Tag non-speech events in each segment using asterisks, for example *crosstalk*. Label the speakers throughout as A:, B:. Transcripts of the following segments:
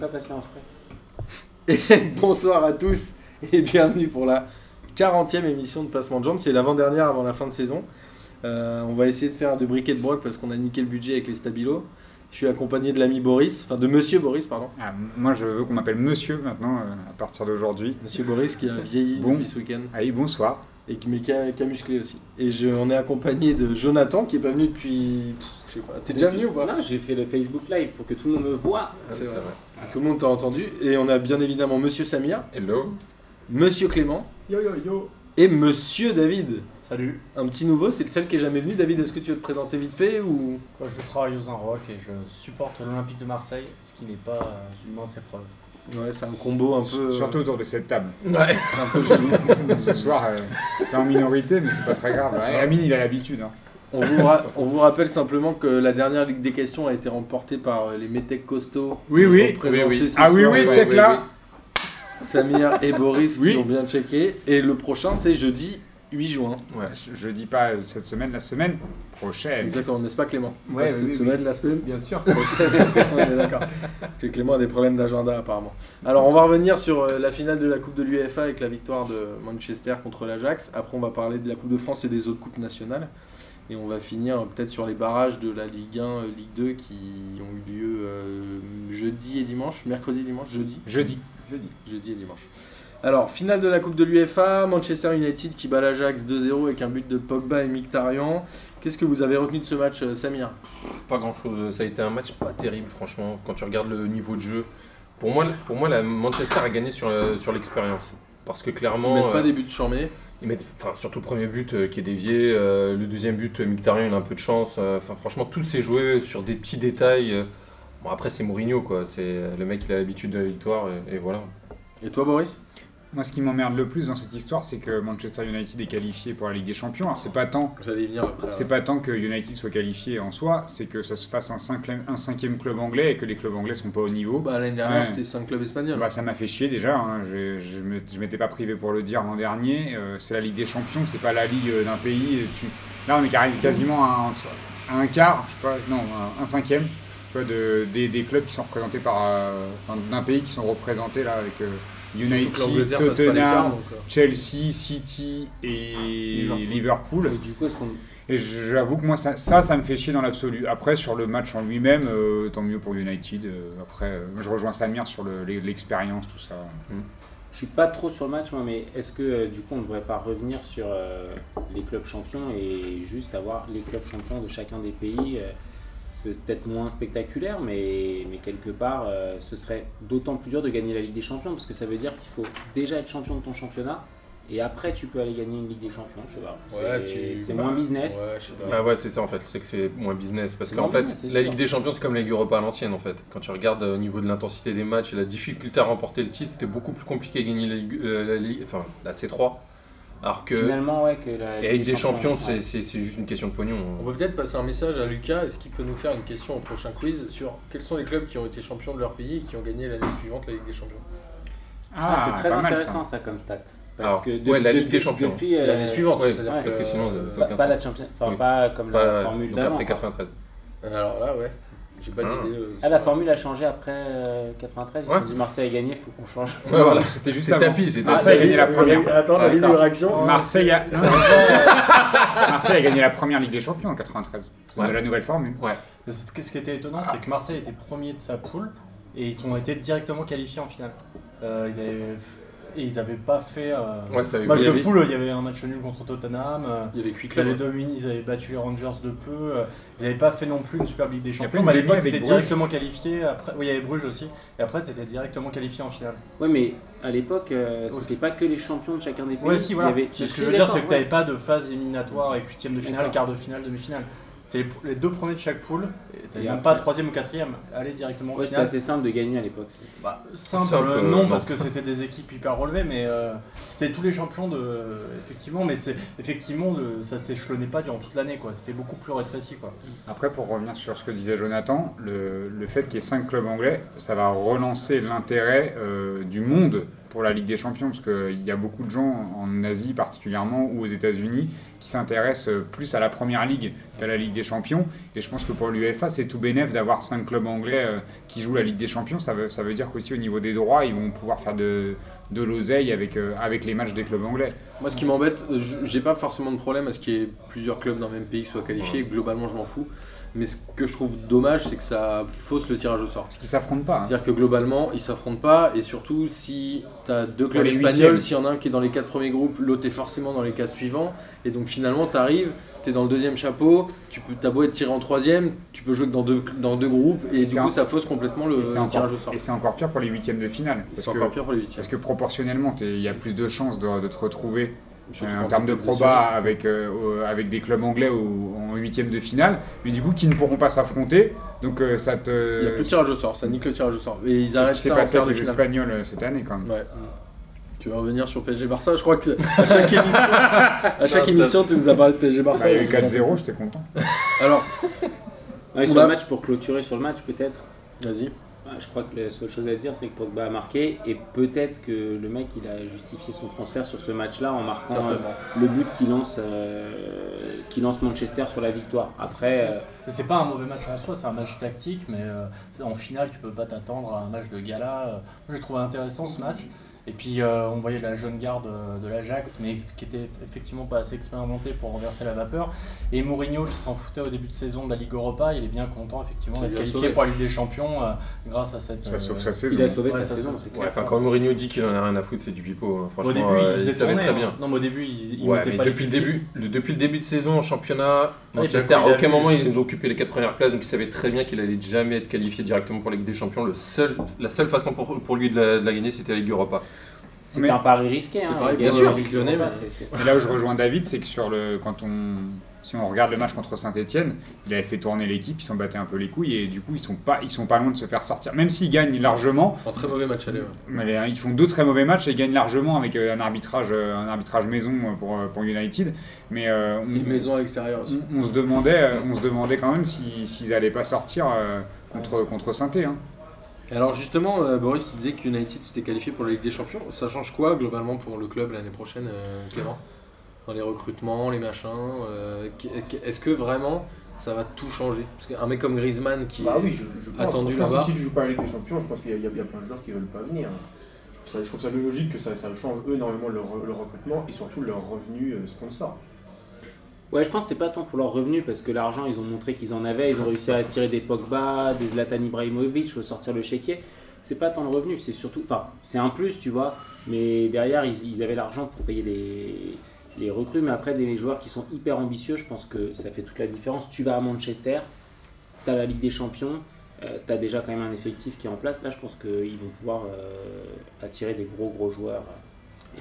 A: Pas passer un frais. Et *laughs* bonsoir à tous et bienvenue pour la 40e émission de Passement de Jambes. C'est l'avant-dernière avant la fin de saison. Euh, on va essayer de faire de briquet de broc parce qu'on a niqué le budget avec les stabilos. Je suis accompagné de l'ami Boris, enfin de monsieur Boris, pardon.
B: Ah, moi, je veux qu'on m'appelle monsieur maintenant, euh, à partir d'aujourd'hui.
A: Monsieur Boris qui a vieilli
B: Bon.
A: depuis ce week-end
B: Ah oui, bonsoir.
A: et qui, mais qui a, qui a musclé aussi. Et je, on est accompagné de Jonathan qui est pas venu depuis. pff, Je sais pas. T'es déjà venu ou pas Ah,
C: Non, j'ai fait le Facebook Live pour que tout le monde me voit.
A: C'est vrai. Tout le monde t'a entendu. Et on a bien évidemment monsieur Samir,
B: Hello.
A: monsieur Clément
D: Yo yo yo
A: et monsieur David.
D: Salut
A: Un petit nouveau, c'est le seul qui est jamais venu. David, est-ce que tu veux te présenter vite fait ou
D: Moi je travaille aux Inrocks et je supporte l'Olympique de Marseille, ce qui n'est pas euh, une mince épreuve.
A: Ouais, c'est un combo un peu. euh,
B: Surtout autour de cette table.
A: Ouais.
B: Un peu joli. euh, *laughs* Ce soir, euh, t'es en minorité, mais c'est pas très grave. Ah, Amine, il a l'habitude. hein.
A: On vous, *laughs* ra- on vous rappelle simplement que la dernière Ligue des questions a été remportée par euh, les Métèques costauds.
B: Oui, oui.
A: représentés
E: Oui, oui.
A: ce
B: Ah oui,
A: soir
B: oui,
A: par
B: check là.
A: Samir et Boris
B: Oui.
A: qui ont bien checké. Et le prochain, c'est jeudi 8 juin.
B: Ouais, je, je dis pas euh, cette semaine, la semaine prochaine.
A: Exactement, n'est-ce pas Clément
D: Ouais,
A: Pas
D: oui,
A: Cette
D: oui,
A: semaine, la semaine
D: Bien
A: *laughs*
D: sûr
A: On est d'accord. Parce que Clément a des problèmes d'agenda apparemment. Alors on va revenir sur euh, la finale de la Coupe de l'UEFA avec la victoire de Manchester contre l'Ajax. Après on va parler de la Coupe de France et des autres coupes nationales. Et on va finir euh, peut-être sur les barrages de la Ligue 1, euh, Ligue 2 qui ont eu lieu euh, jeudi et dimanche, mercredi, dimanche, jeudi.
B: Jeudi.
A: Jeudi et dimanche. Alors, finale de la Coupe de l'UEFA, Manchester United qui bat l'Ajax 2-0 avec un but de Pogba et Mkhitaryan. Qu'est-ce que vous avez retenu de ce match, euh, Samir
E: Pas grand chose. Ça a été un match pas terrible, franchement, quand tu regardes le niveau de jeu. Pour moi, pour moi la Manchester a gagné sur, la- sur l'expérience. Parce que
A: Ils
E: clairement,
A: mettent pas
E: euh,
A: des buts de chambée.
E: ils mettent- enfin, surtout le premier but euh, qui est dévié, euh, le deuxième but, euh, Mkhitaryan, il a un peu de chance. euh, Enfin, franchement, tout s'est joué sur des petits détails. euh. Bon, après, c'est Mourinho, quoi. C'est euh, le mec, il a l'habitude de la victoire, et, et voilà.
A: Et toi, Boris
B: Moi, ce qui m'emmerde le plus dans cette histoire, c'est que Manchester United est qualifié pour la Ligue des Champions. Alors, c'est pas tant
A: J'allais y venir après. hein.
B: C'est pas tant que United soit qualifié en soi, c'est que ça se fasse un cinquième, un cinquième club anglais et que les clubs anglais sont pas au niveau.
A: Bah, L'année dernière,
B: Ouais.
A: c'était 5 clubs espagnols.
B: Bah, ça m'a fait chier déjà, hein. je, je me- je m'étais pas privé pour le dire l'an dernier. euh, c'est la Ligue des Champions, c'est pas la Ligue euh, d'un pays. et tu- Là, on est carré- quasiment à un, à un quart, je sais pas, non, un, un cinquième tu vois, de, des, des clubs qui sont représentés par. euh, enfin, d'un pays qui sont représentés là avec euh, United,
A: Surtout que l'Angleterre passe pas les quarts,
B: Tottenham,
A: donc, euh,
B: Chelsea, City et
A: Liverpool.
B: Liverpool.
C: Mais du coup, est-ce qu'on.
B: Et j'avoue que moi, ça, ça, ça me fait chier dans l'absolu. Après, sur le match en lui-même, euh, tant mieux pour United. Euh, après, euh, je rejoins Samir sur le- l'e- l'expérience, tout ça.
C: Je suis pas trop sur le match, moi, mais est-ce que euh, du coup, on ne devrait pas revenir sur euh, les clubs champions et juste avoir les clubs champions de chacun des pays euh, C'est peut-être moins spectaculaire, mais, mais quelque part, euh, ce serait d'autant plus dur de gagner la Ligue des Champions parce que ça veut dire qu'il faut déjà être champion de ton championnat et après, tu peux aller gagner une Ligue des Champions, je sais pas.
E: Ouais,
C: C'est
E: tu-
C: c'est
E: bah,
C: moins business.
A: ouais, je sais pas.
E: Ah ouais, c'est ça en fait, c'est que c'est moins business. Parce
C: C'est
E: qu'en
C: moins
E: fait,
C: business, c'est
E: la
C: sûr.
E: Ligue des Champions, c'est comme la Ligue Europa à l'ancienne en fait. Quand tu regardes euh, au niveau de l'intensité des matchs et la difficulté à remporter le titre, c'était beaucoup plus compliqué de gagner la Ligue, euh, la Ligue- enfin, la C3. Alors que
C: Finalement, ouais, que la
E: et la Ligue des Champions, c'est- c'est c'est juste une question de
A: On
E: pognon.
A: peut peut-être passer un message à Lucas. Est-ce qu'il peut nous faire une question au prochain quiz sur quels sont les clubs qui ont été champions de leur pays et qui ont gagné l'année suivante la Ligue des Champions
C: Ah, c'est très intéressant ça. comme stat. Parce
E: Alors,
C: que
E: ouais,
C: depuis-
E: la Ligue
C: depuis-
E: des Champions.
C: depuis, euh,
A: L'année suivante,
E: ouais,
A: c'est-à-dire
E: parce que sinon, ça- ça
C: pas,
E: aucun
C: pas
E: sens.
C: la Champions, enfin
E: Oui.
C: pas comme
E: Pas
C: la
E: la-
C: formule
E: donc
C: d'avant.
E: après 93.
A: Euh, Alors là, ouais. J'ai pas
E: Ah.
A: d'idée. euh,
C: Ah, la
A: sur-
C: formule a changé après euh, 93. Ils se
E: Ouais.
C: sont dit Marseille a gagné, faut qu'on change.
E: Ouais, voilà.
B: C'était juste
E: C'est
B: avant.
E: tapis, c'est
B: Ah,
E: tapis.
B: ça, il a gagné la
A: Euh,
B: première.
A: Attends, la
E: Ah,
A: vidéo
E: d'accord.
A: réaction.
B: Oh,
C: *laughs*
B: Marseille a... Marseille a gagné la première Ligue des Champions en 93. C'est de
E: Ouais.
B: la nouvelle formule.
F: Mais c'est- Ce qui était étonnant, c'est que Marseille était premier de sa poule et ils ont été directement qualifiés en finale. Euh, ils avaient- et ils n'avaient pas fait. euh,
E: Ouais, ça a eu-
F: match
E: il y
F: de
E: avait-
F: poule, il y avait un match nul contre Tottenham. euh,
A: Il y avait 8
F: ils, avaient
A: clubs.
F: dominé, ils avaient battu les Rangers de peu. euh, ils n'avaient pas fait non plus une Super League des
B: y a
F: Champions.
B: pas
F: Mais à
B: une
F: l'époque,
B: demi
F: tu
B: avec Bruges
F: directement qualifié. Après, oui, il y avait Bruges aussi. Et après, tu étais directement qualifié en finale.
C: Ouais, mais à l'époque, euh,
F: Aussi.
C: c'était pas que les champions de chacun des pays.
F: Ouais, si, voilà.
C: Il y avait-
F: Ce que
C: Si,
F: je veux dire,
C: d'accord,
F: c'est que tu
C: ouais.
F: n'avais pas de phase éliminatoire avec huitième de finale,
C: D'accord.
F: quart de finale, demi-finale. T'es les- les deux premiers de chaque poule, et t'avais
C: Et
F: même
C: après-
F: pas troisième ou quatrième, aller directement en
C: Ouais, c'était
F: finale.
C: assez simple de gagner à l'époque. ça.
F: Bah, simple,
E: Simple, euh,
F: non,
E: non.
F: parce que c'était des équipes hyper relevées, mais euh, c'était tous les champions de. Effectivement, mais c'est effectivement le- ça s'échelonnait pas durant toute l'année, quoi. C'était beaucoup plus rétréci, quoi.
B: Après, pour revenir sur ce que disait Jonathan, le, le fait qu'il y ait 5 clubs anglais, ça va relancer l'intérêt euh, du monde pour la Ligue des Champions, parce qu'il y a beaucoup de gens en Asie particulièrement ou aux États-Unis qui s'intéressent euh, plus à la Première Ligue qu'à la Ligue des Champions. Et je pense que pour l'UEFA, c'est tout bénéf d'avoir cinq clubs anglais euh, qui jouent la Ligue des Champions. Ça veut, ça veut dire qu'aussi au niveau des droits, ils vont pouvoir faire de, de l'oseille avec, euh, avec les matchs des clubs anglais.
A: Moi, ce qui m'embête, euh, j- j'ai pas forcément de problème à ce qu'il y ait plusieurs clubs d'un même pays qui soient qualifiés. Globalement, je m'en fous. Mais ce que je trouve dommage, c'est que ça fausse le tirage au sort.
B: Parce qu'ils s'affrontent pas. hein.
A: C'est-à-dire que globalement, ils s'affrontent pas. Et surtout, si tu as deux clubs
B: les
A: espagnols,
B: huitièmes.
A: s'il y en a un qui est dans les quatre premiers groupes, l'autre est forcément dans les quatre suivants. Et donc finalement, tu arrives, tu es dans le deuxième chapeau, tu peux, t'as beau être tiré en troisième, tu peux jouer que dans deux, dans deux groupes. Et, du
B: c'est
A: coup,
B: un-
A: ça fausse complètement le,
B: Et c'est
A: le
B: encore,
A: Euh, tirage au sort.
B: et c'est encore pire pour les huitièmes de finale. Parce
A: C'est
B: que,
A: encore pire pour les huitièmes.
B: parce que proportionnellement, t'es- il y a plus de chances de, de te retrouver
A: Surtout
B: euh, en
A: quand
B: termes de
A: t'es
B: proba avec, euh, au- avec des clubs anglais au- en huitième de finale, mais du coup qui ne pourront pas s'affronter. Donc euh, ça te.
A: Il n'y a plus de tirage au sort, ça nique le tirage au sort. Et ils
B: C'est ce
A: arrêtent
B: qui s'est
A: ça en
B: passé
A: quart
B: avec
A: de
B: les
A: finale.
B: Espagnols euh, cette année quand même.
A: Ouais. Tu veux revenir sur PSG Barça Je crois que à *laughs* chaque émission, à chaque
E: stop.
A: émission tu nous as parlé de PSG
B: Bah,
A: Barça.
B: il y a eu 4-0, j'étais content.
A: Alors,
C: Ouais,
A: On
C: sur
F: bah-
A: va-
C: le match, pour clôturer sur le match, peut-être.
A: vas-y.
C: Bah, Je crois que la seule chose à dire, c'est que Pogba a marqué et peut-être que le mec, il a justifié son transfert sur ce match-là en marquant euh,
A: Certainement.
C: le but qui lance, euh, qui lance Manchester sur la victoire. Après, euh,
F: C'est- c'est- c'est pas un mauvais match en soi, c'est un match tactique, mais euh, c'est- en finale, tu peux pas t'attendre à un match de gala. euh. Moi, J'ai trouvé intéressant ce match. Et puis, euh, on voyait la jeune garde euh, de l'Ajax, mais qui était effectivement pas assez expérimentée pour renverser la vapeur. Et Mourinho, qui s'en foutait au début de saison de la Ligue Europa, il est bien content effectivement
A: Ça
F: d'être
A: lui a
F: qualifié
A: sauvé.
F: pour la Ligue des Champions euh, grâce à cette.
B: Ça
F: euh,
B: sauve sa
C: euh,
B: saison.
C: il a sauvé
F: ouais,
C: sa
F: ça
C: saison,
F: se-
C: c'est
E: Ouais,
C: clair.
E: enfin, quand Mourinho dit qu'il en a rien à foutre, c'est du pipeau. hein.
F: Au
E: Franchement,
F: début,
E: euh,
F: il faisait
E: savait
F: tourner,
E: très
F: hein.
E: bien.
F: Non, mais au début, il, il
E: Ouais,
F: mettait
E: mais
F: pas bah, les
E: depuis le,
F: petits.
E: début, le- depuis le début de saison en championnat,
F: puis
E: Manchester,
F: après,
E: à
F: il a
E: aucun
F: vu-
E: moment ils nous ont occupé les quatre premières places, donc il savait très bien qu'il allait jamais être qualifié directement pour la Ligue des Champions. Le seul, la seule façon pour, pour lui de la, de la gagner, c'était la Ligue Europa.
C: C'était
B: Mais-
C: un pari risqué. Hein,
A: C'était pareil,
C: Il
A: bien
C: gagne
A: sûr,
C: la Ligue
A: avec Lyonnais,
C: Europa,
A: mais-
C: c'est- c'est-
B: Et là où je rejoins David, c'est que sur le, quand on, si on regarde le match contre Saint-Etienne, il avait fait tourner l'équipe, ils s'en battaient un peu les couilles et du coup ils sont pas, ils sont pas loin de se faire sortir. Même s'ils gagnent largement,
A: Un très mauvais match aller. ouais.
B: mais les- ils font deux très mauvais matchs et ils gagnent largement avec euh, un arbitrage, euh, un arbitrage maison euh, pour, euh, pour United. Mais euh,
A: Une
B: on,
A: maison à l'extérieur aussi.
B: on- on se demandait, euh, on se demandait quand même si- s'ils allaient pas sortir euh, contre contre hein. Saint-Etienne.
A: Et alors justement, euh, Boris, tu disais que United s'était qualifié pour la Ligue des Champions. Ça change quoi globalement pour le club l'année prochaine, euh, Clément Dans les recrutements, les machins. euh, qu- qu- Est-ce que vraiment ça va tout changer Parce qu'un mec comme Griezmann qui
G: Bah
A: est-
G: oui, je, je pense.
A: attendu
G: je pense
A: là-bas.
G: que si tu joues pas la Ligue des Champions, je pense qu'il y a, il y a bien plein de joueurs qui veulent pas venir. Je trouve ça, je trouve ça logique que ça, ça change eux, énormément leur, leur recrutement et surtout leur revenu euh, sponsor.
C: Ouais, je pense que c'est pas tant pour leurs revenus parce que l'argent, ils ont montré qu'ils en avaient, ils ont réussi à attirer des Pogba, des Zlatan Ibrahimovic, faut sortir le chéquier. C'est pas tant le revenu, c'est surtout. Enfin, c'est un plus, tu vois, mais derrière, ils, ils avaient l'argent pour payer les, les recrues. Mais après, des joueurs qui sont hyper ambitieux, je pense que ça fait toute la différence. Tu vas à Manchester, t'as la Ligue des Champions, euh, t'as déjà quand même un effectif qui est en place. Là, je pense qu'ils vont pouvoir euh, attirer des gros, gros joueurs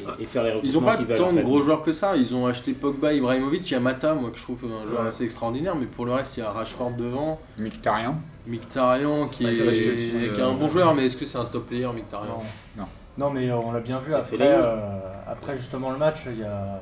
C: euh, et, et faire les recrutements
A: Ah, Ils ont pas
C: qu'ils veulent,
A: tant
C: en
A: de
C: fait.
A: gros joueurs que ça. Ils ont acheté Pogba, Ibrahimovic, Yamata, moi que je trouve un joueur
E: Ouais.
A: assez extraordinaire. Mais pour le reste, il y a Rashford devant,
B: Mictarian.
A: Mictarian qui
E: Ouais, ils
A: est,
E: ont acheté aussi,
A: qui est
E: euh,
A: un bon joueur, mais est-ce que c'est un top player, Mictarian
F: Non.
B: Non.
F: Non, mais euh, on l'a bien vu
C: Ah a fait
F: après,
C: les nuls.
F: euh, après justement le match, il y a,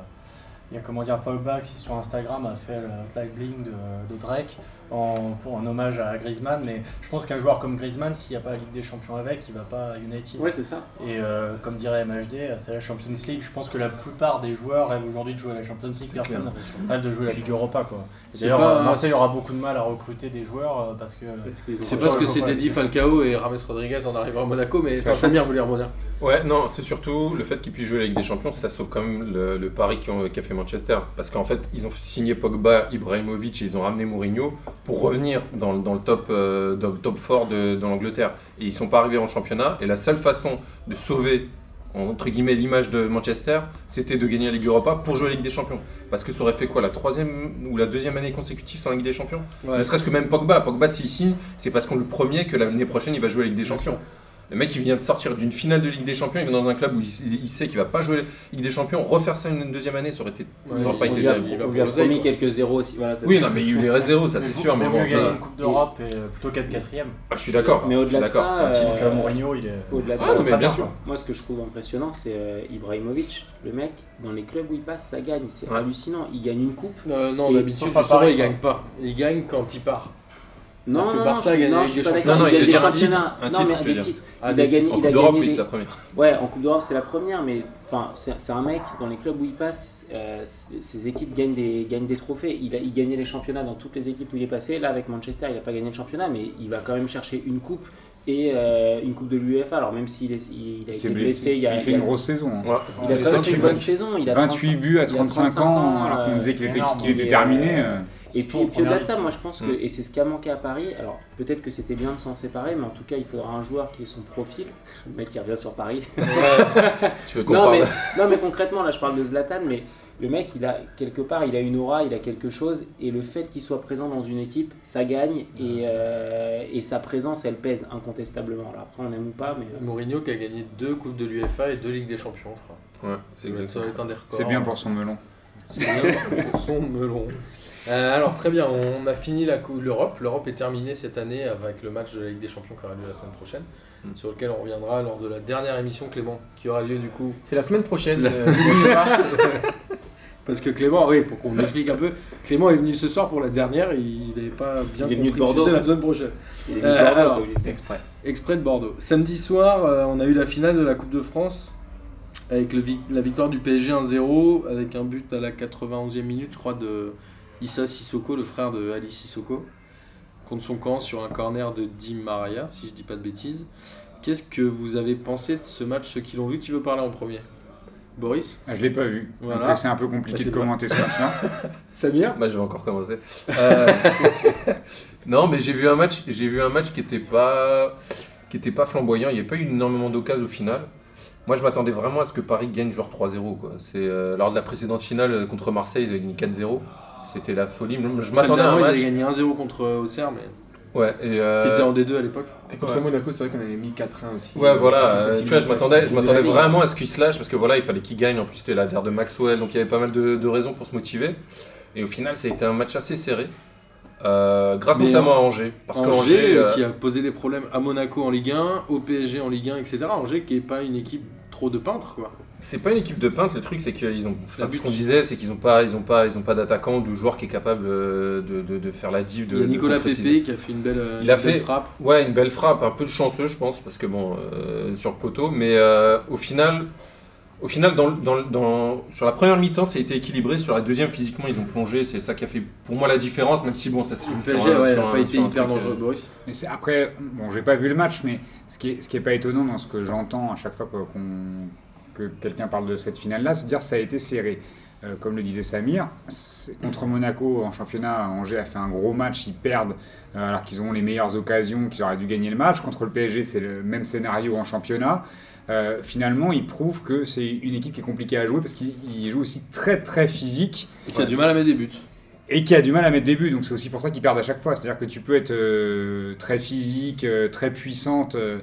F: il y a comment dire Pogba qui sur Instagram a fait le live bling de, de Drake en, pour un hommage à Griezmann. Mais je pense qu'un joueur comme Griezmann, s'il n'y a pas la Ligue des Champions avec, il va pas à United.
C: Ouais, c'est ça.
F: Et euh, comme dirait MHD, c'est la Champions League. Je pense que la plupart des joueurs rêvent aujourd'hui de jouer à la Champions League. Personne rêve de jouer à la Ligue Europa. quoi. Et
A: C'est
F: D'ailleurs,
A: pas-
F: euh, Marseille aura beaucoup de mal à recruter des joueurs euh, parce que.
C: Parce qu'ils ont-
A: C'est
F: Ouais,
A: pas ce
F: ouais,
A: que
F: ouais,
A: c'était
F: ouais,
A: dit
F: c'est-
A: Falcao et Rames Rodriguez en arrivant à Monaco, mais
B: Ça
A: enfin,
B: change.
A: Samir voulait rebondir.
E: Ouais, non, c'est surtout le fait qu'ils puissent jouer la Ligue des Champions, ça sauve quand même le, le pari qu'ils ont- qu'a fait Manchester. Parce qu'en fait, ils ont signé Pogba, Ibrahimovic et ils ont ramené Mourinho pour revenir dans, le- dans le top, euh, dans le top 4 de, de l'Angleterre. Et ils sont pas arrivés en championnat. Et la seule façon de sauver, entre guillemets, l'image de Manchester, c'était de gagner la Ligue Europa pour jouer la Ligue des Champions. Parce que ça aurait fait quoi, la troisième ou la deuxième année consécutive sans la Ligue des Champions
A: Ouais.
E: ne serait-ce que même Pogba. Pogba, s'il signe, c'est parce qu'on le promet que l'année prochaine, il va jouer la Ligue des Champions. Le mec, il vient de sortir d'une finale de Ligue des Champions, il vient dans un club où il, il sait qu'il va pas jouer la Ligue des Champions. Refaire ça une deuxième année, ça aurait, été,
A: Ouais,
E: ça aurait pas
A: il-
E: été
A: il y a-
E: terrible.
A: il va
C: On
A: pour
C: lui a
A: l'oseille,
C: promis
A: quoi.
C: quelques zéros aussi. Voilà, ça,
E: Oui,
C: c'est-
E: non, mais il y a eu les raids zéro, ça c'est
F: Vaut-
E: sûr,
F: vaut
E: mais bon,
F: mieux gagner
E: ça.
F: une Coupe d'Europe et, euh, plutôt qu'à quatrième.
E: Ah, je suis d'accord.
C: Mais au-delà
E: je suis
C: de ça,
E: d'accord, t'as un petit-
C: euh,
F: Donc euh, Mourinho, il est.
C: Au-delà de
E: Ah,
C: ça,
E: non, mais
F: très
E: bien
F: bien.
E: sûr.
C: moi ce que je trouve impressionnant, c'est euh, Ibrahimovic. Le mec, dans les clubs où il passe, ça gagne. C'est
E: Ouais.
C: hallucinant. Il gagne une coupe.
A: Euh, non,
C: Et
A: d'habitude,
F: sauf à
A: justement,
F: Paris,
A: il
F: quoi.
A: gagne pas. Il gagne quand il part. Alors
C: Non,
A: que
C: non,
A: Barça a
C: non, je-
A: gagné
C: non, je
A: la Ligue
C: suis pas
A: des
C: d'accord.
E: Champions. Non, non,
C: Il y a
E: il veut
C: des
E: dire un titre,
C: championnats.
E: un
C: Non,
E: titre,
C: mais
E: tu
C: un
E: veux
C: des
E: dire.
C: titres.
A: Ah,
C: il
A: des
C: a gagné.
A: titres,
C: il
E: En
C: a
E: Coupe d'Europe,
C: gagné
E: oui,
C: des-
E: c'est la première.
C: Ouais, en Coupe d'Europe, c'est la première, mais enfin, c'est c'est un mec, dans les clubs où il passe, euh, c- ses équipes gagnent des, gagnent des trophées. Il a il gagnait les championnats dans toutes les équipes où il est passé. Là, avec Manchester, il n'a pas gagné le championnat, mais il va quand même chercher une coupe et euh, une coupe de l'UEFA. Alors, même s'il est- il, il a
B: Il
C: été
B: s'est
C: blessé,
B: blessé.
C: il y a,
B: Il fait
C: il y a-
B: une grosse saison. hein.
E: Ouais.
C: il a
A: Ouais,
C: quand même fait
A: 28
C: une bonne
A: matchs.
C: saison. Il a
B: 28 buts à
C: il y a
B: 35 ans, alors qu'on disait qu'il était,
F: énorme,
B: qu'il était
C: mais,
B: terminé.
C: euh,
B: euh,
C: Et puis,
F: Surtout
C: et
F: en
C: puis au-delà
F: première
C: de ça, moi je pense que,
E: Mm.
C: et c'est ce qui a manqué à Paris, alors peut-être que c'était bien de s'en séparer, mais en tout cas il faudra un joueur qui ait son profil, le mec qui revient sur Paris.
E: Tu veux qu'on
C: non,
E: parle
C: mais, non mais concrètement, là je parle de Zlatan, mais le mec il a quelque part, il a une aura, il a quelque chose, et le fait qu'il soit présent dans une équipe, ça gagne, et, euh, et sa présence elle pèse incontestablement. Alors après on aime ou pas, mais... euh,
A: Mourinho qui a gagné deux Coupes de l'UEFA et deux Ligues des Champions, je crois.
E: Ouais, c'est
A: Ça
E: exactement
A: doit
E: ça.
A: être un des records.
B: C'est bien pour son melon.
A: C'est bien pour son melon. Euh, alors très bien, on a fini la cou- l'Europe. L'Europe est terminée cette année avec le match de la Ligue des Champions qui aura lieu la semaine prochaine,
E: Mm.
A: sur lequel on reviendra lors de la dernière émission Clément, qui aura lieu du coup.
G: C'est la semaine prochaine.
A: Parce que Clément, oui, il faut qu'on explique un peu. Clément est venu ce soir pour la dernière, il n'est pas bien
C: Il est venu de
A: compris que
C: Bordeaux.
A: c'était la semaine prochaine.
C: il est
A: Euh,
C: Bordeaux,
A: alors,
C: quoi, il était-
G: Exprès.
A: Exprès de Bordeaux. Samedi soir, euh, on a eu la finale de la Coupe de France avec le vic- la victoire du PSG 1-0 avec un but à la 91e minute, je crois, de Issa Sissoko, le frère de Ali Sissoko, contre son camp sur un corner de Di Maria, si je dis pas de bêtises. Qu'est-ce que vous avez pensé de ce match, ceux qui l'ont vu, qui veut parler en premier Boris
B: Ah, Je l'ai pas vu.
A: Voilà.
B: Donc là, c'est un peu compliqué
A: Bah, c'est
C: *laughs*
B: de commenter ce hein. match-là.
A: Samir
E: Bah, je vais encore commencer. Euh, *laughs* non, mais j'ai vu un match, j'ai vu un match qui n'était pas, qui était pas flamboyant. Il n'y a pas eu énormément d'occasions au final. Moi, je m'attendais vraiment à ce que Paris gagne genre 3-0. quoi. C'est euh, lors de la précédente finale euh, contre Marseille, ils avaient gagné 4-0. C'était la folie. Je- Je m'attendais à un
A: Finalement, Ils
E: match.
A: avaient gagné 1-0 contre euh, Auxerre, mais
E: Ouais. Et,
A: qui
E: euh,
A: était en D2 à l'époque.
G: Et contre
E: Ouais.
G: Monaco, c'est vrai qu'on avait mis 4-1 aussi.
E: Ouais, voilà,
G: C'est
E: euh,
G: facile,
E: tu vois, je
G: c'est
E: m'attendais,
G: facile.
E: je m'attendais
G: David.
E: vraiment à ce qu'il se lâche parce que voilà, il fallait qu'il gagne. En plus, c'était la terre de Maxwell, donc il y avait pas mal de, de raisons pour se motiver. Et au final, ça a été un match assez serré, euh, grâce
A: Mais
E: notamment à Angers. Parce
A: Angers,
E: qu'Angers,
A: euh,
E: euh,
A: qui a posé des problèmes à Monaco en Ligue 1, au PSG en Ligue 1, etc. Angers qui est pas une équipe trop de peintres quoi.
E: c'est pas une équipe de peintres. Le truc, c'est qu'ils ont, enfin,
A: Un but.
E: ce qu'on disait, c'est qu'ils ont pas, ils ont pas, ils ont pas d'attaquant, de joueur qui est capable euh, de, de- de faire la div. De,
A: Il y a
E: de
A: Nicolas
E: concrétiser.
A: Pépé qui a fait une belle, euh,
E: Il
A: une
E: a
A: belle
E: fait-
A: frappe.
E: Ouais, une belle frappe, un peu de chanceux, je pense, parce que bon, euh, sur le poteau. Mais euh, au final, au final dans, le- dans le- dans- sur la première mi-temps, ça a été équilibré. Sur la deuxième, physiquement, ils ont plongé. C'est ça qui a fait pour moi la différence, même si bon, ça s'est
A: Le
E: joué sur
A: PSG
E: un-
A: ouais,
E: sur
A: n'a
E: un-
A: pas été
E: sur un
A: hyper
E: truc, euh,
A: dangereux, Boris.
B: Mais c'est après, bon, j'ai pas vu le match, mais ce qui est, ce qui est pas étonnant dans ce que j'entends à chaque fois que, qu'on- que quelqu'un parle de cette finale-là, c'est de dire que ça a été serré. Euh, comme le disait Samir, c'est- contre Monaco en championnat, Angers a fait un gros match, ils perdent euh, alors qu'ils ont les meilleures occasions, qu'ils auraient dû gagner le match. Contre le PSG, c'est le même scénario en championnat. Euh, finalement, ils prouvent que c'est une équipe qui est compliquée à jouer parce qu'ils ils jouent aussi très très physique
A: Et qui a du mal à mettre des buts.
B: et qui a du mal à mettre des buts, donc c'est aussi pour ça qu'ils perdent à chaque fois. C'est-à-dire que tu peux être euh, très physique, euh, très puissante, euh,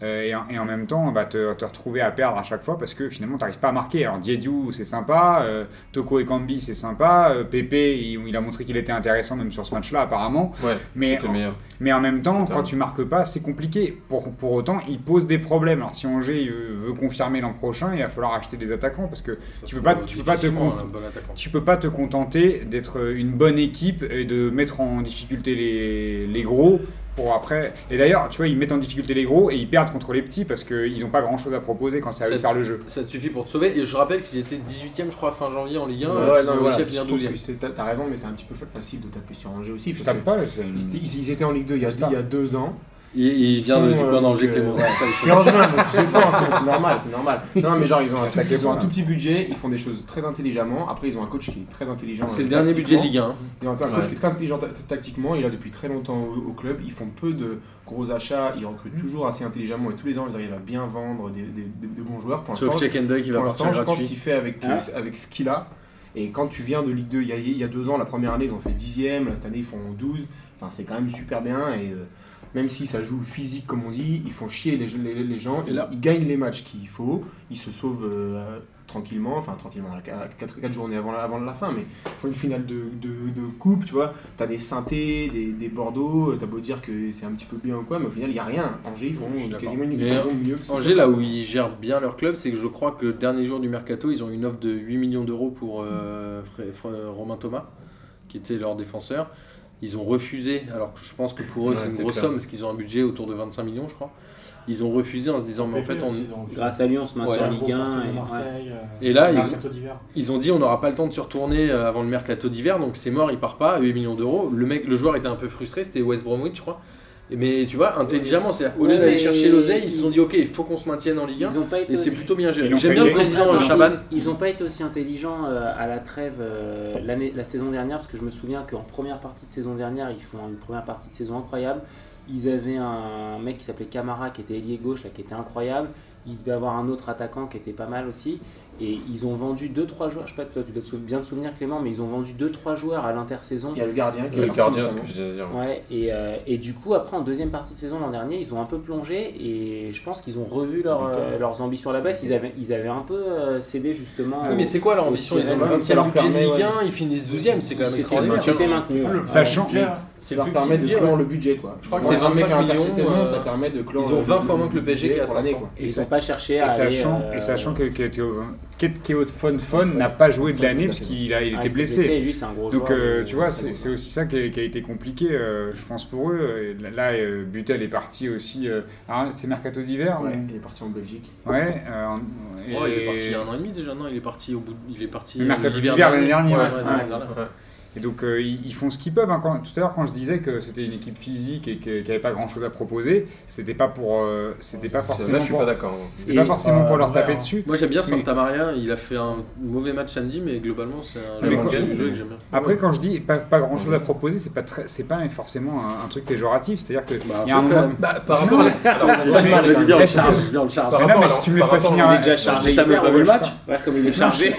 B: euh, et, en, et en même temps bah, te, te retrouver à perdre à chaque fois parce que finalement tu n'arrives pas à marquer. Alors Diédiou, c'est sympa, euh, Toko Ekambi, c'est sympa, euh, Pépé, il, il a montré qu'il était intéressant même sur ce match-là apparemment,
E: Ouais,
B: mais
E: c'est le meilleur.
B: mais en même temps,
E: Totalement.
B: quand tu marques pas, c'est compliqué. Pour, pour autant, il pose des problèmes. Alors si Angers il veut veut confirmer l'an prochain, il va falloir acheter des attaquants parce que Tu peux pas- tu peux pas te
A: Difficilement,
B: con-
A: un bon attaquant.
B: tu peux pas te contenter d'être une bonne équipe et de mettre en difficulté les, les gros pour après. Et d'ailleurs, tu vois, ils mettent en difficulté les gros et ils perdent contre les petits parce qu'ils n'ont pas grand chose à proposer quand c'est à eux de
A: Ça-
B: faire le jeu.
A: Ça te suffit pour te sauver. Et je rappelle qu'ils étaient 18ème, je crois, fin janvier en Ligue 1.
G: Ouais,
A: euh,
G: non,
A: ils ont
G: voilà,
A: réussi à
G: je
A: finir
G: trouve
A: 12e.
G: que c'est- t'as- T'as raison, mais c'est un petit peu facile de taper sur Angers aussi.
B: Je
G: Parce
B: tape
G: que
B: pas, c'est une-
G: ils, étaient- ils étaient en Ligue 2 il y a, il y a deux ans.
A: Il, il
G: Ils
A: vient
G: sont,
A: de- du
G: euh,
A: coin d'Angers,
G: donc,
A: Clément.
G: euh,
A: c'est ça, il faut-
G: Je suis angevin, donc je défends, hein, c'est c'est normal, c'est normal. Non, mais genre, ils *laughs* ont un,
B: petit
G: ils ont un
B: budget.
G: tout petit budget, ils font des choses très intelligemment. Après, ils ont un coach qui est très intelligent.
A: C'est
G: euh,
A: le dernier budget de
G: tactiquement.
A: Ligue hein, 1.
G: Ils ont un coach
E: Ouais.
G: qui est très intelligent ta- tactiquement. Il a depuis très longtemps au, au club. Ils font peu de gros achats. Ils recrutent toujours assez intelligemment et tous les ans, ils arrivent à bien vendre des, des- des- des bons joueurs. Pour
A: Sauf
G: l'instant,
A: Check and Duck qui va
G: pour
A: partir
G: l'instant, je pense
A: gratuit. Ah.
G: qu'il fait avec, euh, avec ce qu'il a. Et quand tu viens de Ligue 2, il y, a, il y a deux ans, la première année, ils ont fait 10ème, là, cette année, ils font 12. Enfin, c'est quand même super bien. Et euh, même si ça joue physique, comme on dit, ils font chier les, les- les gens.
A: Et là-
G: ils, ils gagnent les matchs qu'il faut. Ils se sauvent euh, tranquillement, enfin, tranquillement, 4, journées avant la, avant la fin. Mais ils font une finale de, de- de coupe, tu vois. T'as des synthés, des, des Bordeaux. euh, T'as beau dire que c'est un petit peu bien ou quoi, mais au final, il n'y a rien. Angers, ils font
A: Je suis d'accord.
G: quasiment une
A: Mais
G: saison mieux que ça.
A: Angers, là où ils gèrent bien leur club, c'est que je crois que le dernier jour du mercato, ils ont une offre de 8 millions d'euros pour euh, Fr- Fr- Romain Thomas, qui était leur défenseur. Ils ont refusé, alors que je pense que pour eux
E: Ouais,
A: c'est une
E: c'est
A: grosse
E: clair.
A: somme, parce qu'ils ont un budget autour de 25 millions, je crois. Ils ont refusé en se disant, mais en fait, on...
C: Grâce à lui, on se maintient en
A: Ouais,
C: Ligue 1. et- ouais.
F: Marseille.
A: Et là, ils-
F: ils d'hiver.
A: ils ont dit on n'aura pas le temps de se retourner euh, avant le mercato d'hiver, donc c'est mort, il part pas, 8 millions d'euros. Le, mec, le joueur était un peu frustré, c'était West Bromwich, je crois. Mais tu vois, intelligemment, c'est-à-dire au lieu
C: Ouais,
A: d'aller
C: mais
A: chercher l'oseille, ils se sont
C: ils-
A: dit ok, il faut qu'on se maintienne en Ligue 1.
C: Ils ont pas été
A: Et c'est
C: aussi-
A: plutôt bien
B: Ils
A: géré.
B: ont
A: J'aime
B: fait
A: bien le
B: gagner.
A: président
C: Attends,
A: euh, Chaban.
C: ils- Ils n'ont pas été aussi intelligents euh, à la trêve euh, l'année- la saison dernière, parce que je me souviens qu'en première partie de saison dernière, ils font une première partie de saison incroyable. Ils avaient un mec qui s'appelait Camara, qui était ailier gauche, là, qui était incroyable. Ils devaient avoir un autre attaquant qui était pas mal aussi. Et ils ont vendu 2-3 joueurs. Je sais pas, toi, tu dois te sou- bien te souvenir, Clément, mais ils ont vendu 2-3 joueurs à l'intersaison.
G: Il y a le gardien qui est
E: Le
G: parti,
E: gardien, ce
G: notamment.
E: que je disais. dire.
C: Ouais, et, euh, et du coup, après, en deuxième partie de saison l'an dernier, ils ont un peu plongé et je pense qu'ils ont revu leur, euh, leurs ambitions à la baisse. Ils avaient, ils avaient un peu euh, cédé justement.
A: Oui, mais c'est quoi leur ambition Ils ont
C: Ouais,
A: le 25
G: ça leur
A: budget de
G: permet,
A: Ligue 1, ils finissent 12ème, c'est quand même
C: C'était
A: extraordinaire.
C: c'était maintenu. ouais.
B: Sachant,
G: Ça
A: C'est
G: leur
A: plus
G: permet
A: petit
G: de
A: budget,
G: clore
A: ouais.
G: le budget quoi.
A: Je crois que
G: Ouais,
A: c'est
G: un mec
A: 25
G: en
A: millions,
G: intersaison,
A: euh,
G: ça permet de clore
A: ils ont
G: le-
A: 20 fois moins que le PSG qui a
G: pour l'année,
A: 500.
G: quoi.
C: Ils n'ont pas cherché à.
B: et sachant,
C: aller, euh,
B: et sachant que Kate Fon Fon n'a pas joué de l'année parce qu'il a- il
C: ah,
B: était
C: il
B: blessé.
C: et lui, c'est un gros
B: Donc,
C: joueur,
B: euh,
C: donc,
B: tu vois,
C: c'est
B: c'est c'est aussi ça qui a, qui a été compliqué, euh, je pense, pour eux. Et là, euh, Butel est parti aussi. euh, ah, c'est Mercato d'hiver
G: Ouais,
B: Ouais.
G: il est parti en Belgique.
B: euh, et-
A: Oh, il est parti il y a un an et demi déjà, non Il est parti au bout. Il est parti.
B: Le
A: euh,
B: mercato
A: l'hiver
B: d'hiver l'année dernière,
A: Ouais,
B: ouais.
A: ouais, l'année dernière.
B: Et donc, euh, ils, ils font ce qu'ils peuvent. hein. Quand- tout à l'heure, quand je disais que c'était une équipe physique et que- qu'il n'y avait pas grand-chose à proposer, c'était pas pour, euh, c'était pas
E: Là,
B: forcément
E: je suis
B: pour-
E: pas d'accord. hein.
B: c'était pas
C: Et-
B: forcément pour leur
F: Ouais,
B: taper
F: hein.
B: dessus.
A: Moi j'aime bien
B: Mais-
A: Santamaria, il a fait un mauvais match samedi, mais globalement c'est un
B: Mais
A: joueur
B: quoi-
A: qui a du jeu que j'aime bien.
B: Après, quand je dis pas, pas grand chose à proposer, c'est pas très- c'est pas forcément un, un truc péjoratif. C'est-à-dire que
A: Bah,
B: il y a un
A: peu, quand
B: moment.
A: même.
E: Bah, par rapport à la- alors,
C: Ah,
A: Vas-y,
E: ça,
A: viens,
E: mais-
A: Vas-y, viens, on le
B: Laisse-
A: charge, viens, on le charge.
E: par
B: Mais non, mais
E: rapport à
B: si
E: leur-
B: tu me laisses
E: par
B: pas
E: rapport à
B: finir,
E: leur-
C: Il est déjà chargé.
A: ça
C: hyper,
A: me
C: on
A: pas
C: le
A: le
C: voit
A: match.
C: pas. Ouais, comme
B: *laughs*
C: il est chargé.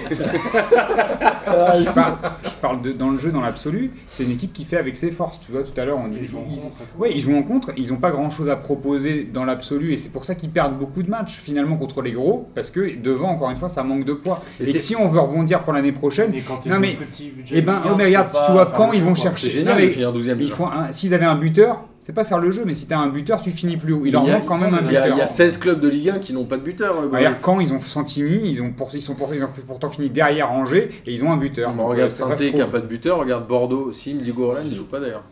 C: Ah,
B: je, parle, je parle de, dans le jeu, dans l'absolu, c'est une équipe qui fait avec ses forces. Tu vois, tout à l'heure, on dit. ils- ouais, ils jouent en contre, ils n'ont pas grand chose à proposer dans l'absolu et c'est pour ça qu'ils perdent beaucoup de matchs finalement contre les gros parce que devant, encore une fois, ça manque de poids.
A: Et
B: Et,
A: c'est-
B: que si on veut rebondir pour l'année prochaine,
F: Et quand t'es
B: Non,
F: le
B: mais-
F: plus petit budget
B: eh ben,
F: de Ligue 1,
B: oh, mais regarde,
F: peux
B: tu
F: pas
B: vois,
F: faire
B: quand
F: le
B: ils
F: jeu,
B: vont
F: quoi.
A: C'est
B: chercher. Non,
A: génial
B: mais
A: de finir 12ème
B: ils
A: déjà.
B: font un- S'ils avaient un buteur, c'est pas faire le jeu, mais si t'as un buteur, tu finis plus haut. Il leur
A: Il y a-
B: manque quand même un
A: Il y, a, il y a
B: buteur.
A: 16 clubs de Ligue 1 qui n'ont pas de buteur. euh, Gomez.
B: Regarde, quand ils ont Santini, ils, ont pour- ils sont pour- ils ont pourtant fini derrière Angers et ils ont un buteur.
A: Bon,
B: Donc, euh,
A: regarde
B: ça, ça se
A: Saint-Étienne qui n'a
B: trouve.
A: pas de buteur, regarde Bordeaux aussi, Indigo Roland il joue pas d'ailleurs.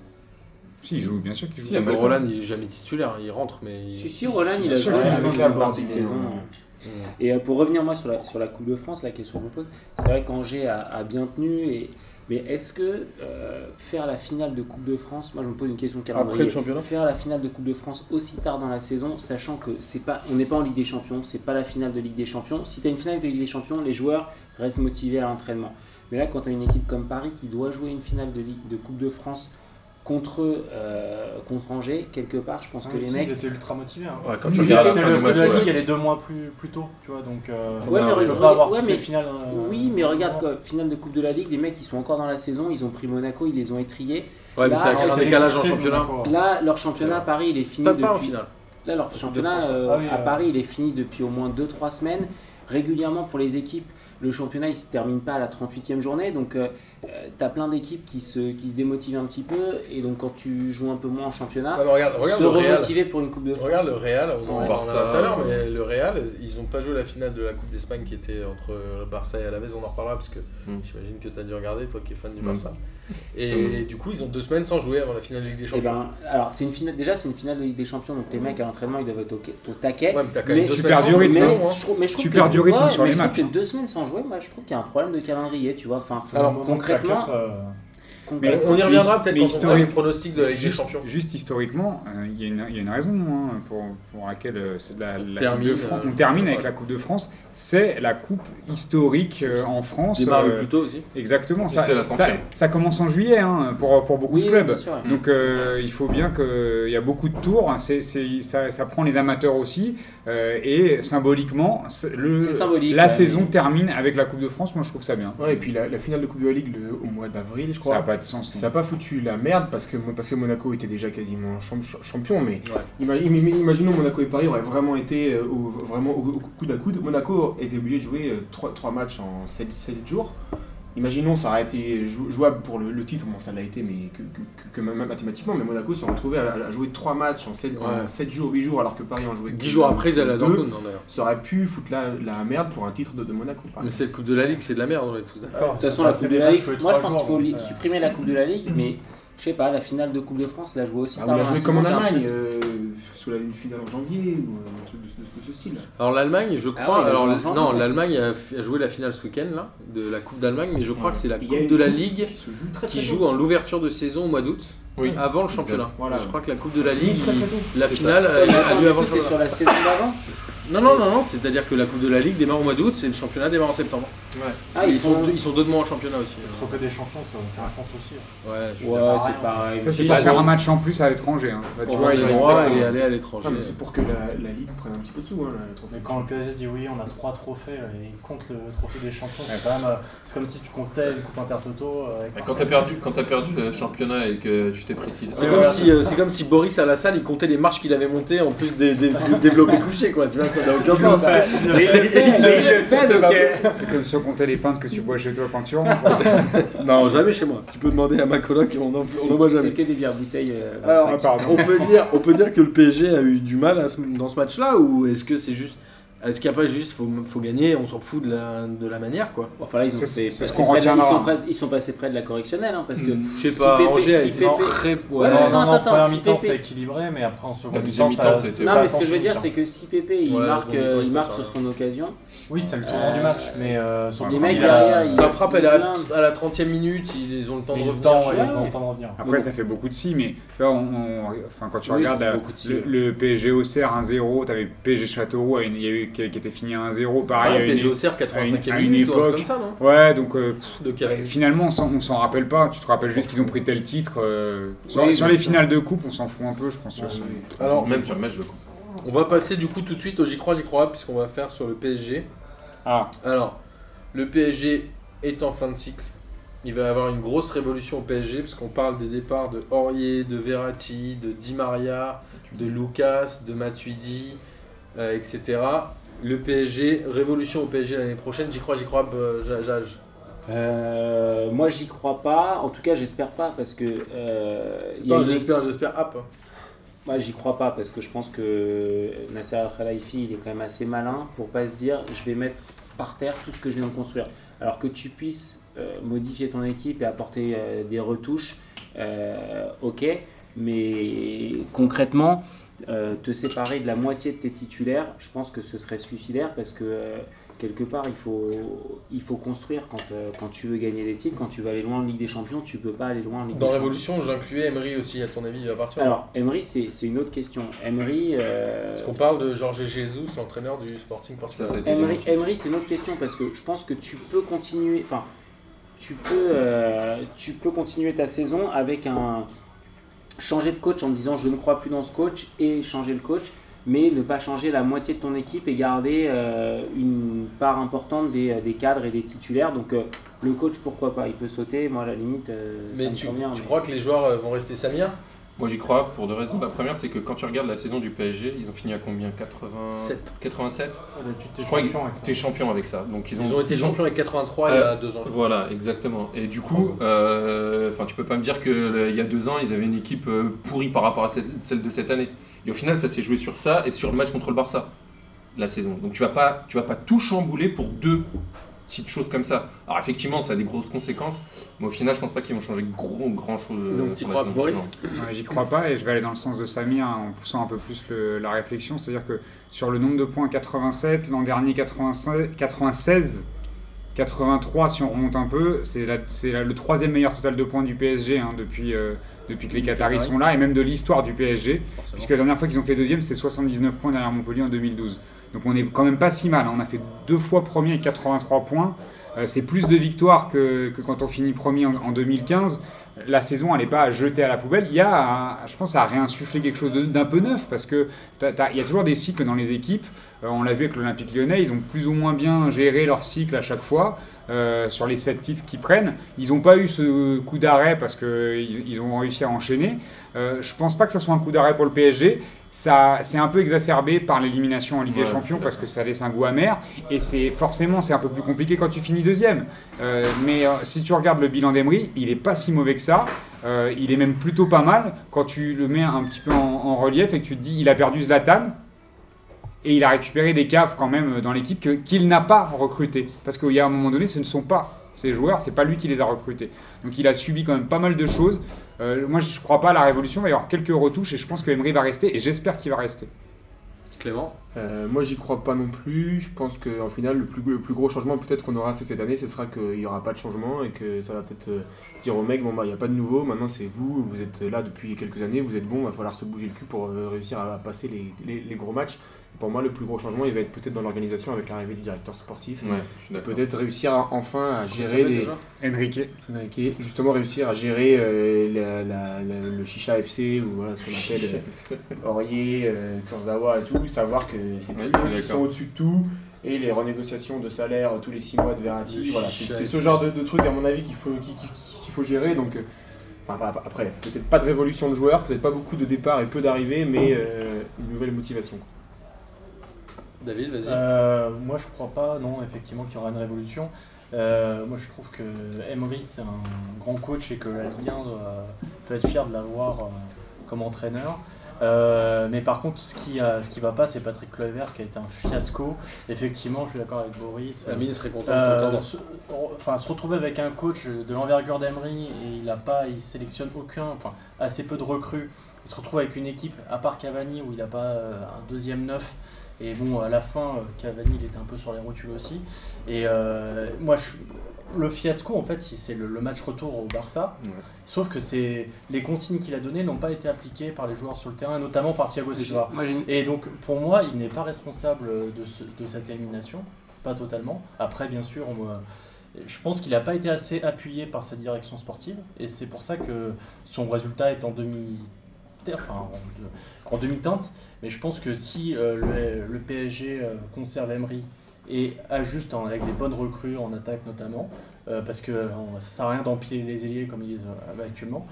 B: Si, ils jouent, bien sûr qu'ils jouent.
A: Indigo Roland il est jamais titulaire, il rentre mais. il-
C: Si, si, Roland, il a
G: sûr
C: joué
G: qu'il
C: la
G: joue
C: deuxième
G: la bande,
C: partie de
G: il est-
C: saison. Et euh, pour revenir, moi, sur la, sur la Coupe de France, la question que je me pose, c'est vrai qu'Angers a, a bien tenu, et, mais est-ce que euh, faire la finale de Coupe de France, moi, je me pose une question de calendrier.
A: Après le championnat
C: Faire la finale de Coupe de France aussi tard dans la saison, sachant que c'est pas, on n'est pas en Ligue des Champions, c'est pas la finale de Ligue des Champions. Si tu as une finale de Ligue des Champions, les joueurs restent motivés à l'entraînement. Mais là, quand tu as une équipe comme Paris qui doit jouer une finale de, Ligue, de Coupe de France contre, euh, contre Angers, quelque part, je pense que
F: Ouais,
C: les
F: si,
C: mecs.
F: Ils étaient ultra motivés. hein.
E: Ouais, quand tu
F: Ils
E: regardes la
F: étaient-
E: fin
F: le-
E: du
F: c'est
E: match,
F: de la
E: ouais.
F: ligue, elle est deux mois plus, plus tôt, tu vois, donc euh,
C: Ouais, mais
F: tu peux
C: regarde-
F: pas avoir
C: ouais,
F: toutes
C: mais-
F: les finales. euh,
C: Oui, mais regarde, quoi, finale de Coupe de la Ligue, les mecs, ils sont encore dans la saison, ils ont pris Monaco, ils les ont étriés.
A: Ouais, mais
C: Là,
A: c'est
C: on
A: à-
C: a
A: c'est
F: des
A: calage en
F: succès,
A: championnat.
F: Monaco.
C: Là, leur championnat à Paris, il est fini
A: Pas
C: depuis...
A: pas Oh. en finale.
C: Là, leur championnat euh,
F: Ah oui,
C: à
F: euh.
C: Paris, il est fini depuis au moins 2-3 semaines. Régulièrement, pour les équipes, le championnat, il se termine pas à la 38e journée. Donc, tu as plein d'équipes qui se, qui se démotivent un petit peu. Et donc, quand tu joues un peu moins en championnat,
A: Ah, mais regarde, regarde
C: se
A: le Real.
C: remotiver pour une Coupe de France.
A: Regarde le Real, on en
C: Ouais.
A: parlera
E: Barça,
A: tout à l'heure,
E: ouais.
A: mais le Real, ils ont pas joué la finale de la Coupe d'Espagne qui était entre le Barça et Alavés, on en reparlera parce que
E: Mm.
A: j'imagine que tu as dû regarder, toi qui es fan du
E: Mm.
A: Barça. Et
E: C'était-
A: du coup, ils ont deux semaines sans jouer avant la finale de Ligue des
C: Eh
A: Champions.
C: ben, alors, c'est une finale, déjà, c'est une finale de Ligue des Champions. Donc, les mecs, à l'entraînement, ils doivent être au, au taquet.
A: ouais, mais t'as quand
C: mais
A: même deux
B: tu
A: semaines
B: perds
A: sans
B: du
A: jouer,
C: Mais,
B: rythme,
A: c'est
B: hein.
A: long, hein.
C: je trouve, mais je trouve
B: Tu
C: que-
B: perds du rythme
C: ouais,
B: sur
C: mais
B: les
C: je trouve
B: matchs.
C: que deux semaines sans jouer, moi, je trouve qu'il y a un problème de calendrier, tu vois. Enfin,
F: C'est le moment de la
C: concrètement,
F: Cup, euh,
A: Mais
C: concrètement,
A: hein. on y reviendra peut-être
B: mais
A: quand on fera les
B: historique-
A: pronostics de la Ligue des
B: Juste,
A: Champions.
B: juste historiquement, euh, il y, a une- il y a une raison hein, pour, pour laquelle euh, c'est de la, la
A: termine,
B: Coupe de France.
A: euh,
B: on termine avec
A: ouais.
B: la Coupe de France. C'est la Coupe historique euh, en France.
A: Démarre
B: euh,
A: le plus tôt aussi.
B: Exactement, ça,
E: C'était la
B: ça,
E: centième.
B: ça commence en juillet hein, pour, pour beaucoup
C: oui,
B: de clubs.
C: bien sûr.
B: Donc euh, il faut bien qu'il y a beaucoup de tours, hein, c'est- c'est- ça, ça prend les amateurs aussi, euh, et symboliquement, c'est- le,
C: C'est symbolique,
B: la
C: ouais,
B: saison
C: mais-
B: termine avec la Coupe de France, moi je trouve ça bien.
G: Ouais, et puis la, la finale de Coupe de la Ligue le- au mois d'avril, je
B: ça n'a
G: crois.
B: pas de sens. non.
G: Ça n'a pas foutu la merde parce que, parce que Monaco était déjà quasiment cham- ch- champion, mais ima- im- im- imaginons Monaco et Paris auraient vraiment été euh, au, vraiment au, au coude à coude. Monaco était obligé de jouer 3, matchs en 7, jours. Imaginons ça aurait été jou- jouable pour le, le titre, bon ça l'a été, mais que, que- que même mathématiquement, mais Monaco se retrouvait à, à jouer 3 matchs en 7,
A: Ouais.
G: jours, 8 jours, alors que Paris en jouait
A: 10 jours après, ils allaient à
G: deux.
A: Dortmund non, d'ailleurs.
G: Ça aurait pu foutre la, la merde pour un titre de, de Monaco, par
A: Mais
G: exemple.
A: cette Coupe de la Ligue, c'est de la merde, on est tous d'accord.
C: De toute façon, la Coupe de la Ligue, moi je pense qu'il faut li- supprimer la Coupe de la Ligue, mais Je sais pas, la finale de Coupe de France, la joué aussi
G: Ah,
C: tard
G: on l'a
C: dans
G: joué
C: saison,
G: comme en
C: j'ai
G: Allemagne,
C: l'impression.
G: euh, sous la, une finale en janvier ou un truc de, ce- de ce style.
A: Alors l'Allemagne, je
C: Ah
A: crois.
C: ouais, ils
A: alors
C: ont joué en
A: non,
C: janvier.
A: l'Allemagne a, f- a joué la finale ce week-end là de la Coupe d'Allemagne, mais je crois
G: Ouais.
A: que c'est la
G: Il y a
A: Coupe
G: une
A: de la
G: coupe
A: Ligue
G: Qui se joue très très
A: qui joue
G: tôt.
A: en l'ouverture de saison au mois d'août,
E: Oui.
A: avant le championnat.
E: Exact.
G: Voilà.
A: Je crois que la Coupe
G: Ça
A: de la
G: se joue
A: Ligue,
G: très, très tôt.
A: la
E: C'est
A: finale
C: Euh,
A: a- a
C: attends,
A: lieu
C: du
A: avant
C: coup,
A: le
C: c'est
A: championnat.
C: sur la saison d'avant
A: Non non non non, c'est-à-dire que la Coupe de la Ligue démarre au mois d'août, c'est le championnat démarre en septembre.
C: Ah,
A: Et
C: ils,
A: ils, sont
C: font-
A: deux, ils sont deux de moins en championnat aussi.
F: Le trophée des champions, ça n'a aucun sens aussi.
A: Ouais, je suis
C: Ouais,
A: d'accord.
C: c'est pareil.
B: Ça, c'est
A: Ils
B: pour
A: ont-
B: faire un match en plus à l'étranger. hein. Là, tu
A: Pour
B: vois,
A: avoir
B: il
A: les
B: y a-
A: droits et
E: exactement.
A: aller à l'étranger.
G: Non, mais c'est pour que la, la Ligue prenne un petit peu de sous, hein, le trophée.
F: Mais quand le PSG dit oui, on a trois trophées et il compte le trophée des champions,
B: Ouais,
F: c'est
B: c'est-
F: quand même, euh, c'est comme si tu comptais une coupe intertoto. euh, avec
E: Mais Quand
F: Marseille.
E: t'as perdu, quand t'as perdu le championnat et que tu t'es précisé.
A: C'est
F: Ouais,
A: comme,
F: voilà,
A: si,
F: c'est
A: euh, c'est comme si Boris à la salle il comptait les marches qu'il avait montées en plus des, des, des développés couchés quoi, tu vois, ça n'a aucun sens.
C: Mais *laughs* il le fait, mais il le fait,
A: C'est
C: donc,
A: pas
C: euh,
B: C'est comme si on comptait les pintes que tu bois chez toi quand tu rentres.
A: Non, jamais chez moi. Tu peux demander à ma coloc, on n'en on en boit
C: c'est
A: jamais.
C: que des bières bouteilles. euh,
A: Alors,
B: Ah, pardon.
A: on peut, dire, on peut dire que le PSG a eu du mal à ce- dans ce match-là ou est-ce que c'est juste. Est-ce qu'il n'y a pas juste faut, faut gagner, on s'en fout de la, de la manière quoi
C: Enfin là, ils ont
B: C'est-
C: fait-
B: c'est ce
C: passé
B: qu'on
C: près de-
B: retiendra,
C: ils sont
B: hein.
C: pres- Ils sont passés près de la correctionnelle, hein, parce que.
A: Je
C: si Pépé- si Pépé-
A: très. ouais,
C: Ouais,
F: non,
C: attends,
F: non, non,
C: attends,
F: première
C: si
F: mi-temps
C: Pépé-
F: c'est équilibré, mais après en seconde
E: La deuxième
F: mi-temps,
E: mi-temps,
F: ça-
E: c'était-
F: ça
C: Non, mais ce que je veux
F: s'ensuit,
C: dire,
F: hein.
C: c'est que si Pépé il
A: Ouais,
C: marque,
A: bon, il
C: euh,
A: passe
C: il marque
A: pas,
C: sur
A: ouais.
C: son occasion,
F: Oui, c'est le
C: Euh,
F: tournant du match, mais euh, surtout
C: les mecs
F: qu'il a-
C: derrière, ils-
A: Sa frappe elle est à,
C: Zidane.
A: à la 30 e minute, ils ont le temps
F: mais
A: de
F: ils ont le
A: revenir.
F: temps,
A: chez
F: ouais,
A: eux.
F: ils ont le temps de revenir.
B: Après, ça fait beaucoup de si, mais là, on, on- enfin, quand tu
C: Oui, ça
B: regardes
C: fait
B: la-
C: beaucoup de si,
B: le,
C: ouais.
B: le PSG Auxerre 1-0, t'avais PSG Châteauroux à une- il y a eu- qui, qui était fini à 1-0, pareil.
A: Ah,
B: à une-
A: PSG au cerf, 85 e
B: à une
A: minute, ou un truc
B: époque.
A: comme ça, non
B: Ouais, donc euh, pff,
A: De Cavani.
B: finalement, on s'en- on s'en rappelle pas. Tu te rappelles juste qu'ils ont pris tel titre. euh, sur
A: Oui,
B: sur
A: bien
B: les
A: sûr.
B: finales de coupe, on s'en fout un peu, je pense. sur ce-
A: Alors,
E: Même sur le match de coupe.
A: on va passer du coup tout de suite au J'y crois, j'y crois, pas, puisqu'on va faire sur le PSG.
B: Ah,
A: Alors, le PSG est en fin de cycle. Il va y avoir une grosse révolution au PSG, puisqu'on parle des départs de Aurier, de Verratti, de Di Maria, de Lucas, de Matuidi, euh, etc. Le PSG, révolution au PSG l'année prochaine, j'y crois, j'y crois, bah, j'a- j'a- j'a-
C: euh, moi j'y crois pas. En tout cas, j'espère pas parce que euh, il y a
A: Attends,
C: une-
A: j'espère, j'espère, Ah, hop.
C: Moi, j'y crois pas parce que je pense que Nasser Al-Khelaifi, il est quand même assez malin pour pas se dire je vais mettre par terre tout ce que je viens de construire. Alors que tu puisses euh, modifier ton équipe et apporter euh, des retouches, euh, ok, mais concrètement, euh, te séparer de la moitié de tes titulaires, je pense que ce serait suicidaire parce que euh, quelque part, il faut, il faut construire quand, euh, quand tu veux gagner des titres, quand tu veux aller loin en Ligue des Champions, tu peux pas aller loin en Ligue
A: Dans
C: des Champions.
A: Révolution, j'incluais Emery aussi, à ton avis, il va partir.
C: Alors, Emery, c'est c'est une autre question. Emery, euh,
A: Parce qu'on parle de Jorge Jesus, l'entraîneur du Sporting Portugal.
E: Ça, ça a été
C: Emery,
E: démenti.
C: Emery, c'est une autre question parce que je pense que tu peux continuer. Enfin, tu peux, euh, tu peux continuer ta saison avec un changer de coach en disant je ne crois plus dans ce coach et changer le coach, mais ne pas changer la moitié de ton équipe et garder euh, une part importante des, des cadres et des titulaires. Donc euh, le coach, pourquoi pas Il peut sauter. Moi, à la limite, euh, ça
A: Mais
C: me
A: tu,
C: convient,
A: tu
C: mais-
A: crois que les joueurs euh, vont rester Samir
E: Moi j'y crois pour deux raisons. La première c'est que quand tu regardes la saison du PSG, ils ont fini à combien 80...
A: Sept.
E: 87
F: D'habitude, t'es
E: Je crois
F: champion avec ça.
E: T'es champion avec ça. Donc ils ont,
A: Ils ont été
E: ils ont-
A: champions avec 83
C: Euh,
A: il y a deux ans. je crois.
E: Voilà, exactement. Et du coup, euh, enfin, tu peux pas me dire que le- il y a deux ans, ils avaient une équipe euh, pourrie par rapport à cette- celle de cette année. Et au final, ça s'est joué sur ça et sur le match contre le Barça la saison. Donc tu vas pas, tu vas pas tout chambouler pour deux petites choses comme ça. Alors effectivement, ça a des grosses conséquences, mais au final, je pense pas qu'ils vont changer gros, grand chose. euh,
A: Donc, tu
E: sur la
A: crois,
E: saison.
A: Boris
E: Non.
B: Ouais, J'y crois pas et je vais aller dans le sens de Samir hein, en poussant un peu plus le- la réflexion. C'est-à-dire que sur le nombre de points 87, l'an dernier 96, 96, 83 si on remonte un peu, c'est la- c'est la- le troisième meilleur total de points du PSG hein, depuis, euh, depuis que les Qataris sont là et même de l'histoire du PSG. Puisque la dernière fois qu'ils ont fait deuxième, c'était 79 points derrière Montpellier en 2012. Donc on est quand même pas si mal. hein. On a fait deux fois premier avec 83 points. Euh, c'est plus de victoires que, que quand on finit premier en, en 2015. La saison, elle n'est pas à jeter à la poubelle. Il y a, à- je pense, à réinsuffler quelque chose de- d'un peu neuf parce que t'as- t'as- il y a toujours des cycles dans les équipes. Euh, on l'a vu avec l'Olympique lyonnais, ils ont plus ou moins bien géré leur cycle à chaque fois. euh, sur les sept titres qu'ils prennent, ils n'ont pas eu ce coup d'arrêt parce qu'ils ils ont réussi à enchaîner. Euh, je pense pas que ça soit un coup d'arrêt pour le PSG. Ça, c'est un peu exacerbé par l'élimination en Ligue
E: Ouais,
B: des Champions
E: je suis
B: parce que ça laisse un goût amer. Et c'est forcément, c'est un peu plus compliqué quand tu finis deuxième. Euh, mais euh, si tu regardes le bilan d'Emery, il est pas si mauvais que ça. Euh, il est même plutôt pas mal quand tu le mets un petit peu en, en relief et que tu te dis il a perdu Zlatan et il a récupéré des caves quand même dans l'équipe que- qu'il n'a pas recruté parce qu'il y a un moment donné ce ne sont pas ses joueurs, c'est pas lui qui les a recrutés. Donc il a subi quand même pas mal de choses. Euh, moi, je crois pas à la révolution. Il va y avoir quelques retouches et je pense que Emery va rester et j'espère qu'il va rester.
A: Clément
G: Euh, moi, j'y crois pas non plus. Je pense qu'en final, le plus, le plus gros changement peut-être qu'on aura c'est cette année, ce sera qu'il n'y aura pas de changement et que ça va peut-être euh, dire aux mecs bon, bah, il n'y a pas de nouveau, maintenant c'est vous, vous êtes là depuis quelques années, vous êtes bon, va falloir se bouger le cul pour euh, réussir à passer les, les- les gros matchs. Pour moi, le plus gros changement, il va être peut-être dans l'organisation avec l'arrivée du directeur sportif.
E: Ouais, je suis d'accord.
G: Peut-être réussir à- enfin à gérer les,
B: Enrique.
G: Ok, justement réussir à gérer euh, la- la- la- le chicha FC ou voilà, ce qu'on appelle euh, Aurier, euh, Kurzawa et tout, savoir que c'est
E: Ouais,
G: eux
E: je suis
G: qui
E: d'accord.
G: sont au-dessus de tout et les renégociations de salaire tous les 6 mois de Verratti,
A: Le
G: voilà, c'est
A: chicha
G: c'est ce
A: FC.
G: genre de, de truc à mon avis qu'il faut, qu'il- qu'il- qu'il faut gérer donc euh, enfin, pas- pas- après peut-être pas de révolution de joueurs, peut-être pas beaucoup de départs et peu d'arrivées mais euh, une nouvelle motivation. quoi.
A: David, vas-y.
F: Euh, moi, je crois pas, non, effectivement, qu'il y aura une révolution. Euh, moi, je trouve que Emery, c'est un grand coach et que la Ligue 1 doit- peut être fier de l'avoir euh, comme entraîneur. Euh, mais par contre, ce qui, a- ce qui va pas, c'est Patrick Kluivert qui a été un fiasco. Effectivement, je suis d'accord avec Boris. Euh,
A: Amine serait content de
F: euh,
A: t'entendre.
F: se, re- enfin, se retrouver avec un coach de l'envergure d'Emery et il a pas, il sélectionne aucun, enfin assez peu de recrues. Il se retrouve avec une équipe à part Cavani où il n'a pas euh, un deuxième neuf. Et bon, à la fin, euh, Cavani il était un peu sur les rotules aussi. Et euh, moi, je- le fiasco en fait, c'est le, le match retour au Barça.
E: Ouais.
F: Sauf que c'est les consignes qu'il a données n'ont pas été appliquées par les joueurs sur le terrain, notamment par Thiago Silva.
C: Moi, j'ai une-
F: Et donc, pour moi, il n'est pas responsable de, ce- de cette élimination, pas totalement. Après, bien sûr, moi, je pense qu'il n'a pas été assez appuyé par cette direction sportive, et c'est pour ça que son résultat est en demi enfin, en, en demi-teinte. Mais je pense que si euh, le, le PSG euh, conserve Emery et ajuste en- avec des bonnes recrues en attaque notamment, euh, parce que euh, on- ça sert à rien d'empiler les ailiers comme ils euh, actuellement.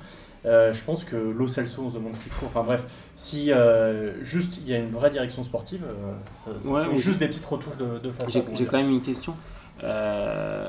F: euh, je pense que Lo Celso, on se demande ce qu'il faut. Enfin bref, si euh, juste il y a une vraie direction sportive, euh, ça- ça-
C: Ouais,
F: ou
C: mais
F: juste des petites retouches de, de façade.
C: J'ai
F: on va
C: j'ai
F: dire.
C: quand même une question. Euh,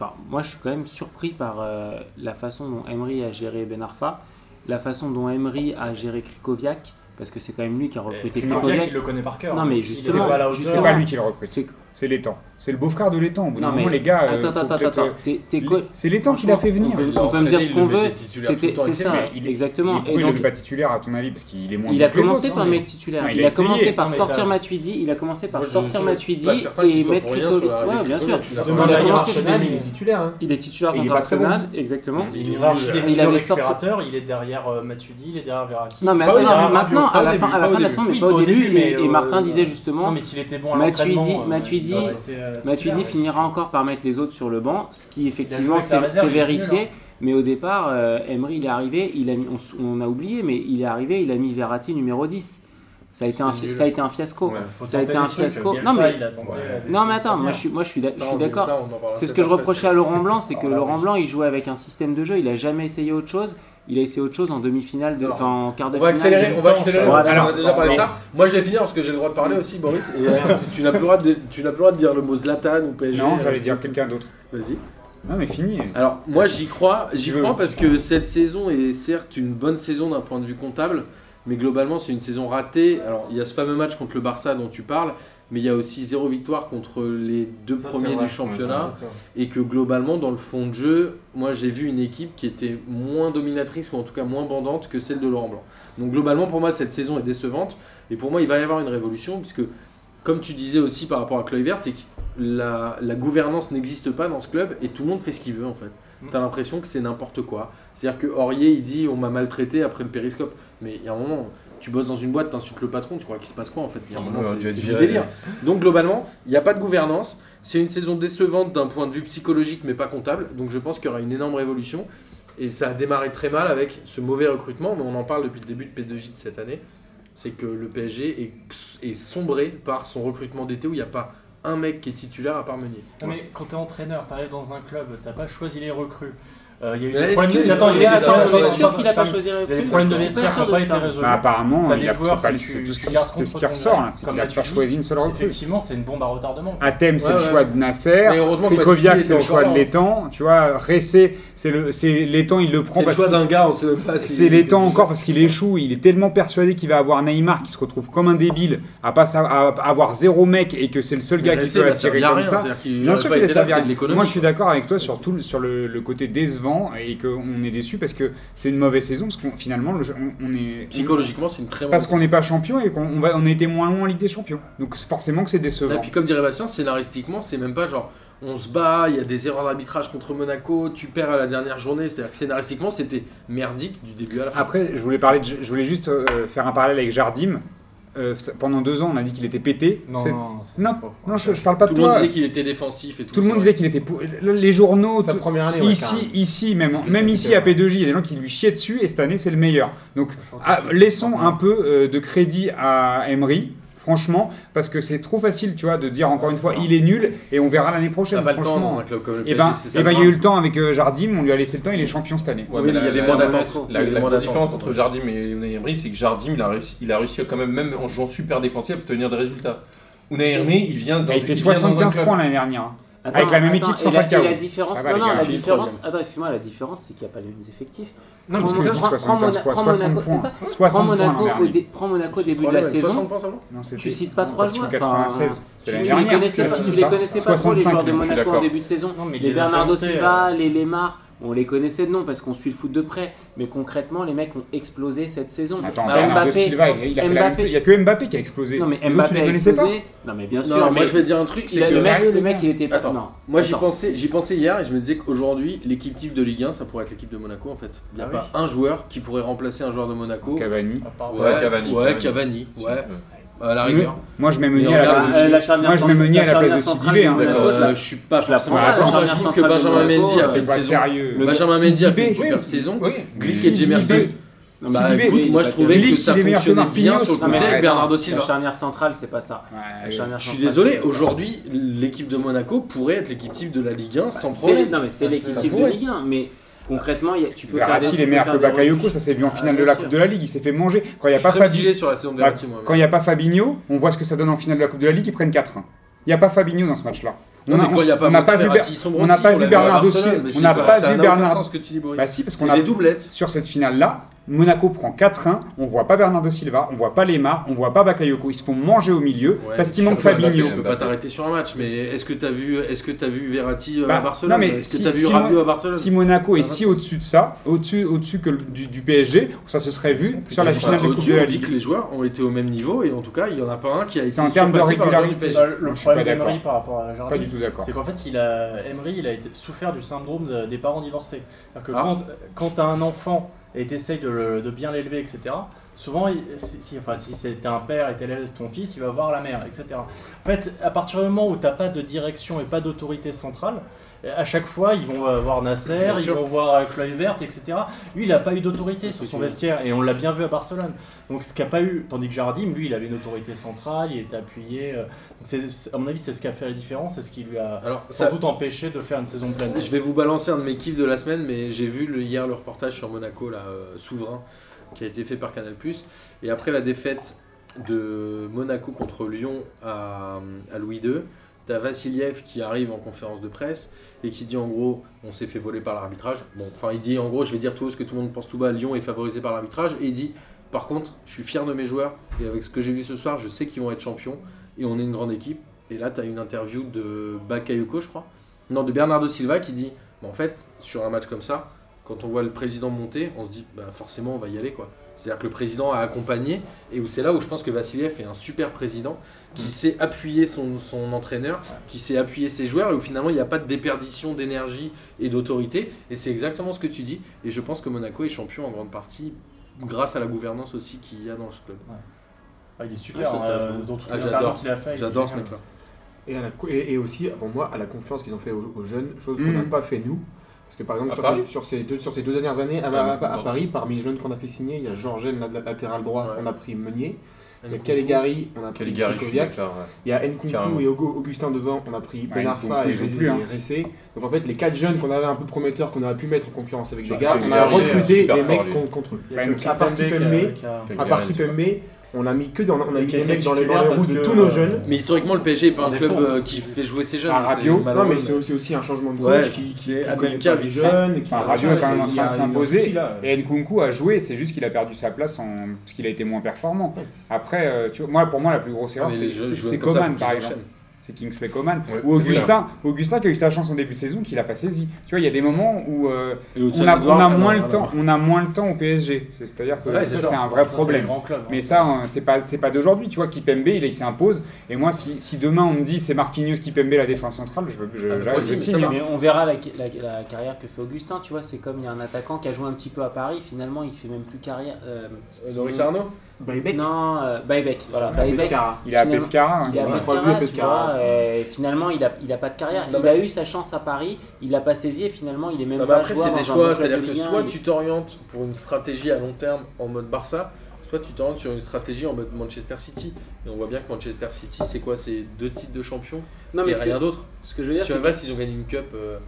C: Enfin, moi, je suis quand même surpris par euh, la façon dont Emery a géré Ben Arfa, la façon dont Emery a géré Krikoviak, parce que c'est quand même lui qui a recruté
F: Krikoviak, il
C: Krikoviak.
F: le connaît par cœur.
C: Non, mais
F: S'il est
C: justement,
F: pas à la hauteur,
B: C'est
C: justement.
B: pas lui qui le recrute.
C: C'est
B: C'est l'étang. C'est le beau-frère de l'étang. Au bout d'un
C: non mais
B: moment, les gars. euh,
C: Attends,
B: faut
C: attends,
B: peut-être,
C: attends.
B: euh,
C: T'es- t'es co-
B: C'est l'étang qui l'a fait
C: franchement,
B: venir.
C: On peut,
A: l'a
C: on peut me dire
A: entraîné,
C: ce
A: il
C: qu'on
A: le mettait
C: veut.
A: titulaire tout
C: C'était
A: le temps,
C: c'est
A: etc.
C: ça,
B: Mais il est-
C: exactement.
B: Pourquoi
C: Et
B: il le
C: donc,
B: met pas titulaire à ton avis parce qu'il est moins.
C: il
B: bon
C: a
B: que les
C: commencé
B: autres,
C: par
B: hein, mais-
C: mec titulaire.
B: Non, il
C: il,
B: a
C: a
B: essayé.
C: commencé par
F: Non, mais
C: sortir
F: t'as-
C: Matuidi. Il a commencé par
A: Moi, je-
C: sortir
A: je-
C: Matuidi
A: pas certain qu'il
C: et
A: soit
C: mettre
A: pour rien sur
C: Krikoviak.
A: l'arrivée
C: Ouais,
A: de
C: bien sûr.
A: Krikoviak, je suis d'accord.
G: Demain,
C: il a
G: l'arrivée
C: commencé
G: d'Arsenal,
C: dès le
G: il est
C: début.
G: titulaire. hein.
C: Il est titulaire
G: Et il est
C: contre
G: pas Mm. très bon.
C: Arsenal, exactement.
F: Il hiérarchie des
C: Il
F: il
C: avait sorti-
F: il est derrière euh, Matuidi, il est derrière Verratti.
C: Non mais
A: Pas au
C: attends, non,
A: début,
C: mais maintenant,
A: pas au
C: à la
A: début,
C: fin, à
A: pas
C: la
A: au
C: fin de la
A: début.
C: saison, mais
F: Oui,
C: pas au
F: au
C: début,
F: début,
C: et,
F: mais,
C: et Martin
F: euh,
C: disait justement,
F: Non, mais s'il était bon à
C: Matuidi-
F: l'entraînement, euh,
C: Matuidi-
F: il aurait été, euh,
C: Matuidi
F: titulaire,
C: finira
F: ouais,
C: encore par mettre les autres sur le banc, ce qui
F: joué
C: effectivement
F: avec la
C: s'est
F: réserve,
C: s'est
F: il est nul,
C: vérifié, mais au départ, euh, Emery il est arrivé, il a mis- on, s- on a oublié, mais il est arrivé, il a mis Verratti numéro 10. Ça a été un,
A: C'est
C: fi-
A: nul.
C: ça a été un fiasco.
E: Ouais.
F: faut
C: ça a
F: tenter
C: été un
F: des trucs,
C: fiasco.
F: Bielsa,
C: Non, mais-
F: il a tenté,
E: Ouais.
F: euh, des
C: Non mais
F: choses
C: attends, moi
F: extraordinaires.
C: je suis, moi, je suis d'ac- je
A: Non,
C: suis
A: mais
C: d'accord.
A: ça, on en parlera
C: C'est ce
A: peut-être
C: que je
A: après,
C: reprochais à Laurent Blanc, c'est que Laurent Blanc, il jouait avec un système de jeu, il a jamais essayé autre chose. Il a essayé autre chose en demi-finale, de-
A: Alors,
C: enfin en quart de
A: On va
C: finale.
A: accélérer, on va accélérer,
C: Ouais,
A: parce qu'on
B: alors,
A: a déjà parlé de
B: mais-
A: ça. Moi je vais finir parce que j'ai le droit de parler aussi, Boris. Et, euh, tu n'as plus le droit de- tu n'as plus le droit de dire le mot Zlatan ou PSG.
B: Non,
A: euh,
B: j'allais dire quelqu'un d'autre.
A: Vas-y.
B: Non, mais fini.
A: Alors moi j'y crois, j'y
B: Tu veux
A: crois
B: aussi.
A: parce que cette saison est certes une bonne saison d'un point de vue comptable, mais globalement c'est une saison ratée. Alors il y a ce fameux match contre le Barça dont tu parles, mais il y a aussi zéro victoire contre les deux
D: Ça, c'est
A: premiers
D: vrai.
A: du championnat
D: Ça, c'est vrai.
A: et que globalement dans le fond de jeu, moi j'ai vu une équipe qui était moins dominatrice ou en tout cas moins bandante que celle de Laurent Blanc. Donc globalement pour moi cette saison est décevante et pour moi il va y avoir une révolution puisque comme tu disais aussi par rapport à Kluivert, c'est que la, la gouvernance n'existe pas dans ce club et tout le monde fait ce qu'il veut en fait. T'as l'impression que c'est n'importe quoi. C'est-à-dire que Aurier il dit on m'a maltraité après le périscope, mais il y a un moment tu bosses dans une boîte, t'insultes le patron, tu crois qu'il se passe quoi en fait Il y a un moment,
E: Ouais,
A: c'est
E: tu vas
A: c'est
E: te
A: du
E: virer.
A: délire. Donc globalement il n'y a pas de gouvernance. C'est une saison décevante d'un point de vue psychologique, mais pas comptable. Donc je pense qu'il y aura une énorme révolution. Et ça a démarré très mal avec ce mauvais recrutement, mais on en parle depuis le début de P2J de cette année. C'est que le PSG est, est sombré par son recrutement d'été où il n'y a pas un mec qui est titulaire à part Meunier.
B: Ah,
F: Non, mais quand t'es entraîneur, t'arrives dans un club, t'as pas choisi les recrues. Euh, Il y a eu
A: Mais
F: des
A: est-ce
F: problèmes
A: que-
F: de- Attends, il y a eu
A: Mais
F: des
A: attends,
F: problèmes
A: on est
F: de-
A: sûr
C: sûr qu'il a pas choisi
F: Il y a des problèmes de vestiaire qui n'ont pas été résolus. Ah,
B: Bah, apparemment,
F: T'as
B: il
F: des
B: a-
F: joueurs
B: c'est pas
F: que
B: le-
F: tu-
B: c'est tout ce
F: tu
B: qui
F: gardes
B: c'est ce qui
F: contre
B: ressort
F: ton-
B: là, c'est
F: comme
B: qu'il a
F: tu
B: pas
F: dis,
B: choisi une seule recrue.
F: Effectivement, c'est une bombe à retardement.
B: Athème, c'est
A: Ouais,
B: le
A: ouais.
B: choix de Nasser.
A: Mais heureusement que
B: Krikoviak,
A: Matuidi
B: c'est le
A: était
B: choix de
A: encore là. hein.
B: l'étang. Tu vois, Ressé, c'est le, c'est l'étang, il le prend
A: C'est le
B: parce
A: choix
B: que
A: d'un gars, on sait même pas si-
B: c'est l'étang encore parce qu'il échoue. Il est tellement persuadé qu'il va avoir Neymar qui se retrouve comme un débile à, pas, sa- à avoir zéro mec et que c'est le seul
A: Mais
B: gars
A: là,
B: qui
A: c'est-
B: peut
A: là, ça
B: attirer
A: revient à
B: comme
A: rien,
B: ça.
A: c'est-à-dire qu'il
B: Bien
A: aurait
B: sûr
A: pas
B: qu'il
A: été là,
B: est servi à-
A: c'était de l'économie,
B: Moi, je suis
A: quoi.
B: d'accord avec toi sur, tout, le- sur le, le côté décevant avant et qu'on est déçu parce que c'est une mauvaise saison, parce qu'on finalement, le jeu- on, on est.
A: Mmh.
B: on-
A: Psychologiquement, c'est une très bonne
B: parce qu'on n'est pas champion et qu'on on va- on a été moins loin en Ligue des Champions. Donc c'est forcément que c'est
A: Et
B: décevant.
A: puis comme dirait Bastien, scénaristiquement, c'est même pas genre on se bat, il y a des erreurs d'arbitrage contre Monaco, tu perds à la dernière journée. C'est-à-dire que scénaristiquement, c'était merdique du début à la fin.
B: Après, je voulais, parler de- je voulais juste euh, faire un parallèle avec Jardim. Euh, ça- pendant deux ans, on a dit qu'il était pété.
F: Non,
B: C'est-
F: non, ça, c'est
B: non,
F: faux.
B: non, je, je parle pas
A: tout
B: de
A: le monde
B: toi.
A: disait qu'il était défensif et tout.
B: Tout le monde
A: c'est
B: disait
A: vrai.
B: qu'il était pour... Les journaux,
G: Sa
B: tout-
G: première année, ouais,
B: ici,
G: carrément.
B: ici même,
G: Je
B: même
G: sais
B: ici
G: que-
B: à P2J, il y a des gens qui lui chiaient dessus et cette année c'est le meilleur. Donc
F: Franchement,
B: ah,
F: c'est-
B: laissons un peu euh, de crédit à Emery. Franchement, parce que c'est trop facile, tu vois, de dire encore une fois, il est nul et on verra l'année prochaine.
A: T'as pas le temps
B: franchement.
A: dans un club comme le
B: Et
A: PSG.
B: ben,
A: c'est ça
B: eh
A: le
B: ben, il y a
A: problème.
B: eu le temps avec euh, Jardim, on lui a laissé le temps, il est champion cette année.
E: Ouais,
A: Oui,
E: mais
A: mais
E: la-
A: il y avait
E: la-
A: moins
E: la-
A: d'attente.
E: La,
A: Il y avait
E: la
A: moins
E: grosse
A: d'attente.
E: différence entre Jardim et Unai Emery, c'est que Jardim, il a réussi, il a réussi quand même, même en jouant super défensif, à obtenir des résultats. Unai Emery, il vient dans
B: Et il fait
E: vient dans un
B: 75
E: club.
B: points l'année dernière.
C: Attends,
B: Avec la même
C: attends,
B: équipe sans
C: et la-
B: Falcao.
C: et la différence,
B: Ça va,
C: non,
B: les
C: non,
B: gars,
C: la
B: fini
C: différence, attends, excuse-moi, la différence, c'est qu'il n'y a pas les mêmes effectifs.
B: Non,
C: Prends
B: parce que je dis
C: Monaco-
B: 75 points,
C: prends Monaco-
B: 60
C: c'est
B: points.
C: ça
B: 60
C: Prends
B: points l'an
C: Monaco, au
B: dernier.
C: dé- prends Monaco au début de
A: Problème,
C: la saison.
A: 60 points seulement
B: Non, c'était-
C: Tu cites pas
B: non,
C: trois
B: tu cites
C: joueurs,
B: 96,
C: enfin,
B: c'est
C: Tu
B: l'année
C: tu les
B: dernière.
C: connaissais pas,
B: Ah,
C: tu
B: si,
C: les
B: ça.
C: connaissais pas trop, les
B: 65,
C: joueurs de
B: même, je suis
C: Monaco en
E: d'accord.
C: début de saison.
F: Non, mais il
C: Les
F: les a
C: Bernardo
F: affrontés,
C: Silva, les Lemar, on les connaissait de nom parce qu'on suit le foot de près. Mais concrètement, les mecs ont explosé cette saison.
B: Attends,
A: Bah,
B: Bernardo
C: Mbappé-
B: Silva, il il a fait la même-
C: Mbappé-
B: il y a que Mbappé qui a explosé.
C: Non, mais
B: Les autres, tu
C: Mbappé
B: les
C: a
B: connaissais pas
C: explosé. Non, mais bien
A: Non,
C: sûr.
A: moi
C: mais
A: je vais te dire un truc.
C: il
A: c'est
C: a- Le
A: que-
C: mec, le mec, il était pas.
A: Attends.
C: non.
A: Moi j'y
C: Attends.
A: pensais, j'y pensais hier et je me disais qu'aujourd'hui l'équipe type de Ligue 1 ça pourrait être l'équipe de Monaco en fait. Il n'y a
F: Ah
A: pas un joueur qui pourrait remplacer un joueur de Monaco.
B: Cavani.
F: À part-
A: Ouais,
E: Ouais, Cavani,
A: Ouais, Cavani.
E: Cavani.
A: Ouais,
E: Ouais.
A: à la rigueur.
B: Moi, je mets
A: Mais
B: Meunier
A: on
B: à la
A: regarde
B: place de
A: aussi.
B: Sidibé.
C: Bah, la charnière
B: Bah, Moi, je mets
C: centrale-
B: Meunier à
C: la
B: la place de
C: charnière centrale euh,
B: Sidibé.
C: de
B: hein.
C: Monaco,
A: D'accord,
C: je la-
A: je suis pas
C: je la
A: forcément
B: prends pas,
A: d'accord.
B: la
A: Je
C: charnière
A: trouve que
C: centrale de
A: Benjamin
C: Monaco,
A: Mendy a
C: euh,
A: fait une
B: Pas
A: saison.
B: sérieux.
A: Le Benjamin
B: Sidibé,
A: Mendy a fait une super
B: oui.
A: saison.
E: Oui,
A: Glick et
B: Sidibé.
A: Jemerson.
C: Non,
A: Bah
B: Sidibé,
A: écoute,
C: oui,
A: moi
C: il
A: je
C: a
A: trouvais
B: Glick,
A: que ça
B: il est meilleur que
A: fonctionnait bien
B: Marquinhos.
A: sur le
B: Non,
A: côté
B: mais
A: avec
B: attends,
A: Bernardo
C: La
A: Silva.
C: charnière centrale, c'est pas
B: Ah
C: ça. La charnière
A: Je suis
C: centrale,
A: désolé,
C: c'est pas ça.
A: aujourd'hui l'équipe de Monaco pourrait être l'équipe type de la Ligue 1
C: Bah,
A: sans
C: c'est-
A: problème.
C: Non, mais c'est
A: Ça,
C: l'équipe
A: ça
C: type de
A: pourrait.
C: Ligue 1. Mais concrètement, il y a- tu peux faire des.
B: Verratti, il
C: tu
B: est
C: peux
B: meilleur
C: faire
B: que
C: des
B: Bakayoko,
C: retouches.
B: ça s'est vu en finale
C: Ah,
B: de
C: bien
B: la Coupe
C: sûr.
B: de la Ligue, il s'est fait manger. Quand il n'y a
A: Je suis
B: pas
A: très
B: Fabinho,
A: mitigé sur la saison de
B: Bah,
A: Verratti, moi.
B: quand il y a pas Fabinho, on voit ce que ça donne en finale de la Coupe de la Ligue, ils prennent 4-1. Il n'y a pas Fabinho dans ce match-là.
A: Non, mais quand il y a pas
B: on n'a
A: Monte
B: vu
A: Verratti,
B: Ber-
A: ils sont
B: on n'a
A: brossés,
B: pas
A: on
B: vu
A: l'a vu à
B: Bernardo
A: Barcelone,
B: Silva,
A: mais
B: on
A: c'est
B: n'a
A: pas-
B: pas
A: ça
B: vu
A: n'a aucun
B: Bernardo.
A: sens ce que tu dis, Boris.
B: Bah si, parce qu'on
A: C'est
B: a
A: des doublettes.
B: sur cette finale-là, Monaco prend 4-1, on voit pas Bernardo Silva, on voit pas Lemar, on voit pas Bakayoko, ils se font manger au milieu
A: Ouais,
B: parce qu'il
A: mais
B: manque
A: surtout, Mbappé,
B: Fabinho.
A: Tu peux pas t'arrêter sur un match, mais est-ce que t'as vu, est-ce que t'as vu Verratti euh,
B: Bah,
A: à Barcelone
B: non, mais
A: Est-ce
B: si-
A: que t'as vu
B: si
A: Rabiot
B: moi-
A: à Barcelone
B: Si Monaco est
A: Ça va,
B: si au-dessus de ça, au-dessus au-dessus que le- du, du PSG, ça se serait vu sur la
A: Enfin,
B: finale de Coupe
A: au-dessus,
B: de la
A: on dit
B: Ligue.
A: que les joueurs ont été au même niveau et en tout cas, il y en a pas un qui a été
B: C'est en termes de
A: surpassé par le
B: régularité.
A: PSG.
F: Bah, le
B: Je suis
F: problème
B: pas d'accord.
F: d'Emery par rapport à
B: Pas du
F: Jardim,
B: tout d'accord.
F: c'est qu'en fait, il a, Emery, il a été, souffert du syndrome de- des parents divorcés. C'est-à-dire que
A: Ah.
F: quand, quand t'as un enfant et t'essayes de, le- de bien l'élever, etc., souvent, il- si, si- enfin, si c'est un père et t'élèves ton fils, il va voir la mère, etc. En fait, à partir du moment où t'as pas de direction et pas d'autorité centrale, à chaque fois, ils vont euh, voir Nasser,
A: Bien
F: ils
A: sûr.
F: vont voir euh, Floyd Vert, etc. Lui, il n'a pas eu d'autorité sur son vestiaire et on l'a bien vu à Barcelone. Donc, ce qu'il n'a pas eu, tandis que Jardim, lui, il avait une autorité centrale, il était appuyé. euh, donc c'est- c'est- à mon avis, c'est ce qui a fait la différence et ce qui lui a
A: Alors,
F: sans
A: ça-
F: doute empêché de faire une saison pleine.
A: Je vais vous balancer un de mes kiffs de la semaine, mais j'ai vu le- hier le reportage sur Monaco, là, euh, souverain, qui a été fait par Canal+. Et après la défaite de Monaco contre Lyon à, à Louis II, t'as Vassiliev qui arrive en conférence de presse et qui dit en gros, on s'est fait voler par l'arbitrage. Bon, enfin, il dit en gros, je vais dire tout haut ce que tout le monde pense tout bas, Lyon est favorisé par l'arbitrage. Et il dit, par contre, je suis fier de mes joueurs et avec ce que j'ai vu ce soir, je sais qu'ils vont être champions et on est une grande équipe. Et là, t'as une interview de Bakayoko, je crois. Non, de Bernardo Silva qui dit bah, En fait, sur un match comme ça, quand on voit le président monter, on se dit bah, forcément, on va y aller. quoi. C'est-à-dire que le président a accompagné, et où c'est là où je pense que Vassiliev est un super président, qui sait appuyer son, son entraîneur, qui sait appuyer ses joueurs, et où finalement, il n'y a pas de déperdition d'énergie et d'autorité. Et c'est exactement ce que tu dis. Et je pense que Monaco est champion en grande partie grâce à la gouvernance aussi qu'il y a dans ce club.
F: Ah, il est
A: Ah,
F: super,
A: c'est
F: hein,
A: intéressant.
F: euh, dans toutes
A: Ah,
F: les
A: j'adore.
F: interviews qu'il a fait. il est
A: J'adore ce
F: génial.
A: mec-là.
G: Et, à la co- et, et aussi, pour moi, à la confiance qu'ils ont fait aux, aux jeunes, chose qu'on
B: Mm.
G: n'a pas fait nous. Parce que par exemple,
E: Hmm. À
G: sur,
E: Paris
G: ces, sur ces deux, sur ces deux dernières années, à, à- à- à Paris, parmi les jeunes qu'on a fait signer, il y a Georgène, la- la- latéral droit,
A: Ouais.
G: on a pris Meunier. Il y a
A: Nkunku.
G: Caligari, on a pris
E: Quel gars, je suis
G: Krikoviak.
E: d'accord, ouais.
G: Il y a Nkunku
E: Carrément.
G: et Ogo- Augustin devant, on a pris Ben
B: Nkunku,
G: Arfa et
B: ils jouent
G: José
B: plus, hein.
G: Ressé. Donc en fait, les quatre jeunes qu'on avait un peu prometteurs, qu'on a pu mettre en concurrence avec les
B: Ouais,
G: gars, on a
E: Caligari,
G: recruté
E: super
G: des
E: fort,
G: mecs
E: lui.
G: con- contre eux.
F: Il y a
B: Même
F: que
G: à part
F: Kimpembe
G: Kimpembe,
F: qui a- qui a-
G: À part Kipembe, on a mis que dans, euh, on a mis
F: qui a
G: des
F: été
G: mecs dans les, dans les
F: titulaire
G: roues
F: parce
G: de
F: que,
G: tous nos
F: euh,
G: jeunes.
A: Mais historiquement, le PSG est pas un
F: En
A: club
F: défense.
A: euh, qui fait jouer ses jeunes.
G: Ah,
A: c'est
G: Rabiot, non
A: malheureux,
G: mais
A: mais-
G: c'est aussi, aussi un changement de
A: Ouais,
G: coach qui, qui,
A: c'est
G: qui
A: Abel
G: connaît pas
A: Kav,
G: les
A: il fait-
G: jeunes. Qui
B: Enfin, Rabiot est quand même en
G: Il y a-
B: train de
G: il y a aussi,
B: s'imposer.
G: là, euh,
B: Et Nkunku a joué, c'est juste qu'il a perdu sa place en... parce qu'il a été moins performant. Après, euh, tu vois, moi, pour moi, la plus grosse
A: Ah,
B: erreur,
A: mais
B: c'est-
A: les jeunes
B: c'est
A: joueurs
B: c'est
A: comme ça,
B: Coman,
A: faut
B: par
A: qu'ils
B: exemple.
A: enchaînent.
B: C'est c'est Kingsley Coman.
E: Ouais,
B: ou
E: c'est
B: Augustin, Augustin qui a eu sa chance en début de saison, qu'il a pas saisi. Tu vois, il y a des moments où euh,
A: Et
B: on,
A: Hudson
B: a,
A: Edouard,
B: on a
A: ah,
B: moins
A: non,
B: le
A: non,
B: temps,
A: non.
B: on a moins le temps au PSG. C'est- C'est-à-dire que
F: Ouais,
B: ça,
F: c'est
B: c'est
F: sûr.
B: un vrai
F: Ça,
B: problème.
F: C'est les grands clubs, hein.
B: Mais ça, hein, c'est pas, c'est pas d'aujourd'hui. Tu vois, Kipembe, il, il s'impose. Et moi, si, si demain on me dit c'est Marquinhos, Kipembe, la défense centrale, je, veux- je,
E: Ah,
B: je-
E: moi
B: je
E: aussi, mais
B: signe.
E: ça
B: hein.
C: Mais on verra la, la- la carrière que fait Augustin, tu vois, c'est comme il y a un attaquant qui a joué un petit peu à Paris, finalement il fait même plus carrière. euh,
A: Euh,
C: son-
A: Loris Arnaud
G: Baybeck,
C: Non, euh, Baybek, voilà.
G: Bah,
C: Baybek,
G: Pescara.
B: Il est à
C: Finalement,
B: Pescara. hein.
C: Il a
G: Ouais.
C: Pescara,
G: Trois buts à
C: tu
G: Pescara,
C: vois,
G: je
C: euh, finalement, il a, il a pas de carrière.
A: Non,
C: il
A: mais-
C: a eu sa chance à Paris, il l'a pas saisi et finalement, il est même
A: Non, mais
C: pas
A: après,
C: joueur
A: c'est des
C: dans un bon
A: choix,
C: club
A: c'est-à-dire
C: de
A: que
C: Ligue 1,
A: soit
C: il-
A: tu t'orientes pour une stratégie à long terme en mode Barça, soit tu t'orientes sur une stratégie en mode Manchester City. Et on voit bien que Manchester City, c'est quoi C'est deux titres de champion
C: Non, mais
A: et
C: ce
A: rien
C: que,
A: d'autre.
C: ce que je veux dire,
A: Je sais
C: c'est
A: même pas s'ils ont gagné une cup. euh,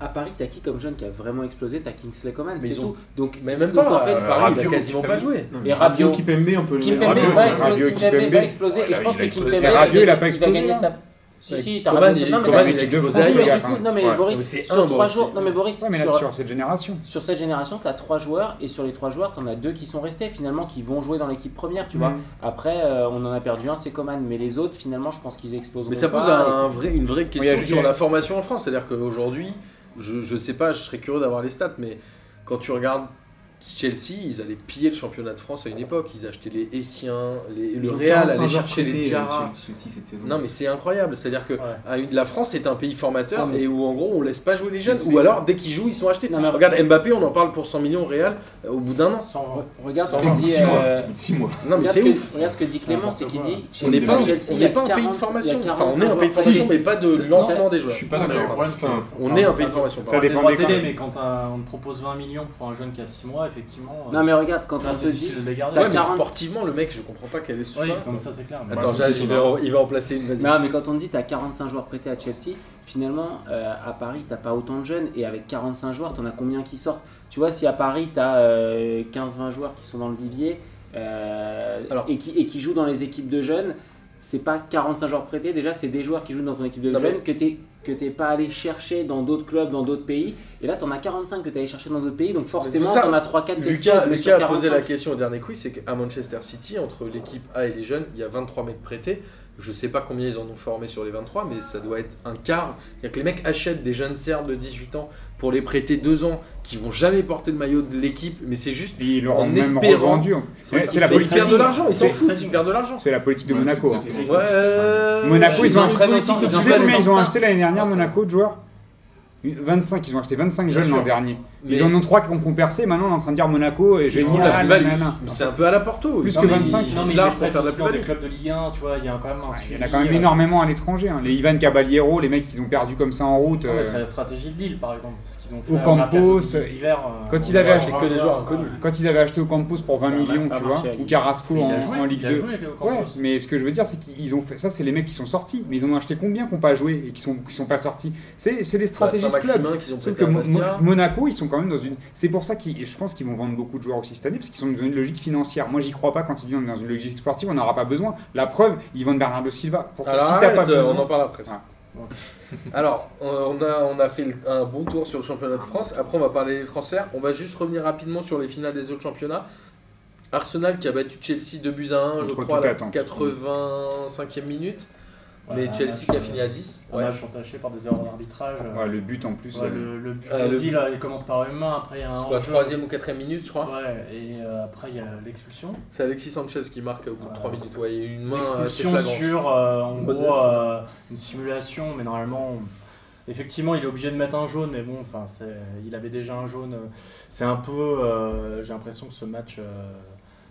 C: qu'à Paris, t'as qui comme jeune qui a vraiment explosé T'as Kingsley Coman,
A: Mais
C: c'est
A: ils ont-
C: tout. Donc,
A: Mais même
C: donc,
A: pas.
C: en fait,
A: euh, Rabiot, il a quasiment pas joué.
G: Non,
C: Et
G: mais
C: Rabiot.
G: Rabiot, Kipembe, on peut hein. le
C: Kimpembe
A: Ah,
B: Rabiot,
C: va,
B: Rabiot,
C: exploser, Kimpembe
B: Kimpembe.
C: va exploser et
E: Ouais,
C: je
E: il
C: pense
E: a
C: que
E: explosé.
C: Kimpembe
B: Et
C: va
B: Rabiot, il a
C: gagner-
B: pas
C: il va gagner
B: explosé,
C: sa. Si, si, t'as
A: Coman,
C: raison.
A: il-
C: Non, mais
A: Coman,
C: t'as-
A: il a
C: surtout-
A: explosé ailleurs,
C: du
B: hein.
C: coup, Non, mais
E: Ouais.
A: Mais
C: Boris,
A: c'est
C: sur
A: un,
C: trois
A: Boris,
C: jours-
A: c'est-
C: non, mais Boris,
B: Ouais, mais là,
C: sur-
B: sur cette génération.
C: sur cette génération, tu as trois joueurs et sur les trois joueurs, tu en as deux qui sont restés finalement, qui vont jouer dans l'équipe première, tu vois.
B: Mm.
C: Après, euh, on en a perdu un, c'est Coman, mais les autres, finalement, je pense qu'ils explosent.
A: Mais ça pose un vrai- une vraie question
B: il y a-
A: sur la formation en France. C'est-à-dire qu'aujourd'hui, je, je sais pas, je serais curieux d'avoir les stats, mais quand tu regardes Chelsea, ils allaient piller le championnat de France à une époque. Ils achetaient les Essiens, les- le Real allait chercher les Diarra.
G: euh, cette saison.
A: Non mais c'est incroyable, c'est-à-dire que à une- la France est un pays formateur
C: Ah, mais-
A: et où en gros on laisse pas jouer les jeunes,
B: c'est-
A: ou alors dès qu'ils jouent ils sont achetés.
C: Non, mais-
A: Regarde Mbappé, on en parle pour 100 millions au Real euh, au bout d'un an.
F: Sans-
C: Regarde ce
A: Sans
C: que
A: vingt,
C: dit.
G: six mois.
C: euh,
G: Au bout de 6 mois.
A: Non mais
C: Regarde
A: c'est
C: ce, que,
A: ouf.
C: regarde ce que dit Clément, c'est qu'il
F: n'importe
C: dit
A: On n'est pas, un-
C: Chelsea,
A: on
C: il y a
A: n'est pas un pays de
C: 40
A: formation.
C: il y a
A: Enfin on est un pays de
C: 45
A: formation
C: joueurs.
A: mais pas de
C: C'est-
A: lancement des joueurs.
G: Je suis pas d'accord.
F: mais le problème,
G: Enfin,
F: c'est-
A: On est un
F: ça-
A: pays de formation.
B: ça
A: pardon.
F: Ça dépend des
B: clubs.
F: télé, mais quand euh, on te propose 20 millions pour un jeune qui a 6 mois, effectivement, euh,
C: Non, mais regarde, quand
F: là,
C: on se
F: c'est
C: dit.
F: difficile de les garder.
C: t'as
A: Ouais mais
C: 40
A: sportivement le mec je comprends pas quel est ce
F: Oui,
A: choix.
F: comme ça, c'est clair. mais-
A: Attends
G: Bah,
A: Jade,
G: c'est
A: il
G: tout,
A: va en- il va en placer une vas-y.
C: Non, mais quand on dit t'as 45 joueurs prêtés à Chelsea, finalement, euh, à Paris, t'as pas autant de jeunes. Et avec 45 joueurs, t'en as combien qui sortent Tu vois, si à Paris, t'as euh, 15-20 joueurs qui sont dans le vivier euh,
A: Alors-
C: et, qui, et qui jouent dans les équipes de jeunes, c'est pas 45 joueurs prêtés. Déjà, c'est des joueurs qui jouent dans ton équipe de
A: Non, mais-
C: jeunes que t'es que t'es pas allé chercher dans d'autres clubs, dans d'autres pays. Et là, t'en as 45 que t'es allé chercher dans d'autres pays. Donc forcément,
A: c'est ça.
C: t'en as 3-4 qui explosent.
A: Lucas,
C: mais
A: Lucas
C: sur
A: a posé
C: 45,
A: la question au dernier quiz, c'est qu'à Manchester City, entre l'équipe A et les jeunes, il y a 23 mecs prêtés. Je sais pas combien ils en ont formé sur les 23, mais ça doit être un quart. C'est-à-dire que les mecs achètent des jeunes Serbes de 18 ans pour les prêter deux ans, qui vont jamais porter le maillot de l'équipe, mais c'est juste...
B: Et ils
A: En
B: l'auront même
A: espérant-
B: revendu. C'est c'est la
A: Mais ils
B: politique.
A: perdent de l'argent, ils s'en
B: C'est-
A: foutent, ils perdent de l'argent.
B: C'est la politique de
G: Ouais,
B: Monaco.
G: c'est-
B: hein.
G: c'est-
A: Ouais,
G: c'est-
A: euh,
B: Monaco, ils ont
A: une
B: acheté
A: politique de
B: Tu
A: l'argent.
B: sais combien ils ont acheté l'année dernière
A: Ah, ça.
B: Monaco de joueurs 25, ils ont acheté 25 jeunes
A: sûr.
B: l'an dernier.
A: Mais-
B: Ils en ont 3 qui ont compercé, maintenant on est en train de dire Monaco est
A: Ils font de
B: génial.
A: la plus-value.
B: nanana.
A: C'est un peu à la Porto.
B: Plus
A: Non,
B: que
A: mais ils-
B: 25,
A: ils
F: Non, mais
A: sont larges
F: il large
A: pour faire de la
F: des
A: plus-value.
F: clubs de Ligue 1, tu vois, il y a quand même un
B: Il y en
F: suivi.
B: a quand même
F: euh,
B: énormément à l'étranger. hein. Les Ivan Caballero, les mecs qu'ils ont perdu comme ça en route.
F: Ouais,
B: euh,
F: mais C'est la stratégie de Lille, par exemple. Ce qu'ils ont fait
B: Ocampos,
F: au mercato
B: euh,
F: d'hiver, euh,
B: quand
F: on
B: ils avaient
F: voit
B: acheté
A: que
F: un
A: des
F: joueur, euh,
A: joueurs inconnus.
F: ouais.
B: Quand ils avaient acheté Ocampos pour 20
C: Ça a
B: millions,
C: pas
B: tu vois,
C: marché à Lille.
B: ou Carrasco
F: Il
B: en,
F: a joué,
B: en Ligue
F: il a
B: 2.
F: joué avec Ocampos.
B: Ouais, mais ce que je veux dire, c'est qu'ils ont fait ça, c'est les mecs qui sont sortis, mais ils en ont acheté combien qui n'ont pas joué et qui sont, qui sont pas sortis C'est c'est des stratégies de club.
A: Saint-Maximin, qu'ils ont
B: Sauf
A: prêté
B: que
A: à
B: Mo-
A: Bastia.
B: Mo- Monaco, ils sont quand même dans une. C'est pour ça que je pense qu'ils vont vendre beaucoup de joueurs aussi cette année, parce qu'ils sont dans une logique financière. Moi, j'y crois pas quand ils disent on est dans une logique sportive, on n'aura pas besoin. La preuve, ils vendent Bernardo Silva. Pour...
A: Alors,
B: si t'as
A: arrête,
B: pas
A: euh,
B: besoin.
A: on en parle après. ça.
B: Ouais.
A: *laughs* Alors, on- on a, on a fait le- un bon tour sur le championnat de France. Après, on va parler des transferts. On va juste revenir rapidement sur les finales des autres championnats. Arsenal qui a battu Chelsea 2 buts à 1, je
B: Contre
A: crois, à
B: toute
A: la
B: attente.
A: 85e minute.
F: Ouais,
A: mais
F: un
A: Chelsea
F: match,
A: qui a
F: euh,
A: fini à 10.
F: Un
A: Ouais.
F: match entaché par des erreurs d'arbitrage. euh,
B: Ouais, le but en plus.
F: ouais,
B: euh,
F: le, le but
A: euh, le
F: d'Ozil, euh, il commence par une main, après il y a un
A: C'est quoi,
F: hors-jeu.
A: troisième ou quatrième minute, je crois.
F: Ouais, et euh, après il y a l'expulsion.
A: C'est Alexis Sanchez qui marque au bout de
F: Ouais.
A: 3 minutes. Ouais, il y a eu une main euh, assez
F: L'expulsion
A: flagrante.
F: sur, euh, en
A: Moses.
F: gros, euh, une simulation, mais normalement, on- effectivement, il est obligé de mettre un jaune, mais bon, enfin, c'est- il avait déjà un jaune. euh, C'est un peu, euh, j'ai l'impression que ce match, euh,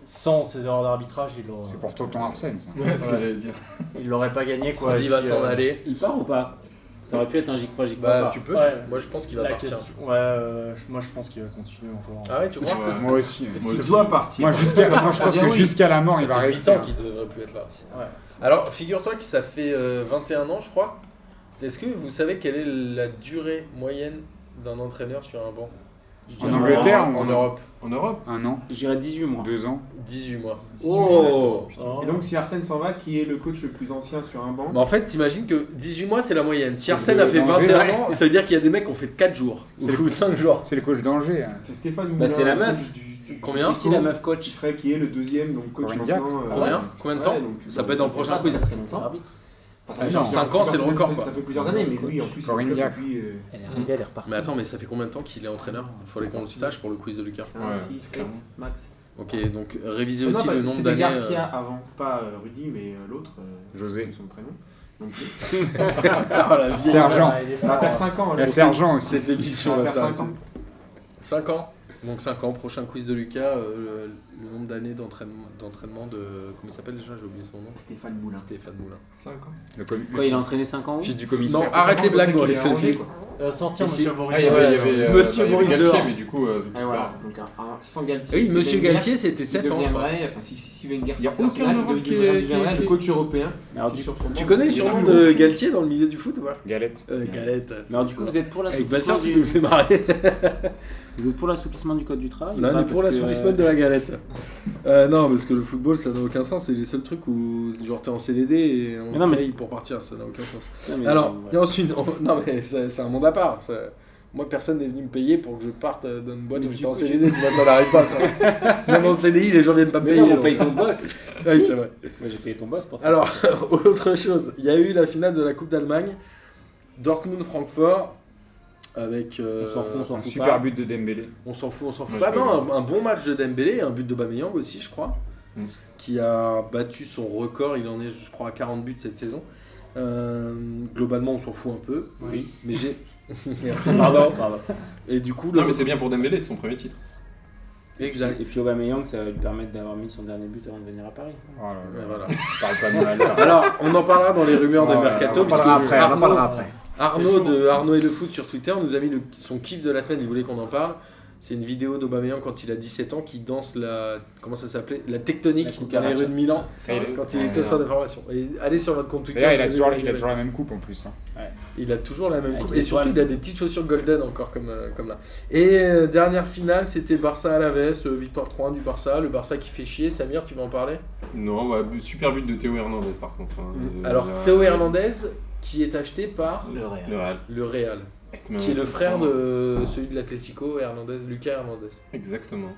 F: sans ses erreurs d'arbitrage, il aurait-
B: C'est pour ton Arsène, ça.
G: Ouais, c'est ce que
F: Ouais.
G: j'allais dire.
F: il l'aurait pas gagné quoi.
A: On
F: et
A: dit, il va
F: puis,
A: s'en
F: euh,
A: aller.
C: Il part ou pas Ça aurait pu être un j'y crois, j'y crois
A: Bah,
C: pas.
A: tu peux.
F: Ouais.
A: tu- Moi, je pense qu'il va
F: La
A: partir.
F: question, ouais, euh, je- moi je pense qu'il va continuer encore.
A: Ah ouais, tu vois
G: Ouais.
B: Moi aussi.
G: Parce
B: Moi,
G: qu'il
B: aussi.
G: doit partir.
B: Moi, jusqu'à, moi, je pense
G: Ah, Bien
B: que
G: oui.
B: jusqu'à la mort,
A: Ça
B: il va
A: fait huit
B: rester.
A: ans qu'il devrait plus être là.
F: Ouais.
A: Alors, figure-toi que ça fait euh, 21 ans, je crois. Est-ce que vous savez quelle est la durée moyenne d'un entraîneur sur un banc
B: En Angleterre,
A: En
B: on-
A: Europe,
G: En Europe.
B: Un an,
C: J'irais 18 mois.
B: deux ans.
A: 18 mois.
C: Oh
F: Oh.
G: Et donc, si Arsène s'en va, qui est le coach le plus ancien sur un banc
A: Mais en fait, t'imagines que 18 mois, c'est la moyenne. Si
B: C'est
A: Arsène
B: le
A: a fait
B: danger,
A: 21
B: ouais.
A: ans, ça veut dire qu'il y a des mecs qui ont fait 4 jours.
B: C'est
A: ou
B: le-
A: 5 jours.
B: C'est le coach d'Angers. hein.
G: C'est Stéphane Moulin.
C: Bah, c'est la
G: le
C: meuf.
G: coach du- du-
A: Combien
G: du
C: Qui est la
G: Costco,
C: meuf
G: Qui
C: coach
G: serait qui est le deuxième donc coach
B: Corinne Diacre.
G: maintenant. euh,
A: Combien Combien de temps
G: ouais, donc,
A: Ça
G: bah,
A: peut être dans le prochain
G: fait
A: quiz.
G: pas très longtemps.
C: Arbitre.
G: ça fait
B: non.
G: plusieurs-
A: Cinq ans, c'est le record,
G: ça-
A: quoi.
G: Ça fait plusieurs années, mais lui, en plus, il est
B: Corinne
G: au club
B: Diacre.
G: depuis euh,
C: Elle est arrivée, elle est repartie.
A: Mais attends, mais ça fait combien de temps qu'il est entraîneur Il faudrait qu'on le sache pour le quiz de Lucas.
E: Ouais,
G: 5, 6, 7,
F: clairement.
G: max.
A: Ok, donc réviser
G: Non,
A: aussi
G: pas-
A: le nombre
G: C'était
A: d'années.
G: Garcia avant, pas euh, Rudy, mais euh, l'autre. euh,
B: José.
G: Son prénom. Donc,
A: euh, *laughs*
B: Sergent.
F: Ah, il est
G: ça va
F: fort.
G: faire 5 ans.
B: Il y
G: là.
B: a Sergent aussi.
A: Cette émission
G: Ça va
A: va
G: faire
A: s'arrêter.
G: 5 ans.
A: 5 ans. Donc 5 ans, prochain quiz de Lucas, euh, le, le nombre d'années d'entraînement d'entraînement de. Comment il s'appelle déjà J'ai oublié son nom.
G: Stéphane Moulin.
A: Stéphane Moulin.
G: 5 ans.
B: Le com-
C: Quoi, il a entraîné 5 ans oui
B: fils du
A: Non,
B: commissaire.
A: arrête les blagues,
G: Boris.
A: Maurice. c'est-
F: Euh, sortir,
A: Et
F: monsieur
A: c'est-
F: Boris.
E: Ah, il y avait, il y avait, euh,
A: Monsieur
E: bah, il y avait
A: Boris
E: Galtier,
A: dehors.
E: mais du coup. euh,
G: Et voilà, donc un, un- sans Galtier.
A: Oui, Monsieur
G: Wenger,
A: Galtier, c'était
G: il
A: 7 ans, je crois.
G: deviendrait- Enfin, si, si, si Wenger
E: Il y a
G: partait à
E: aucun
G: Arsenal,
E: Europe
G: il
E: qui est-
G: deviendrait-
E: qui est-
G: deviendrait
E: qui
G: le
E: est-
G: coach européen.
C: Mais alors,
G: qui,
C: du-
G: sur son
A: Tu
G: banc,
A: connais le
G: il est
A: surnom
G: dans le
A: de
G: groupe.
A: Galtier dans le milieu du foot ou pas
B: Galette.
A: euh, Galette.
C: mais alors, du coup, vous êtes pour
A: Avec
C: l'assouplissement
A: Bastien, ça
C: du...
A: nous fait marrer.
C: vous êtes pour l'assouplissement du code du travail ou
A: Là, on
C: pas
A: est pour
C: Parce que,
A: l'assouvissement
C: euh,
A: de la galette. Euh, non, parce que le football, ça n'a aucun sens. C'est les seuls trucs où, genre, t'es en CDD et on
C: Mais non, mais
A: paye
C: c'est-
A: pour partir. Ça n'a aucun sens.
C: non, mais,
A: Alors,
C: euh,
A: et ensuite, on- non, mais ça- c'est un monde à part. ça- Moi, personne n'est venu me payer pour que je parte euh, d'une boîte où j'étais en CDD. Tu vois, ça n'arrive
C: *laughs*
A: pas, ça. Même en CDI, les gens viennent pas me
C: Mais
A: payer.
C: non, on
A: donc.
C: paye ton boss.
A: *laughs* Oui, c'est vrai.
C: *laughs* Moi, j'ai payé ton boss pour
A: Alors, *laughs* autre chose, il y a eu la finale de la Coupe d'Allemagne, Dortmund-Francfort, avec. euh,
C: On s'en fout, on s'en
B: Un
C: fout
B: super
C: pas.
B: but de Dembélé.
A: on s'en fout, on s'en fout.
E: Moi,
A: Bah
E: je
A: non,
E: peux
A: un, un bon match de Dembélé, un but de Bameyang aussi, je crois,
E: Mm.
A: qui a battu son record. Il en est, je crois, à 40 buts cette saison. Euh, globalement, on s'en fout un peu.
C: Oui.
A: Mais j'ai. Merci, pardon. Et du coup, le-
E: Non, mais c'est bien pour Dembélé, c'est son premier titre.
A: exact.
C: Et puis Aubameyang, ça va lui permettre d'avoir mis son dernier but avant de venir à Paris.
B: Oh là là.
A: Mais voilà.
B: Parle pas de mal. là.
A: Alors, on en parlera dans les rumeurs de
B: Ouais,
A: mercato,
B: on en
A: parce que
B: parlera
A: après, Arnaud,
G: après.
A: Arnaud
F: C'est chaud.
A: de Arnaud et le foot sur Twitter nous a mis le- son kiff de la semaine. Il voulait qu'on en parle. C'est une vidéo d'Aubameyang quand il a 17 ans qui danse la comment ça s'appelait la
C: La
A: tectonique
C: coupe
A: dans
C: à
A: les
C: la
A: rues de Milan
B: Ça, il est-
A: quand il était
E: euh,
A: au centre de formation. Et allez sur votre compte Twitter.
B: D'ailleurs, il a
A: vous
B: toujours,
A: avez-
B: il a toujours Ah, la même coupe en plus. hein.
A: Il a toujours la même
C: Avec
A: coupe.
C: les
A: Et surtout,
C: poils.
A: il a des petites chaussures golden encore comme, euh, comme là. Et euh, dernière finale, c'était Barça à la veste, euh, victoire 3-1 du Barça. Le Barça qui fait chier. Samir, tu vas en parler
E: Non, ouais, bu- super but de Théo Hernandez par contre. hein. Euh,
A: Alors,
E: la-
A: Théo Hernandez qui est acheté par
D: Le Real.
E: Le Real.
A: le Real, qui est
E: Mm.
A: le frère de celui de l'Atlético Hernandez, Lucas Hernandez.
E: Exactement.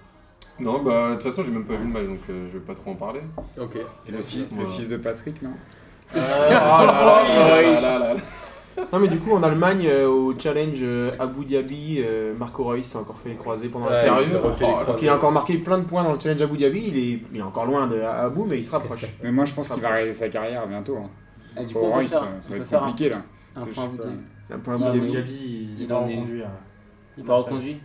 E: Non, bah de toute façon, j'ai même pas vu le match donc euh, je vais pas trop en parler.
A: Ok.
B: Et le, fi- le
E: Voilà.
B: fils de Patrick, non
E: Ah, là, là, là.
G: Non, mais du coup, en Allemagne, euh, au challenge euh, Abu Dhabi, euh, Marco Reus s'est encore fait les croisés pendant la
A: Ouais,
G: saison.
A: il s'est refait les
G: Oh, donc
A: croisés.
G: il a encore marqué plein de points dans le challenge Abu Dhabi. Il est, il est encore loin de Abu, mais il se
B: *laughs*
G: rapproche.
B: Mais moi, je pense
G: Ça
B: qu'il va
G: approche.
B: arrêter sa carrière bientôt. hein.
C: Et du
B: Pour
C: coup, on peut
B: Royce,
C: faire,
B: ça
C: on
B: va
C: peut
B: être
C: faire un,
B: compliqué là.
C: un
B: Je
C: point
B: sais
C: Abu
B: pas.
C: Dhabi.
G: Un point
C: Non,
G: Abu
F: Abu
G: Dhabi.
F: Dhabi, il
C: Il
F: est
C: en
F: pas
C: est-
F: reconduit. hein.
C: Il part au
F: Ça-
C: conduit.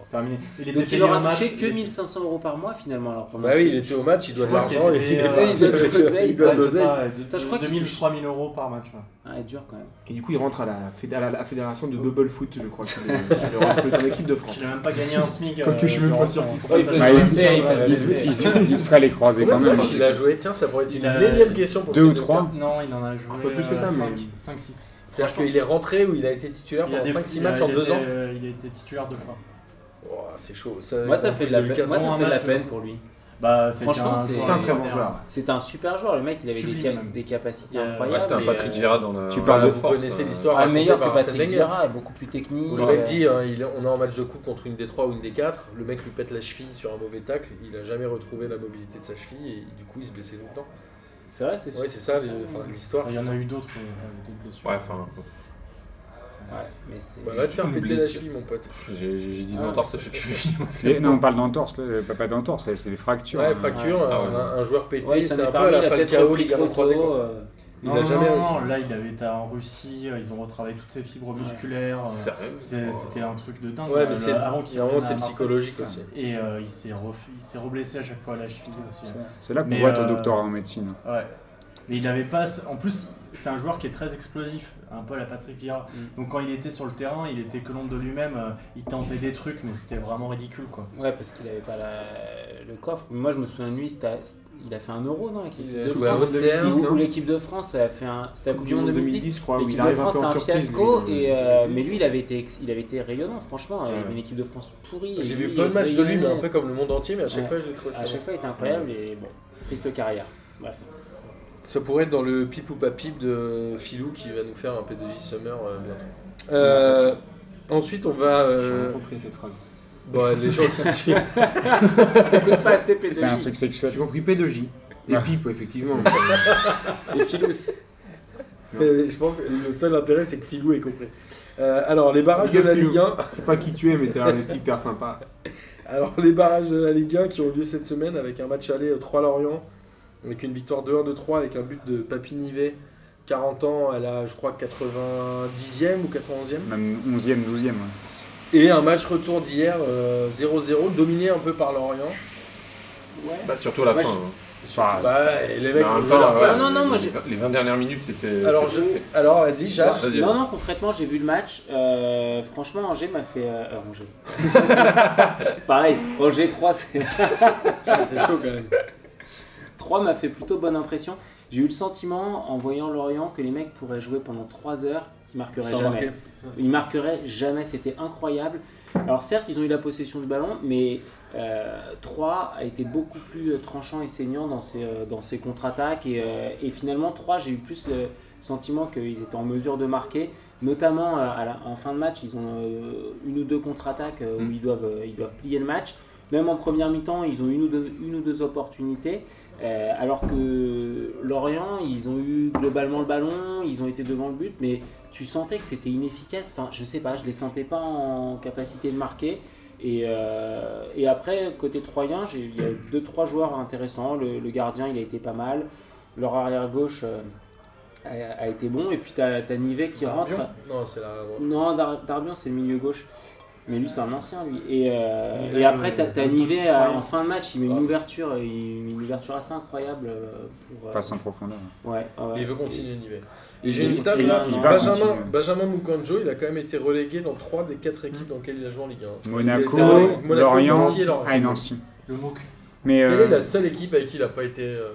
F: C'est terminé. Il était
C: Donc il
F: payé
C: aura
F: un match.
C: touché que 1500 euros par mois finalement. Alors, pendant
A: Bah oui,
C: ce-
A: il était au match, il doit de
F: Je crois qu'il
A: l'argent.
F: était-
A: il-
F: euh,
A: il doit de l'oseille, il doit
F: Ouais,
A: de
F: c'est
A: l'oseille.
F: ça, de-
C: Putain, je crois
F: de
C: qu'il
F: 2000,
C: touche.
F: 3000 euros par match. ouais.
C: Ah, elle est dur quand même.
G: Et du coup, il rentre à la, fédé- à la- à la fédération
B: Oh.
G: de bubble foot, je crois. qu'il
B: *laughs*
G: est- qu'il est rentré dans l'équipe de France.
F: Il a même pas gagné un SMIC. euh,
G: Quoique, je suis même pas sûr qu'il se passe.
B: Bah, il-
C: blessé, il passe
B: Il se il se- il se ferait les croiser quand même.
A: Il a joué, tiens, ça pourrait être une
F: Il a-
A: énième question pour
B: Deux
A: le
B: ou
A: quiz de
B: trois
A: Lucas.
F: Non, il en a joué. euh,
G: Un peu plus que ça, mais-
F: 5, 6.
A: C'est-à-dire qu'il est rentré ou il a été titulaire pendant 5-6 matchs en 2 ans
F: Il a été titulaire deux fois.
A: Ouah, C'est chaud.
C: Moi ça me fait de la peine, moi, ça me
F: un
C: fait de la
F: match,
C: peine
F: ouais.
C: pour lui.
F: Bah, c'est
C: Franchement,
F: un-
C: c'est-
F: c'est
G: C'est un très bon joueur.
C: C'était un super joueur, le mec il avait des,
F: Sublime,
C: ca-
F: même.
C: des capacités
F: Euh, ouais,
E: Ouais,
C: incroyables.
E: Ouais, c'était un mais, Patrick euh, Gérard dans euh,
B: tu parles de
A: vous connaissez l'histoire.
C: Ah,
A: racontée
C: meilleur que
A: par Arsène
C: Patrick
A: Wenger.
C: Vieira, beaucoup plus technique.
A: Vous
C: euh,
A: l'avez dit, hein, il est- on est en match de coupe contre une des 3 ou une des 4. Le mec lui pète la cheville sur un mauvais tacle. Il a jamais retrouvé la mobilité de sa cheville et du coup il se blessait tout le temps.
C: C'est vrai, c'est sûr.
A: Ouais, c'est ça les- enfin, l'histoire.
F: Il y en a eu d'autres. euh, d'autres blessures.
E: Ouais, enfin.
C: Ouais, mais c'est.
A: Bah, va te faire
E: une
A: péter la
E: blessure.
A: cheville, mon pote.
E: J'ai 10
C: ans de
E: torse chez
B: C'est- Non, on parle d'entorse, là, pas pas d'entorse, c'est c'est des fractures.
A: Ouais,
B: hein.
A: fracture,
E: Ah ouais.
A: un, un joueur pété,
C: Ouais, ça
A: c'est
C: m'est
A: un peu à
C: permis, il
A: la
C: a
A: fin de
C: peut-être
A: KO,
C: repris
A: il a
C: trop
A: recroisé.
C: tôt.
A: quoi.
C: euh,
A: Il
F: Non,
A: a
F: non,
A: jamais
F: non,
A: réussi.
F: là il avait été en Russie, euh, ils ont retravaillé toutes ses fibres musculaires. euh,
E: Sérieux
F: c'est- C'était un truc de
C: euh,
F: dingue.
A: Ouais,
F: Le-
A: mais c'est
F: avant qu'il
A: vraiment,
F: revienne à
A: c'est
F: Marseille.
A: psychologique aussi.
F: Et euh, il s'est ref- il s'est reblessé à chaque fois à la cheville aussi.
B: C'est là qu'on
F: Mais,
B: voit ton
F: euh,
B: doctorat en médecine. hein.
F: Ouais. Mais il avait pas. En plus, c'est un joueur qui est très explosif, un peu à la Patrick Vieira. Donc quand il était sur le terrain, il était que l'ombre de lui-même. euh, Il tentait des trucs, mais c'était vraiment ridicule, quoi.
C: Ouais, parce qu'il avait pas la- le coffre. Moi, je me souviens de lui, c'était à- il a fait un euro, non Avec l'équipe
A: Il a
C: de
A: joué
C: France.
A: à Auxerre,
C: Ou-
G: non
C: Ou l'équipe de France, elle a fait un. C'était la Coupe du Monde 2010.
G: je crois, où
A: Ah,
C: L'équipe
G: il
C: de
G: arrive un
C: France,
G: peu
C: c'est
G: en
C: un
G: surprise.
C: fiasco,
G: mais,
C: et,
G: euh,
C: euh, mais lui, il avait été, ex- il avait été rayonnant, franchement. Il
E: Ouais.
C: avait une équipe de France pourrie. et
A: J'ai
C: lui,
A: vu
C: il
A: plein de matchs de lui, mais
C: rayonnait.
A: un peu comme le monde entier, mais à chaque
C: Ouais.
A: fois je l'ai trouvé.
C: À
A: très
C: chaque
A: bon.
C: fois, il était incroyable, et bon, triste carrière. Bref.
A: Ça pourrait être dans le pipe ou pas pipe de Philou qui va nous faire un P2J Summer euh, bientôt. Euh, ensuite, on va.
E: J'ai
A: euh,
E: compris cette phrase.
A: *laughs* bon, les gens qui suivent.
C: T'écoutes pas assez p
B: C'est un truc
G: J'ai
B: sexuel.
G: compris P2J.
B: *laughs*
G: Et
B: Ouais.
G: pipe, effectivement.
C: Et Philous.
A: *laughs* Mais je pense que le seul intérêt, c'est que Filou ait compris. Euh, alors, les barrages de
G: Big up,
A: la
G: Filou.
A: Ligue 1.
G: Je sais pas qui tu es, mais t'es un type hyper sympa.
A: Alors, les barrages de la Ligue 1 qui ont lieu cette semaine avec un match aller 3-Lorient, avec une victoire 2-1-2-3, avec un but de Papinivet, 40 ans, elle a, je crois, 90e ou 91e.
B: Même hein. 11e, 12e. ouais.
A: Et un match retour d'hier, euh, 0-0, dominé un peu par Lorient.
E: Bah, surtout à la
A: Ouais,
E: fin.
A: je-
E: hein.
B: Enfin,
A: Bah, et les
E: Mais
A: mecs
E: en
A: ont
E: même
A: joué
E: temps,
A: leur
E: ouais,
A: place.
C: Non, non,
E: c'est-
C: moi,
E: les,
C: j'ai-
E: les 20 dernières minutes, c'était.
A: Alors, je...
E: c'était-
A: alors vas-y, Jacques.
E: Vas-y,
C: Non,
E: vas-y.
C: non, concrètement, j'ai vu le match. Euh, franchement, Angers m'a fait. euh, euh, *laughs* Angers. c'est pareil, Angers 3, *laughs* c'est
A: C'est chaud quand même.
C: 3 m'a fait plutôt bonne impression. J'ai eu le sentiment, en voyant Lorient, que les mecs pourraient jouer pendant 3 heures, qu'ils marqueraient
A: Sans
C: jamais.
A: marquer.
C: Ils marqueraient jamais, c'était incroyable. Alors certes, ils ont eu la possession du ballon, mais euh, 3 a été beaucoup plus euh, tranchant et saignant dans ses, euh, dans ses contre-attaques. Et, euh, et finalement, 3, j'ai eu plus le sentiment qu'ils étaient en mesure de marquer. Notamment euh, à la- en fin de match, ils ont euh, une ou deux contre-attaques euh, où ils doivent, euh, ils doivent plier le match. Même en première mi-temps, ils ont une ou deux, une ou deux opportunités. Euh, alors que Lorient, ils ont eu globalement le ballon, ils ont été devant le but, mais tu sentais que c'était inefficace. Enfin, je sais pas, je les sentais pas en capacité de marquer. Et, euh, et après, côté Troyen, j'ai- il y a eu deux trois joueurs intéressants. Le, le gardien, il a été pas mal. Leur arrière gauche euh, a, a été bon. Et puis t'as as Nivet qui rentre.
A: Non, c'est la.
C: Non, Dar- Darmian, c'est le milieu gauche. Mais lui, c'est un ancien, lui. Et, euh,
F: Nivet,
C: et après,
F: le-
C: t'as t'as
F: le
C: Nivet
F: petit
C: à-
F: Troyen.
C: en fin de match, il met
A: Ah.
C: une ouverture, euh, il met une ouverture assez incroyable euh, pour. euh,
B: passe en profondeur.
C: ouais, ouais.
A: Il veut continuer Nivet. Et j'ai
C: Il
A: une stat
C: continue, Mmh.
A: là,
C: il
B: va
A: Benjamin,
B: continuer.
A: Benjamin Mukanjo, il a quand même été relégué dans 3 des 4 équipes dans lesquelles il a joué en Ligue
C: Euh.
A: 1.
B: Monaco,
A: Monaco,
B: Lorient,
A: Nancy et Lorient.
B: ah, et Nancy.
F: Le MOOC.
B: Mais
A: Quelle est
B: euh,
A: la seule équipe avec qui il n'a pas été euh,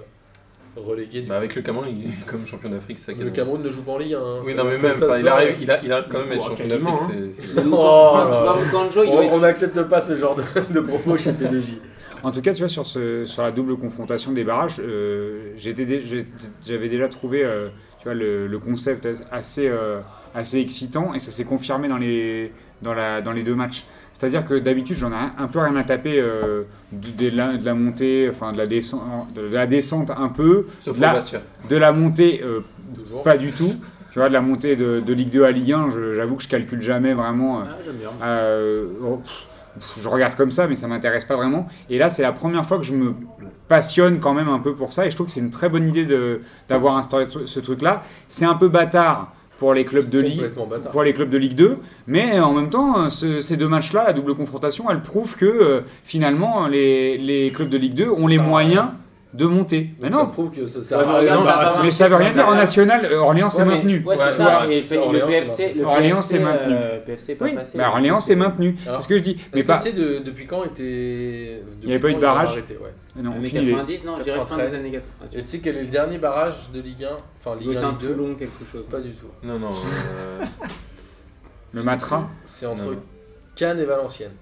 A: relégué du
E: Bah, avec le Cameroun, il est comme champion d'Afrique, ça.
A: Le Cameroun ne joue pas en Ligue 1. hein.
E: Oui,
A: C'est
E: non, mais
A: comme
E: même,
A: ça,
E: enfin, il
A: ça.
E: arrive, il a, il a quand même
G: Bon,
E: être champion
G: quasiment,
E: d'Afrique. c'est- c'est-
C: Mais Moukan-
A: Oh
C: enfin, tu
A: là
C: vois,
A: là.
C: Moukanjo, il doit
A: On
C: être.
A: n'accepte pas ce genre de, *laughs* de propos chez P2J.
B: en tout cas, tu vois, sur, ce, sur la double confrontation des barrages, euh, j'étais dé- j'ai- j'avais déjà trouvé euh, tu vois, le, le concept as- assez, euh, assez excitant et ça s'est confirmé dans les, dans, la, dans les deux matchs. C'est-à-dire que d'habitude, j'en ai un, un peu rien à taper euh, du- des- de, la, de la montée, enfin de la, descente, de la descente un peu,
E: Sauf
B: Là-
E: pour Bastia.
B: de la montée euh,
A: Toujours.
B: Pas du tout. Tu vois, de la montée de, de Ligue 2 à Ligue 1, je- j'avoue que je calcule jamais vraiment. euh,
C: Ah, j'aime bien.
B: euh, oh, pff, pff, je regarde comme ça, mais ça m'intéresse pas vraiment. Et là, c'est la première fois que je me passionne quand même un peu pour ça. Et je trouve que c'est une très bonne idée de- d'avoir instauré ce ce truc-là. C'est un peu bâtard pour les clubs de Ligue
A: Complètement bâtard.
B: pour les clubs de Ligue 2, mais en même temps, euh, ce- ces deux matchs-là, la double confrontation, elle prouve que euh, finalement, les, les clubs de Ligue 2 ont les
A: sert à
B: moyens de monter. Mais
A: Donc ça
B: non,
A: prouve que
C: Ça
A: ça sert à
C: va,
A: rien.
C: regarde,
A: Non,
C: ça
A: ça-
C: va.
B: mais ça veut rien dire en national, euh, Orléans s'est
C: Ouais, mais-
B: maintenu.
C: Ouais, c'est
A: Ouais,
C: ça.
A: ouais,
C: Et
A: c'est
C: le-
A: Orléans,
C: le PFC,
A: c'est
C: le
B: Orléans,
C: PFC,
B: c'est maintenu.
C: euh, PFC est pas
B: Oui,
C: passé.
B: bah, Orléans s'est maintenu.
A: Alors,
B: C'est ce que je dis.
A: Est-ce
B: Mais
A: que
B: pas.
A: tu sais de- depuis quand était. depuis
B: avait pas
A: quand
B: eu de
A: ils ont
B: barrage.
A: arrêté, ouais.
B: Non,
C: Années
B: aucune idée.
C: 90, non, je dirais fin des
A: 93.
C: années 90.
A: Et tu sais quel est le dernier barrage de Ligue 1 Enfin,
C: Ça
A: Ligue
C: doit être
A: 1,
C: un
A: Ligue 2
C: Toulon, quelque chose.
A: Pas du tout.
E: Non, non. euh,
B: Le Matra.
A: C'est entre
E: Non, non.
A: Cannes et Valenciennes.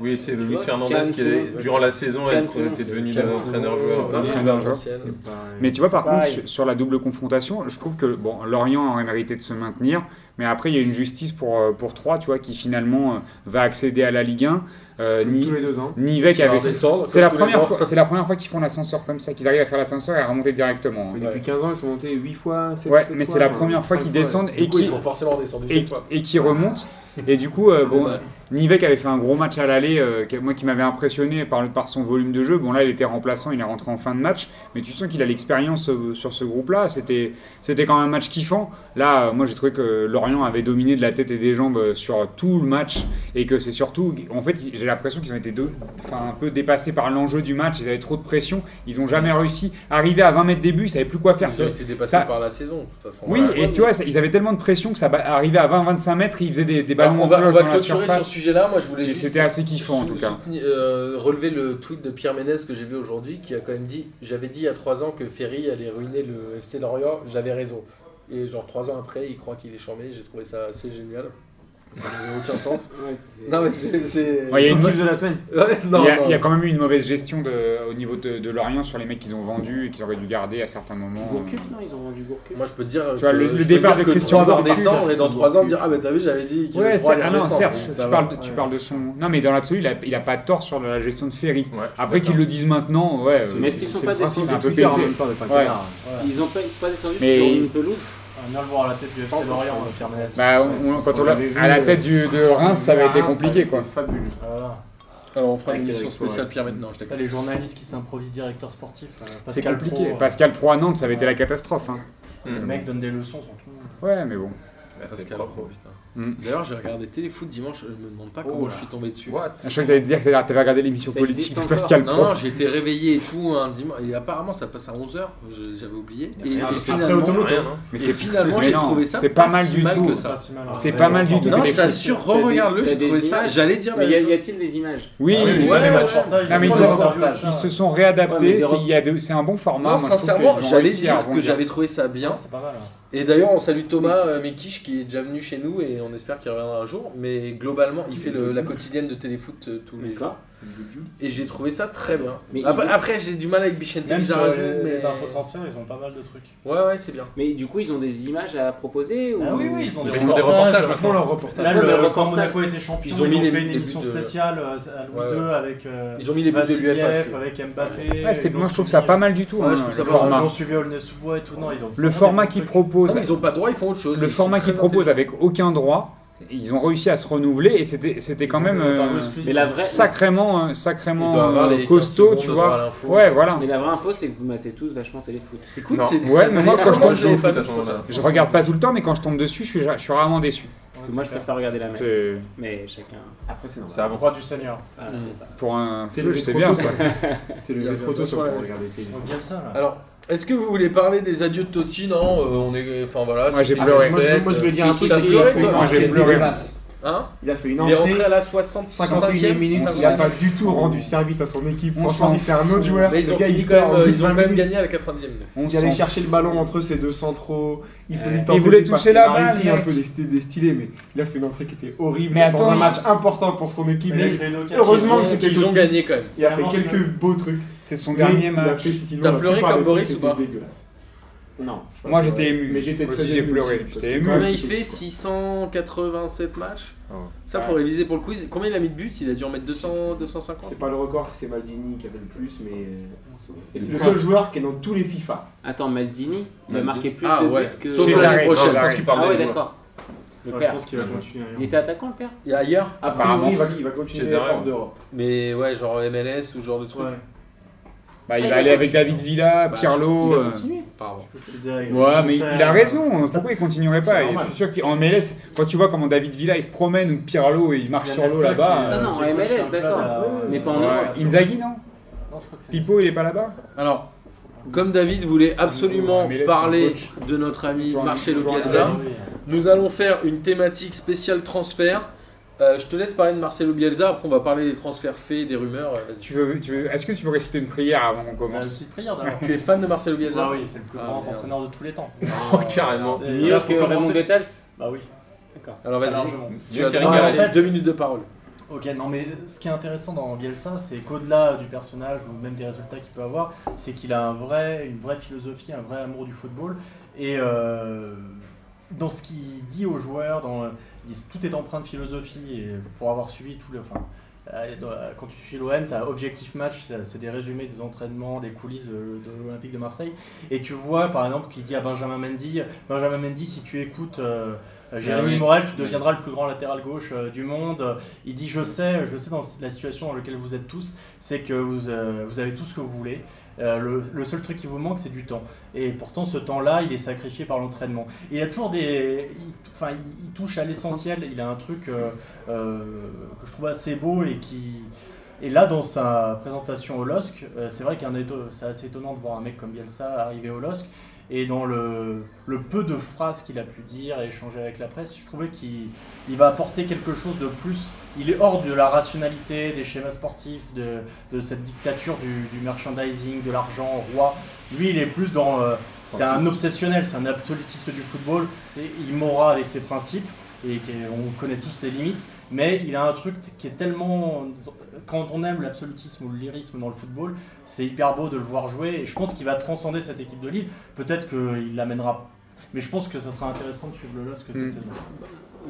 E: Oui, c'est
C: Tu
E: Luis
C: vois,
E: Fernandez
C: Cannes,
E: qui, est-
C: Toulon,
E: durant la saison,
C: Cannes,
E: est-
C: Toulon,
E: était
C: c'est-
E: devenu
A: Cannes,
E: entraîneur-joueur.
A: Toulon,
B: Entraîneur-joueur.
A: Valenciennes.
G: C'est pas- euh,
B: Mais tu vois, par contre,
C: pareil.
B: sur, sur la double confrontation, je trouve que bon, Lorient aurait mérité de se maintenir, mais après, il y a une justice pour, euh, pour 3, tu vois, qui finalement euh, va accéder à la Ligue 1. Euh,
G: Comme
B: Ni-
G: tous les deux ans.
B: Nivek
A: Qui va
B: avait.
A: redescendre,
B: C'est la,
A: comme tous les
B: première
A: ans.
B: fois- c'est la première fois qu'ils font l'ascenseur comme ça, qu'ils arrivent à faire l'ascenseur et à remonter directement. hein.
G: Mais depuis 15 ans, ils sont montés 8 fois, 7
B: Ouais, mais
A: euh,
B: c'est la première fois qu'ils descendent
A: Du
B: et
A: coup, ils
B: qu'ils
A: sont forcément descendus
B: et,
A: cette fois.
B: et qui remonte. Et du coup, euh, bon,
A: dommage.
B: Nivek avait fait un gros match à l'aller, euh, qui- moi qui m'avait impressionné par, le- par son volume de jeu. Bon, là, il était remplaçant, il est rentré en fin de match, mais tu sens qu'il a l'expérience euh, sur ce groupe-là. C'était, c'était quand même un match kiffant. Là, euh, moi, j'ai trouvé que Lorient avait dominé de la tête et des jambes euh, sur tout le match, et que c'est surtout, en fait, j'ai l'impression qu'ils ont été deux, enfin, un peu dépassés par l'enjeu du match. Ils avaient trop de pression, ils ont jamais réussi. Arrivé à 20 mètres début, ils savaient plus quoi faire.
A: Ils ont été dépassés
B: ça-
A: par la saison, de toute façon.
B: Oui,
A: Voilà.
B: et tu vois, ça- ils avaient tellement de pression que ça ba- arrivait à 20-25 mètres, ils faisaient des, des
A: Alors,
B: ballons
A: on
B: en
A: va, on
B: cloche
A: va
B: dans la
A: clôturer sur ce
B: surface.
A: sujet-là. Moi, je voulais
B: Et
A: juste
B: c'était assez kiffant en
A: sou-
B: tout cas.
A: soutenir- euh, relever le tweet de Pierre Ménès que j'ai vu aujourd'hui, qui a quand même dit J'avais dit il y a 3 ans que Ferry allait ruiner le FC Lorient, j'avais raison. Et genre 3 ans après, il croit qu'il est chambé. J'ai trouvé ça assez génial. Ça n'avait aucun sens.
C: Ouais, c'est-
A: *laughs* Non, mais c'est. c'est-
B: Ouais, il y a une-
G: Top kiff de la semaine.
A: *laughs* Ouais, non,
B: il, y a,
A: non.
B: il y a quand même eu une mauvaise gestion de- au niveau de, de Lorient sur les mecs qu'ils ont vendus et qu'ils auraient dû garder à certains moments.
C: Gourcuff, non, ils ont vendu Gourcuff.
A: Moi, je peux te dire.
B: vois, le- le départ de Christian Gourcuff,
A: on est dans 3 ans, dire Ah, bah t'as vu, j'avais dit qu'il
B: Ouais,
A: avait droit à
B: c'est-
A: la
B: ah non,
A: redescendre.
B: certes,
A: Ça
B: tu
A: va.
B: parles, de, tu parles de son. Non, mais dans l'absolu, il a, il a pas tort sur la gestion de Ferry.
E: Ouais, je
B: Après
E: suis
B: qu'ils le disent maintenant, ouais. euh,
C: Mais est-ce qu'ils sont
G: C'est
C: pas
G: le principe
B: déçus
G: de
B: d'un peu
G: Twitter en
B: pété
G: même temps d'être un
B: Ouais.
G: connard.
C: Ils ont pas, ils sont pas descendus
B: Mais-
C: sur une pelouse.
F: Un Nolbourg à la tête du FC Lorient, euh, Pierre Ménès.
B: Bah, on- on- quand on l'a
G: avait vu,
B: à la
G: euh,
B: tête du, de Reims, ça avait été
F: Reims, ça
B: compliqué quoi.
G: Fabuleux.
F: Voilà.
A: Alors on fera
G: Ah,
A: une
G: c'est
A: émission
G: vrai, c'est vrai.
A: spéciale Pierre maintenant, je
F: Là,
A: t'accorde.
F: les journalistes qui s'improvisent directeur sportif. euh,
B: C'est
F: Pascal
B: compliqué.
F: Pro, euh,
B: Pascal Pro à Nantes, ça avait été la catastrophe. hein.
F: Le mec donne des leçons sur tout le monde.
B: Ouais, mais bon.
E: C'est
A: Pascal Pro,
E: propre.
A: putain.
B: Mm.
A: D'ailleurs, j'ai regardé Téléfoot dimanche, je me demande pas comment
E: là.
A: je suis tombé dessus.
E: What
B: Je crois que t'allais te dire que t'allais t'avais regardé l'émission
C: Ça
B: politique
C: existe
B: de
C: encore.
B: Pascal
A: Non,
B: Pro.
A: non, j'ai été réveillé et tout un dimanche. Et apparemment, ça passe à 11h, j'avais oublié. Et, et
G: Après,
A: finalement,
G: autoroute,
E: Rien,
G: hein.
E: hein.
A: et
B: mais c'est
A: finalement,
B: mais
A: j'ai
B: non,
A: trouvé ça
B: C'est
A: pas,
B: pas, mal
A: si
B: du
A: mal
B: tout.
A: que
F: C'est
A: ça.
F: pas si mal. hein.
B: C'est
F: Ouais,
B: pas mal du
F: fort.
B: tout.
A: Non,
B: T'es
A: je
B: déçu.
A: t'assure, re-regarde-le,
C: T'as
A: j'ai
C: des
A: trouvé ça.
C: images
A: J'allais dire la
C: Mais y, a-
A: même
C: y
A: chose.
C: a-t-il des images
B: Oui,
E: Ah oui,
B: oui,
E: oui,
A: ouais,
B: oui.
A: ouais.
F: Reportage,
B: Non, mais
F: ils
B: ils,
F: font
B: ont-
F: des reportages,
B: ils
F: hein.
B: se sont
C: Ouais,
B: réadaptés.
C: mais
B: c'est-
C: des-
B: il y a de- C'est un bon format.
A: Non,
B: moi, je trouve
A: sincèrement,
B: qu'ils ont
A: j'allais
B: réussi à
A: dire que
B: rebondir.
A: j'avais trouvé ça bien.
F: C'est pas mal. hein.
A: Et d'ailleurs, on salue Thomas euh, Mekish qui est déjà venu chez nous et on espère qu'il reviendra un jour. Mais globalement, il fait le- la quotidienne de téléfoot euh, tous les jours.
C: D'accord.
A: Et j'ai trouvé ça très bien.
C: Mais
A: Après,
C: ils-
A: après, j'ai du mal avec Bichente
F: Même sur
A: Lizarazu,
F: les,
A: mais
F: les infotransferts, ils ont pas mal de trucs.
A: Ouais, ouais, c'est bien.
C: Mais du coup, ils ont des images à proposer
F: Ah
C: ou...
F: ils ont
E: Ils font des reportages maintenant.
G: leur reportage.
F: Là,
C: Ouais, mais
F: le,
C: le
F: quand
C: reportage-
F: Monaco était champion,
A: ils ont mis les-
F: fait
A: les
F: une
A: buts
F: émission
A: de-
F: spéciale euh, à Louis
A: Ouais,
F: II
A: ouais.
F: avec euh,
A: Ils ont mis les buts de l'UEFA. si tu
F: Vassiliev,
A: veux.
F: avec Mbappé.
B: Ouais, c'est-
F: ils
B: moi,
F: ont
B: je trouve
F: suivi-
B: ça pas mal du tout.
A: Ouais,
B: hein,
A: je trouve ça
B: le
A: pas mal.
B: format.
F: Ils ont suivi Aulnay-sous-Bois et tout. Non, ils ont
B: Le
F: fait
B: format
F: des
B: qu'ils
F: trucs.
A: Non,
B: proposent,
A: mais ils ont pas de droit, ils font autre chose.
B: le
A: Ils
B: format
A: sont
B: qu'ils
A: très
B: proposent avec aucun droit, ils ont réussi à se renouveler et c'était c'était quand même
F: Des
B: euh,
F: interviews exclusives.
C: Mais la vraie,
B: sacrément euh,
A: Il doit
B: sacrément
A: avoir
B: euh,
A: les 15
B: costaud,
A: secondes
B: tu
A: de droit à
B: vois.
A: l'info.
B: Ouais, voilà.
C: mais la vraie info, c'est que vous matez tous vachement téléfoot.
A: Écoute,
E: Non.
A: c'est.
B: Ouais,
A: c'est-
B: mais moi,
A: c'est
B: quand je
A: comment
E: tombe sur
A: l'ai
E: le
A: pas
E: foot, à
A: vu,
E: ce moment-là.
A: pense.
B: Je regarde pas tout le temps, mais quand je tombe dessus, je suis, je suis rarement déçu.
F: Ouais,
C: Parce que moi, je
F: c'est clair.
C: préfère regarder la messe.
B: C'est-
C: Mais chacun.
G: Après, c'est normal.
E: C'est avant.
F: Droit du Seigneur.
C: Voilà, c'est ça.
B: Pour un
G: T'es
B: feu,
G: levé
B: c'est
G: trop
B: bien
G: tôt,
B: ça.
G: C'est
A: Il y
G: le
A: a
G: trop tôt
A: pas
G: sur
A: de
G: le
A: problème.
G: regarder télé.
F: On bien ça, là.
A: Alors, est-ce que vous voulez parler des adieux de Totti Non, euh, on est. Enfin voilà.
B: Moi, j'ai
A: c'était une
B: pleuré.
G: Ah, Moi, je veux-
A: fête. euh,
G: moi, je veux dire un
A: Si,
G: truc,
A: si,
G: c'est
A: si,
G: qu'il a
A: pleuré,
G: fait
A: toi.
G: une
B: Moi, j'ai
G: entrée
B: pleuré.
G: dégueulasse.
A: Hein
G: Il a fait une
A: Il est rentré
G: entrée.
A: à la 60
G: 51 e
A: 55e.
G: minute,
B: on
G: il a
B: s'en
G: pas
B: fout.
G: du tout rendu service à son équipe.
B: On
G: Franchement,
B: s'en
G: si c'est un autre
B: fout.
G: joueur,
A: Mais Bah, ils
G: le
A: ont
G: gars il
A: fini quand
G: sort en
A: même,
G: plus
A: ils
G: de
A: ont quand
G: 20
A: même
G: minutes.
A: gagné à la 90e minute.
B: On
G: Il allait
B: s'en
G: chercher le ballon entre ses deux centraux. Il faisait tenter
B: il voulait
G: des
B: toucher la
G: passes. Il a
B: balle,
G: réussi un
B: mais-
G: peu des des destylés, mais il a fait une entrée qui était horrible
B: Mais
G: dans
B: attends,
G: un
B: il-
G: match important pour son équipe.
F: Mais là,
G: Il-
F: il fait une occasion.
G: Heureusement que
A: Ils ont-
G: c'était
A: Ils ont
G: Totti.
A: gagné quand même.
G: Il a fait
F: Vraiment,
G: quelques
F: c'est-
G: beaux trucs.
B: C'est son
G: mais
B: dernier
G: Il a
B: match.
G: fait, sinon,
A: T'as
G: la
A: pleuré
G: plupart
A: comme
G: des trucs,
A: Boris ou
G: c'était
A: pas
G: dégueulasse. Non.
B: Moi j'étais ému.
G: Mais j'étais
B: Moi,
G: très
B: J'ai
G: ému
B: pleuré.
G: aussi, parce
B: J'étais
G: que
B: ému.
G: quand
A: Combien
G: Ouais,
A: il
G: c'est
A: fait
G: petit, quoi.
A: 687 matchs
E: Ah ouais.
A: Ça, faut réviser pour le quiz. Combien il a mis de buts Il a dû en mettre 200, 250
G: C'est pas le record, parce que c'est Maldini qui avait le plus, mais. euh, Et c'est le seul joueur qui est dans tous les FIFA.
C: Attends, Maldini, il a
E: Maldini.
C: marqué plus
A: Ah
C: de
A: ouais.
C: buts que.
A: Sauf
B: César.
A: l'année
B: Non,
A: prochaine.
E: je
B: César.
E: pense qu'il parle
C: Ah
E: des
C: ouais,
E: joueurs.
C: d'accord. Le
F: Ouais, Je
C: père.
F: pense qu'il va
E: Ouais.
F: continuer. hein.
C: Il était attaquant, le père
A: Et ailleurs
G: A
B: Apparemment.
G: priori, il va, il va continuer
E: Cesare.
G: hors d'Europe.
A: Mais ouais, genre MLS ou genre de truc.
F: Ouais,
B: Bah,
C: Ah,
B: il
C: il
B: va
C: a
B: aller avec
A: continué.
B: David Villa,
A: Bah,
B: Pirlo.
A: il a
B: euh,
A: continué. Pardon.
F: je te dirais.
B: Ouais, mais
F: Ça,
B: il a raison. Pourquoi il continuerait pas
G: c'est
B: Et Je
G: normal.
B: suis sûr qu'en MLS, quand tu vois comment David Villa il se promène ou Pirlo et il marche
F: Il y a
B: sur l'eau
F: Nesta
B: là-bas.
F: qui, euh,
C: Non, non,
F: qui
C: en
F: coach
C: MLS,
F: un club
C: d'accord.
F: à-
C: Mais pas en
B: euh,
C: non,
B: ouais.
C: non.
B: Inzaghi, non
F: Non, je crois que c'est
B: Pipo, il est pas là-bas
A: Alors, comme David voulait absolument
B: MLS,
A: parler
B: coach.
A: de notre ami
B: Toujours un-
A: Marcelo
B: toujours un
A: Bielsa,
B: ami.
F: Oui.
A: nous allons faire une thématique spéciale transfert. Euh, je te laisse parler de Marcelo Bielsa, après on va parler des transferts faits, des rumeurs. euh, vas-y.
B: Tu veux, tu veux, Est-ce que tu veux réciter une prière avant qu'on
F: Bah,
B: commence
F: petite prière d'abord.
A: Tu es fan de Marcelo Bielsa
F: Ah oui, c'est le plus
A: Ah,
F: grand
A: merde.
F: entraîneur de tous les temps.
A: *laughs*
E: Oh, carrément.
F: Et
C: Mieux
F: là, faut
C: que Raymond
F: commencer-
C: Goethals
F: Bah oui,
A: Alors
F: très
A: vas-y,
F: largement.
A: tu as
E: Dieu
A: droit à
F: Kering, arrête.
A: deux minutes de parole.
F: Ok, non mais ce qui est intéressant dans Bielsa, c'est qu'au-delà du personnage ou même des résultats qu'il peut avoir, c'est qu'il a un vrai, une vraie philosophie, un vrai amour du football. Et euh, dans ce qu'il dit aux joueurs, dans, euh, il- tout est empreint de philosophie. Et pour avoir suivi tout le... Enfin, euh, dans- euh, quand tu suis l'OM, tu as Objectif Match, c'est- c'est des résumés des entraînements, des coulisses de, de l'Olympique de Marseille. Et tu vois par exemple qu'il dit à Benjamin Mendy, Benjamin Mendy, si tu écoutes euh, euh, Jérémy
A: Ah oui.
F: Morel, tu deviendras le plus grand latéral gauche euh, du monde. Il dit, je sais, je sais dans la situation dans laquelle vous êtes tous, c'est que vous, euh, vous avez tout ce que vous voulez. Euh, le, le seul truc qui vous manque, c'est du temps. Et pourtant, ce temps-là, il est sacrifié par l'entraînement. Il a toujours des. il- Enfin, il, il touche à l'essentiel. Il a un truc euh, euh, que je trouve assez beau et qui. Et là, dans sa présentation au LOSC, euh, c'est vrai qu'un éto- c'est assez étonnant de voir un mec comme Bielsa arriver au LOSC. Et dans le, le peu de phrases qu'il a pu dire et échanger avec la presse, je trouvais qu'il il va apporter quelque chose de plus. Il est hors de la rationalité, des schémas sportifs, de, de cette dictature du, du merchandising, de l'argent, roi. Lui, il est plus dans. euh, c'est un obsessionnel, c'est un absolutiste du football. Et il mourra avec ses principes. Et qui est- on connaît tous ses limites. Mais il a un truc qui est tellement. Quand on aime l'absolutisme ou le lyrisme dans le football, c'est hyper beau de le voir jouer. Et je pense qu'il va transcender cette équipe de Lille. Peut-être qu'il l'amènera. Mais je pense que ça sera intéressant de suivre le LOSC cette
C: Hmm.
B: Mm.
F: saison.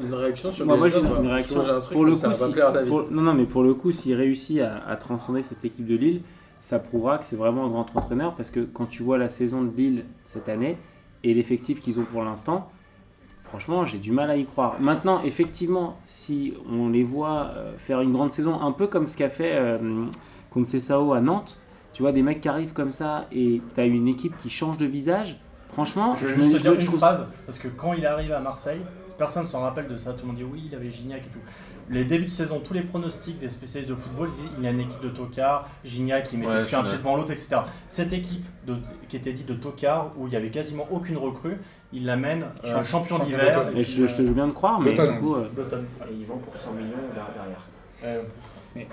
A: Une réaction sur
C: Moi, moi, j'ai
A: Bielsa
C: une,
A: ou pas
C: une
A: Parce que moi,
C: réaction.
A: j'ai un truc,
C: pour le
A: ça
C: coup,
A: va pas
C: si-
A: plaire à David.
C: pour- non, non, mais pour le coup, s'il réussit à, à transcender cette équipe de Lille, ça prouvera que c'est vraiment un grand entraîneur parce que quand tu vois la saison de Lille cette année, et l'effectif qu'ils ont pour l'instant, franchement, j'ai du mal à y croire. Maintenant, effectivement, si on les voit euh, faire une grande saison, un peu comme ce qu'a fait euh, Sao à Nantes, tu vois, des mecs qui arrivent comme ça et tu as une équipe qui change de visage, franchement,
F: Je vais
C: me-
F: juste te dire
C: je
F: une
C: trouve-
F: phrase, parce que quand il arrive à Marseille, personne ne s'en rappelle de ça, tout le monde dit oui, il avait Gignac et tout. Les débuts de saison, tous les pronostics des spécialistes de football disent il a une équipe de tocards, Gignac il mettait
E: Ouais,
F: depuis un
E: je
F: pied
E: suis
F: devant l'autre, etc. Cette équipe de- qui était dite de tocards, où il n'y avait quasiment aucune recrue, il l'amène euh,
B: Champ-
F: champion
B: champion
F: d'hiver.
B: d'automne.
F: et
C: Et
F: puis,
C: je, je te veux bien de croire, mais
B: D'automne.
C: du coup, euh,
F: euh, d'automne.
G: Et ils vendent pour 100 millions derrière.
F: Euh,
B: M-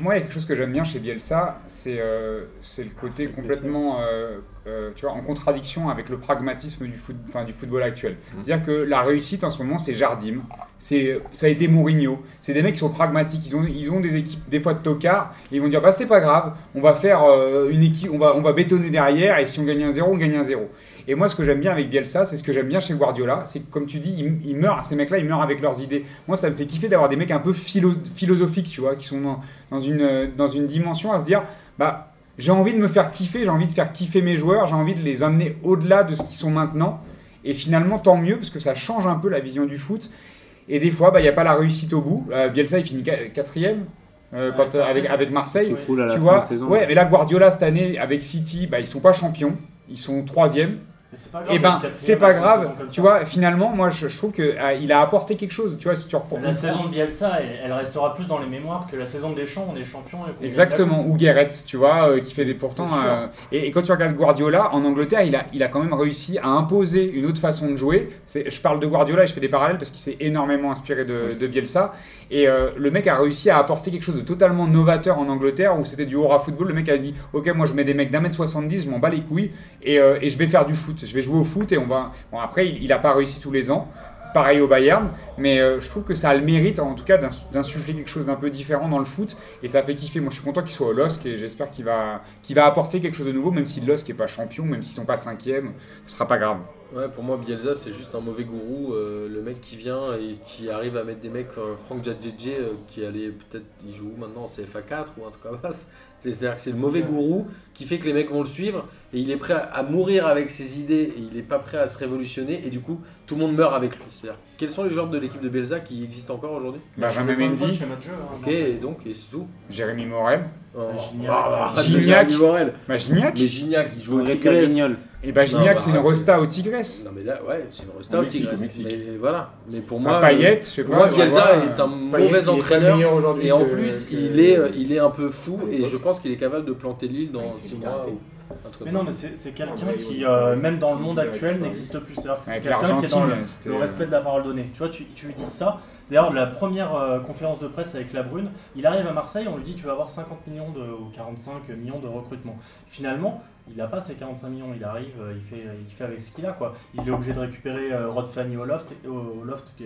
B: Moi, il y a quelque chose que j'aime bien chez Bielsa, c'est euh, c'est le côté complètement euh, euh, tu vois, en contradiction avec le pragmatisme du, foot, enfin, du football actuel. C'est-à-dire que la réussite en ce moment, c'est Jardim, c'est- ça a été Mourinho, c'est des mecs qui sont pragmatiques, ils ont, ils ont des équipes des fois de tocards, et ils vont dire bah, c'est pas grave, on va faire euh, une équipe, on va, on va bétonner derrière, et si on gagne un 0, on gagne un 0. Et moi, ce que j'aime bien avec Bielsa, c'est ce que j'aime bien chez Guardiola, c'est que comme tu dis, ils, ils meurent, ces mecs-là, ils meurent avec leurs idées. Moi, ça me fait kiffer d'avoir des mecs un peu philo- philosophiques, tu vois, qui sont dans, dans une, euh, dans une dimension à se dire, bah, j'ai envie de me faire kiffer, j'ai envie de faire kiffer mes joueurs, j'ai envie de les emmener au-delà de ce qu'ils sont maintenant. Et finalement, tant mieux, parce que ça change un peu la vision du foot. Et des fois, bah, il n'y a pas la réussite au bout. Euh, Bielsa, il finit qua- quatrième euh, quand, euh, avec, avec Marseille.
C: c'est cool à la
B: Tu
C: fin
B: vois,
C: de saison.
B: ouais, mais là, Guardiola, cette année, avec City, bah, ils sont pas champions, ils sont troisième.
F: c'est pas
B: Et
F: grave,
B: ben,
F: d'être
B: c'est
F: quatrième
B: pas
F: après une
B: grave,
F: saison comme
B: tu
F: ça.
B: vois, finalement, moi, je, je trouve qu'il il a apporté quelque chose, tu vois, si tu reprends.
F: La saison de Bielsa, elle, elle restera plus dans les mémoires que la saison de Deschamps, on est champion. et qu'on gagne la
B: Exactement,
F: Coupe.
B: ou Guéretz, tu vois, euh, qui fait des pourtant.
F: C'est sûr.
B: euh, et, et quand tu regardes Guardiola, en Angleterre, il a, il a quand même réussi à imposer une autre façon de jouer. C'est- Je parle de Guardiola et je fais des parallèles parce qu'il s'est énormément inspiré de, de Bielsa. Et euh, le mec a réussi à apporter quelque chose de totalement novateur en Angleterre où c'était du aura football. Le mec a dit Ok, moi je mets des mecs d'un mètre 70, je m'en bats les couilles et, euh, et je vais faire du foot. Je vais jouer au foot et on va. Bon, après, il n'a pas réussi tous les ans. Pareil au Bayern, mais euh, je trouve que ça a le mérite en tout cas d'ins- d'insuffler quelque chose d'un peu différent dans le foot et ça fait kiffer. Moi, je suis content qu'il soit au LOSC et j'espère qu'il va, qu'il va apporter quelque chose de nouveau, même si le LOSC n'est pas champion, même s'ils sont pas cinquième, ce sera pas grave.
A: Ouais, pour moi, Bielsa, c'est juste un mauvais gourou. euh, le mec qui vient et qui arrive à mettre des mecs, euh, Franck Jadjedje, euh, qui allait peut-être, il joue où maintenant en CFA4 ou un truc comme ça. *laughs* C'est- C'est-à-dire que c'est le mauvais gourou qui fait que les mecs vont le suivre et il est prêt à, à mourir avec ses idées et il est pas prêt à se révolutionner et du coup, tout le monde meurt avec lui. C'est-à-dire, quels sont les joueurs de l'équipe de Bielsa qui existent encore aujourd'hui
B: Benjamin
F: Plein de fois
B: Mendy,
F: chez Mathieu, hein,
A: Ok,
F: dans cette-
A: et donc, et c'est tout.
B: Jérémy Morel,
A: Oh,
F: Gignac.
A: ah, arrête de
B: Gignac.
A: Jérémy Morel.
B: bah, Gignac.
A: Mais Gignac, il joue au
C: André
A: Tigres.
C: Pierre-Guignol.
B: Et bah,
A: Non,
B: Gignac,
A: bah,
B: c'est une
A: arrête.
B: resta au Tigresse.
A: Non, mais là, ouais, c'est une resta au
E: Mexique,
A: Tigres.
E: au Mexique.
A: Mais voilà. Mais pour
B: Moi,
A: moi.
B: Payet, je sais pas.
A: Moi,
B: tu vas
A: Bielsa
B: voir,
A: est un
B: euh,
G: Payet, il est
A: mauvais
G: pas
A: entraîneur.
G: meilleur aujourd'hui
A: Et en
G: que-
A: plus,
G: que-
A: il, est, euh, il est un peu fou
G: à
A: et
G: l'époque.
A: je pense qu'il est capable de planter l'île dans 6 mois. Ou un truc
F: Mais
A: comme
F: non,
A: ça.
F: mais c'est c'est quelqu'un
G: Ouais,
F: qui,
G: ouais,
F: euh,
G: ouais.
F: même dans le monde
G: Ouais,
F: actuel,
G: ouais.
F: n'existe plus. C'est-à-dire que c'est
B: Avec
F: quelqu'un qui est dans le,
B: l'Argentine, euh, c'était,
F: le respect de la parole donnée. Tu vois, tu, tu lui dis ça. D'ailleurs, la première euh, conférence de presse avec la Brune, il arrive à Marseille, on lui dit tu vas avoir 50 millions de, ou 45 millions de recrutement. Finalement, il n'a pas ses 45 millions. Il arrive, euh, il fait, il fait avec ce qu'il a. Quoi. Il est obligé de récupérer euh, Rod Fanny au Loft, au- au loft que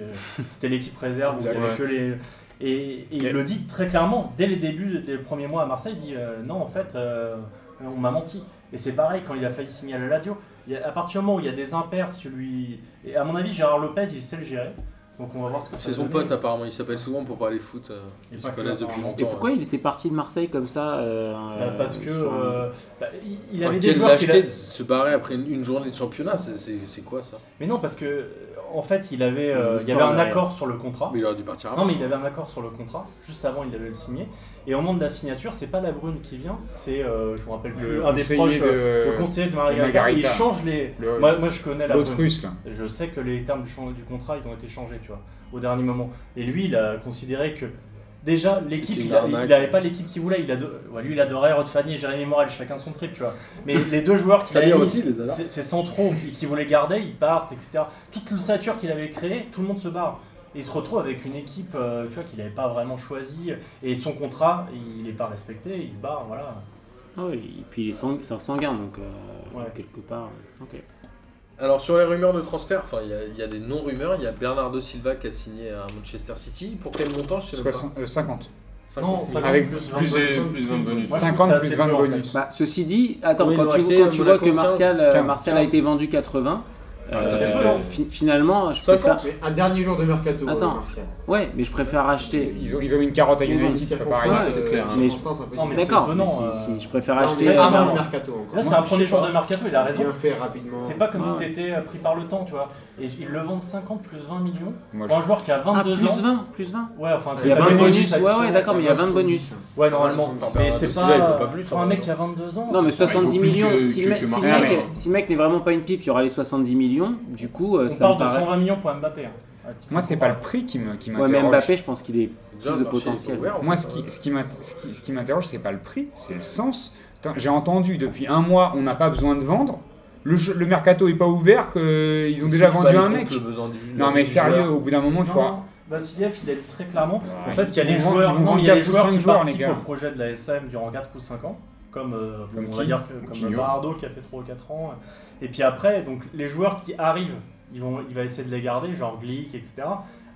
F: c'était l'équipe réserve où il y avait
E: Ouais.
F: que les. Et, et il le dit très clairement, dès les débuts, dès le premier mois à Marseille, il dit euh, non, en fait, euh, on m'a menti. Et c'est pareil quand il a failli signer à la radio. Il y a- à partir du moment où il y a des impairs, celui. Et à mon avis, Gérard Lopez, il sait le gérer. Donc on va Bah, voir ce que ça
A: C'est son
F: donne.
A: pote apparemment, il s'appelle souvent pour parler foot. euh,
F: Et
A: Ils se
F: pas que,
A: connaissent depuis
F: apparemment.
A: longtemps.
C: Et pourquoi il était parti de Marseille comme ça euh,
F: Euh, parce que
C: sur un-
F: euh, bah, il, il
A: il
F: avait
A: avait
F: des joueurs qui l'a-
A: de se barrer après une, une journée de championnat C'est- C'est c'est quoi ça
F: Mais non, parce que euh, en fait, il avait, euh, il y avait
C: L'histoire
F: un
C: derrière.
F: accord sur le contrat.
A: Mais il aurait dû partir avant.
F: Ah Non, mais il avait un accord sur le contrat, juste avant il devait le signer. Et au moment de la signature, c'est pas la Brune qui vient, c'est, euh, je me rappelle plus,
B: Le
F: un des
B: conseiller
F: proches,
B: de- Euh,
F: euh, le conseiller de Margarita.
B: Margarita.
F: Il change les.
B: Le-
F: Moi, moi, je connais la
B: L'autre
F: Brune.
B: russe, là.
F: Je sais que les termes du, chan- du contrat, ils ont été changés, tu vois, au dernier moment. Et lui, il a considéré que. Déjà, l'équipe,
A: C'était une
F: il a-
A: arnaque.
F: il n'avait pas l'équipe qu'il voulait. Il ado- ouais, lui, il adorait Rod Fanny et Jérémy Morel, chacun son trip, tu vois. Mais les deux joueurs qu'il
A: Ça
F: avait
A: vient
F: mis,
A: aussi les hasards.
F: c'est c'est centraux et qui voulaient garder, ils partent, etc. Toute l'ossature qu'il avait créée, tout le monde se barre. Et il se retrouve avec une équipe euh, tu vois, qu'il n'avait pas vraiment choisie. Et son contrat, il n'est pas respecté, il se barre, voilà.
C: Ah oui, et puis il est sang- c'est un sanguin, donc euh,
F: Ouais.
C: quelque part. euh, ok.
A: Alors sur les rumeurs de transfert, enfin il y a- il y, a des non-rumeurs. Il y a Bernardo Silva qui a signé à Manchester City. Pour quel montant Je sais même pas.
B: 60, euh, 50.
F: Non, ça
B: Avec
F: plus,
E: plus et- plus 20 bonus.
F: Moi, je trouve
B: 50
F: ça
B: plus
F: assez
B: 20
F: peu, en fait.
B: bonus.
C: Bah, ceci dit, attends,
A: Oui, ils
C: quand
A: l'ont
C: tu,
A: acheté,
C: quand tu vois
A: Monaco,
C: que Martial, euh,
B: 15,
C: Martial a été vendu 80,
A: Ah, ça,
C: Euh,
A: c'est
E: clair.
C: fi- finalement, je
A: 50
C: préfère.
G: Mais un dernier jour de mercato,
C: Attends.
G: euh, Martial.
C: Ouais, mais je préfère acheter.
B: Ils ont, ils ont mis une carotte à
C: Ils ont
B: United,
C: mis
B: c'est pas pareil.
G: Circonstance,
C: pareil.
G: euh,
E: C'est clair.
G: mais circonstance un peu
F: Non, mais-
G: différente.
C: D'accord.
F: étonnant,
C: mais si-
F: euh,
C: si- je préfère
G: Ah,
C: acheter.
G: c'est
F: euh,
G: avant
F: non.
G: le mercato encore.
F: Là, c'est
G: Moi,
F: un
G: je
F: premier
G: sais
F: jour
G: pas.
F: de mercato, il a raison.
G: Bien fait rapidement.
F: C'est pas comme si
C: Ouais.
F: t'étais euh, pris par le temps, tu vois. Et ils le vendent 50 plus 20 millions
B: Moi,
F: pour un
B: je-
F: joueur qui a
C: Ah,
F: 22
C: plus
F: ans.
C: 20, plus 20.
F: Ouais, enfin,
G: Il y a
F: ça
G: 20
F: dépend du
G: bonus,
F: sac-
C: ouais, ouais, d'accord, mais il y a
G: Ça va,
C: 20 bonus.
G: 70,
F: Ouais, normalement.
G: Ça va,
F: Mais
G: 70.
F: c'est
E: Celui-là, il
F: pas
E: vaut pas plus,
F: pour un mec qui a 22 ans.
C: Non, mais
F: c'est-
C: 70
E: plus
C: millions.
E: que-
C: si,
E: que-
C: le mec-
E: que
C: si le
B: Marseille.
C: mec, si le mec n'est vraiment pas une pipe, il y aura les 70 millions. Du coup, euh,
F: on
C: ça me
F: parle de
C: paraît.
F: 120 millions pour Mbappé. hein, à titre
B: Moi,
F: de
B: c'est pas le
F: comparaison.
B: prix qui me- qui
C: Ouais, mais
B: m'interroge.
C: Mbappé, je pense qu'il est
A: Déjà,
C: plus de
A: le marché est
C: potentiel.
A: ouvert, en
B: Moi,
A: fait.
B: ce qui, ce qui m'int- ce qui- ce qui m'interroge, c'est pas le prix, c'est le sens. Putain, J'ai entendu depuis un mois, on n'a pas besoin de vendre. Le, jeu- le mercato est pas ouvert, qu'ils ont déjà
E: Explique
B: vendu
E: pas
B: un
E: les
B: mec.
E: comptes, le besoin du-
B: Non, mais sérieux, au bout d'un moment, il faut.
F: Non, Vassiliev, il a dit très clairement. En
B: Ouais,
F: fait, il y a
B: ils
F: les
B: vont-
F: joueurs,
B: ils vont
F: non,
B: vendre
F: il y a les
B: quatre ou
F: joueurs
B: cinq
F: qui
B: joueurs, les
F: participent
B: gars.
F: au projet de la SM durant 4 ou 5 ans, comme, euh,
B: Comme
F: on
B: qui
F: va dire que, comme
B: Quignon.
F: le Pardo qui a fait 3 ou 4 ans. Et puis après, donc les joueurs qui arrivent, ils vont, il va essayer de les garder, genre Glick, etc.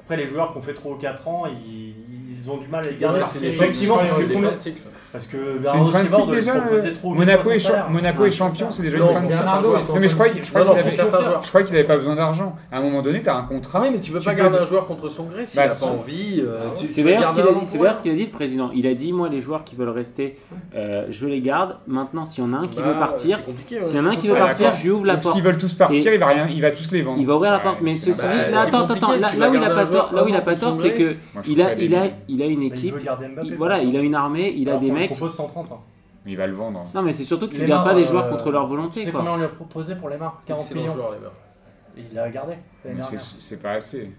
F: Après, les joueurs qui ont fait 3 ou 4 ans, ils, ils ont du mal à les garder.
G: marquer les
F: Effectivement, parce que,
A: Des
F: combien-
A: fins de cycle.
F: parce que
B: C'est une
F: Bernardo
B: fin de
F: Silva, on
B: cycle
F: doit lui
B: déjà.
F: proposer
B: euh,
F: trop ou quatre
B: Monaco
F: fois
B: est,
F: son
B: cha-
F: salaire. Bah,
B: Monaco est champion, c'est déjà
A: Non,
B: une fin de cycle.
G: Bernardo est en
B: Non, mais je
G: fin de
B: crois,
G: cycle.
B: je
A: Non,
B: crois
A: non,
B: qu'ils
A: pour
B: avaient,
A: certains joueurs.
B: je crois qu'ils avaient pas besoin d'argent. À un moment donné, t'as un contrat.
A: Oui, mais tu peux
B: Tu
A: pas
B: peux-
A: garder un joueur contre son gré s'il
B: Bah,
A: a
B: c'est-
A: pas envie. euh, tu- tu
C: C'est
A: peux
C: d'ailleurs ce qu'il a
A: garder un
C: dit,
A: autre
C: c'est d'ailleurs
A: joueur.
C: ce qu'il a dit le président. Il a dit moi les joueurs qui veulent rester, euh, je les garde. Maintenant s'il y en a un qui
A: Bah,
C: veut partir,
A: c'est compliqué, ouais.
C: s'il y en a un qui veut
B: Ouais,
C: partir,
B: d'accord.
C: je lui ouvre la
B: Donc,
C: porte.
B: S'ils veulent tous partir,
C: Et-
B: il va rien, il va tous les vendre.
C: Il va ouvrir la
B: Ouais.
C: porte. Mais ceci
E: bah,
C: dit,
E: c'est
C: là, attends,
A: compliqué,
C: attends,
A: tu
C: là,
A: vas
C: là où il a
A: garder
C: pas
A: un joueur
C: tort, là où il a pas
A: avant
C: tort,
A: qu'il
C: c'est
A: s'ouvre.
C: que
B: Moi, je
C: il
B: trouve
C: a,
B: ça
C: il a,
B: débile.
C: il a une
F: Mais il
C: équipe.
F: veut garder Mbappé,
C: il-
F: par
C: voilà, il
F: exemple.
C: a une armée, il a
F: Alors
C: des
F: qu'on le
C: mecs.
F: propose 130. hein.
B: Mais il va le vendre.
C: Non mais c'est surtout que tu
F: Neymar,
C: gardes pas des
F: euh,
C: joueurs contre leur
F: Tu
C: volonté
F: sais
C: quoi.
F: combien on lui a proposé pour Lemar 40
A: Excellent
F: millions.
A: joueur, les mecs.
F: Et il l'a gardé. l'année
B: Mais c'est-
F: dernière.
B: C'est pas assez.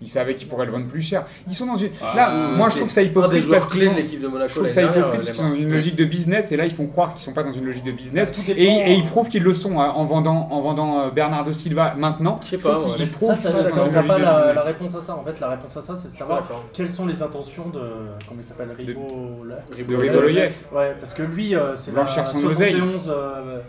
B: Ils savaient qu'ils pourraient le vendre plus cher. Ils sont dans une. Là,
A: euh,
B: moi, je
A: c'est
B: trouve ça
A: Un des
B: hypocrite parce
A: joueurs
B: qu'ils
A: clés
B: sont.
A: de l'équipe euh, de
B: Je
A: Monaco.
B: trouve
A: l'année
B: ça
A: dernière,
B: hypocrite parce qu'ils sont dans une
A: Lemar.
B: logique de business et là ils font croire qu'ils sont pas dans une logique de business
F: Tout
B: et,
F: dépend,
B: et ils
F: hein.
B: prouvent qu'ils le sont hein, en vendant en vendant euh, Bernardo Silva maintenant.
A: Je sais
B: Je trouve
A: pas, ouais.
B: qu'ils
A: Mais
F: Mais
A: je
B: prouvent
F: ça,
B: qu'ils
F: t'as-
B: sont dans
F: t'as
B: une
F: t'as
B: logique
F: pas
B: de
F: la, la
B: business.
F: réponse à ça. En fait, la réponse à ça, c'est de
A: suis pas
F: savoir
A: d'accord.
F: quelles sont les intentions de. Comment il s'appelle Ribo. là
B: De Riboloyev,
F: Ouais, parce que lui, euh, c'est la
B: Blanchir son oseille.
F: 71. euh,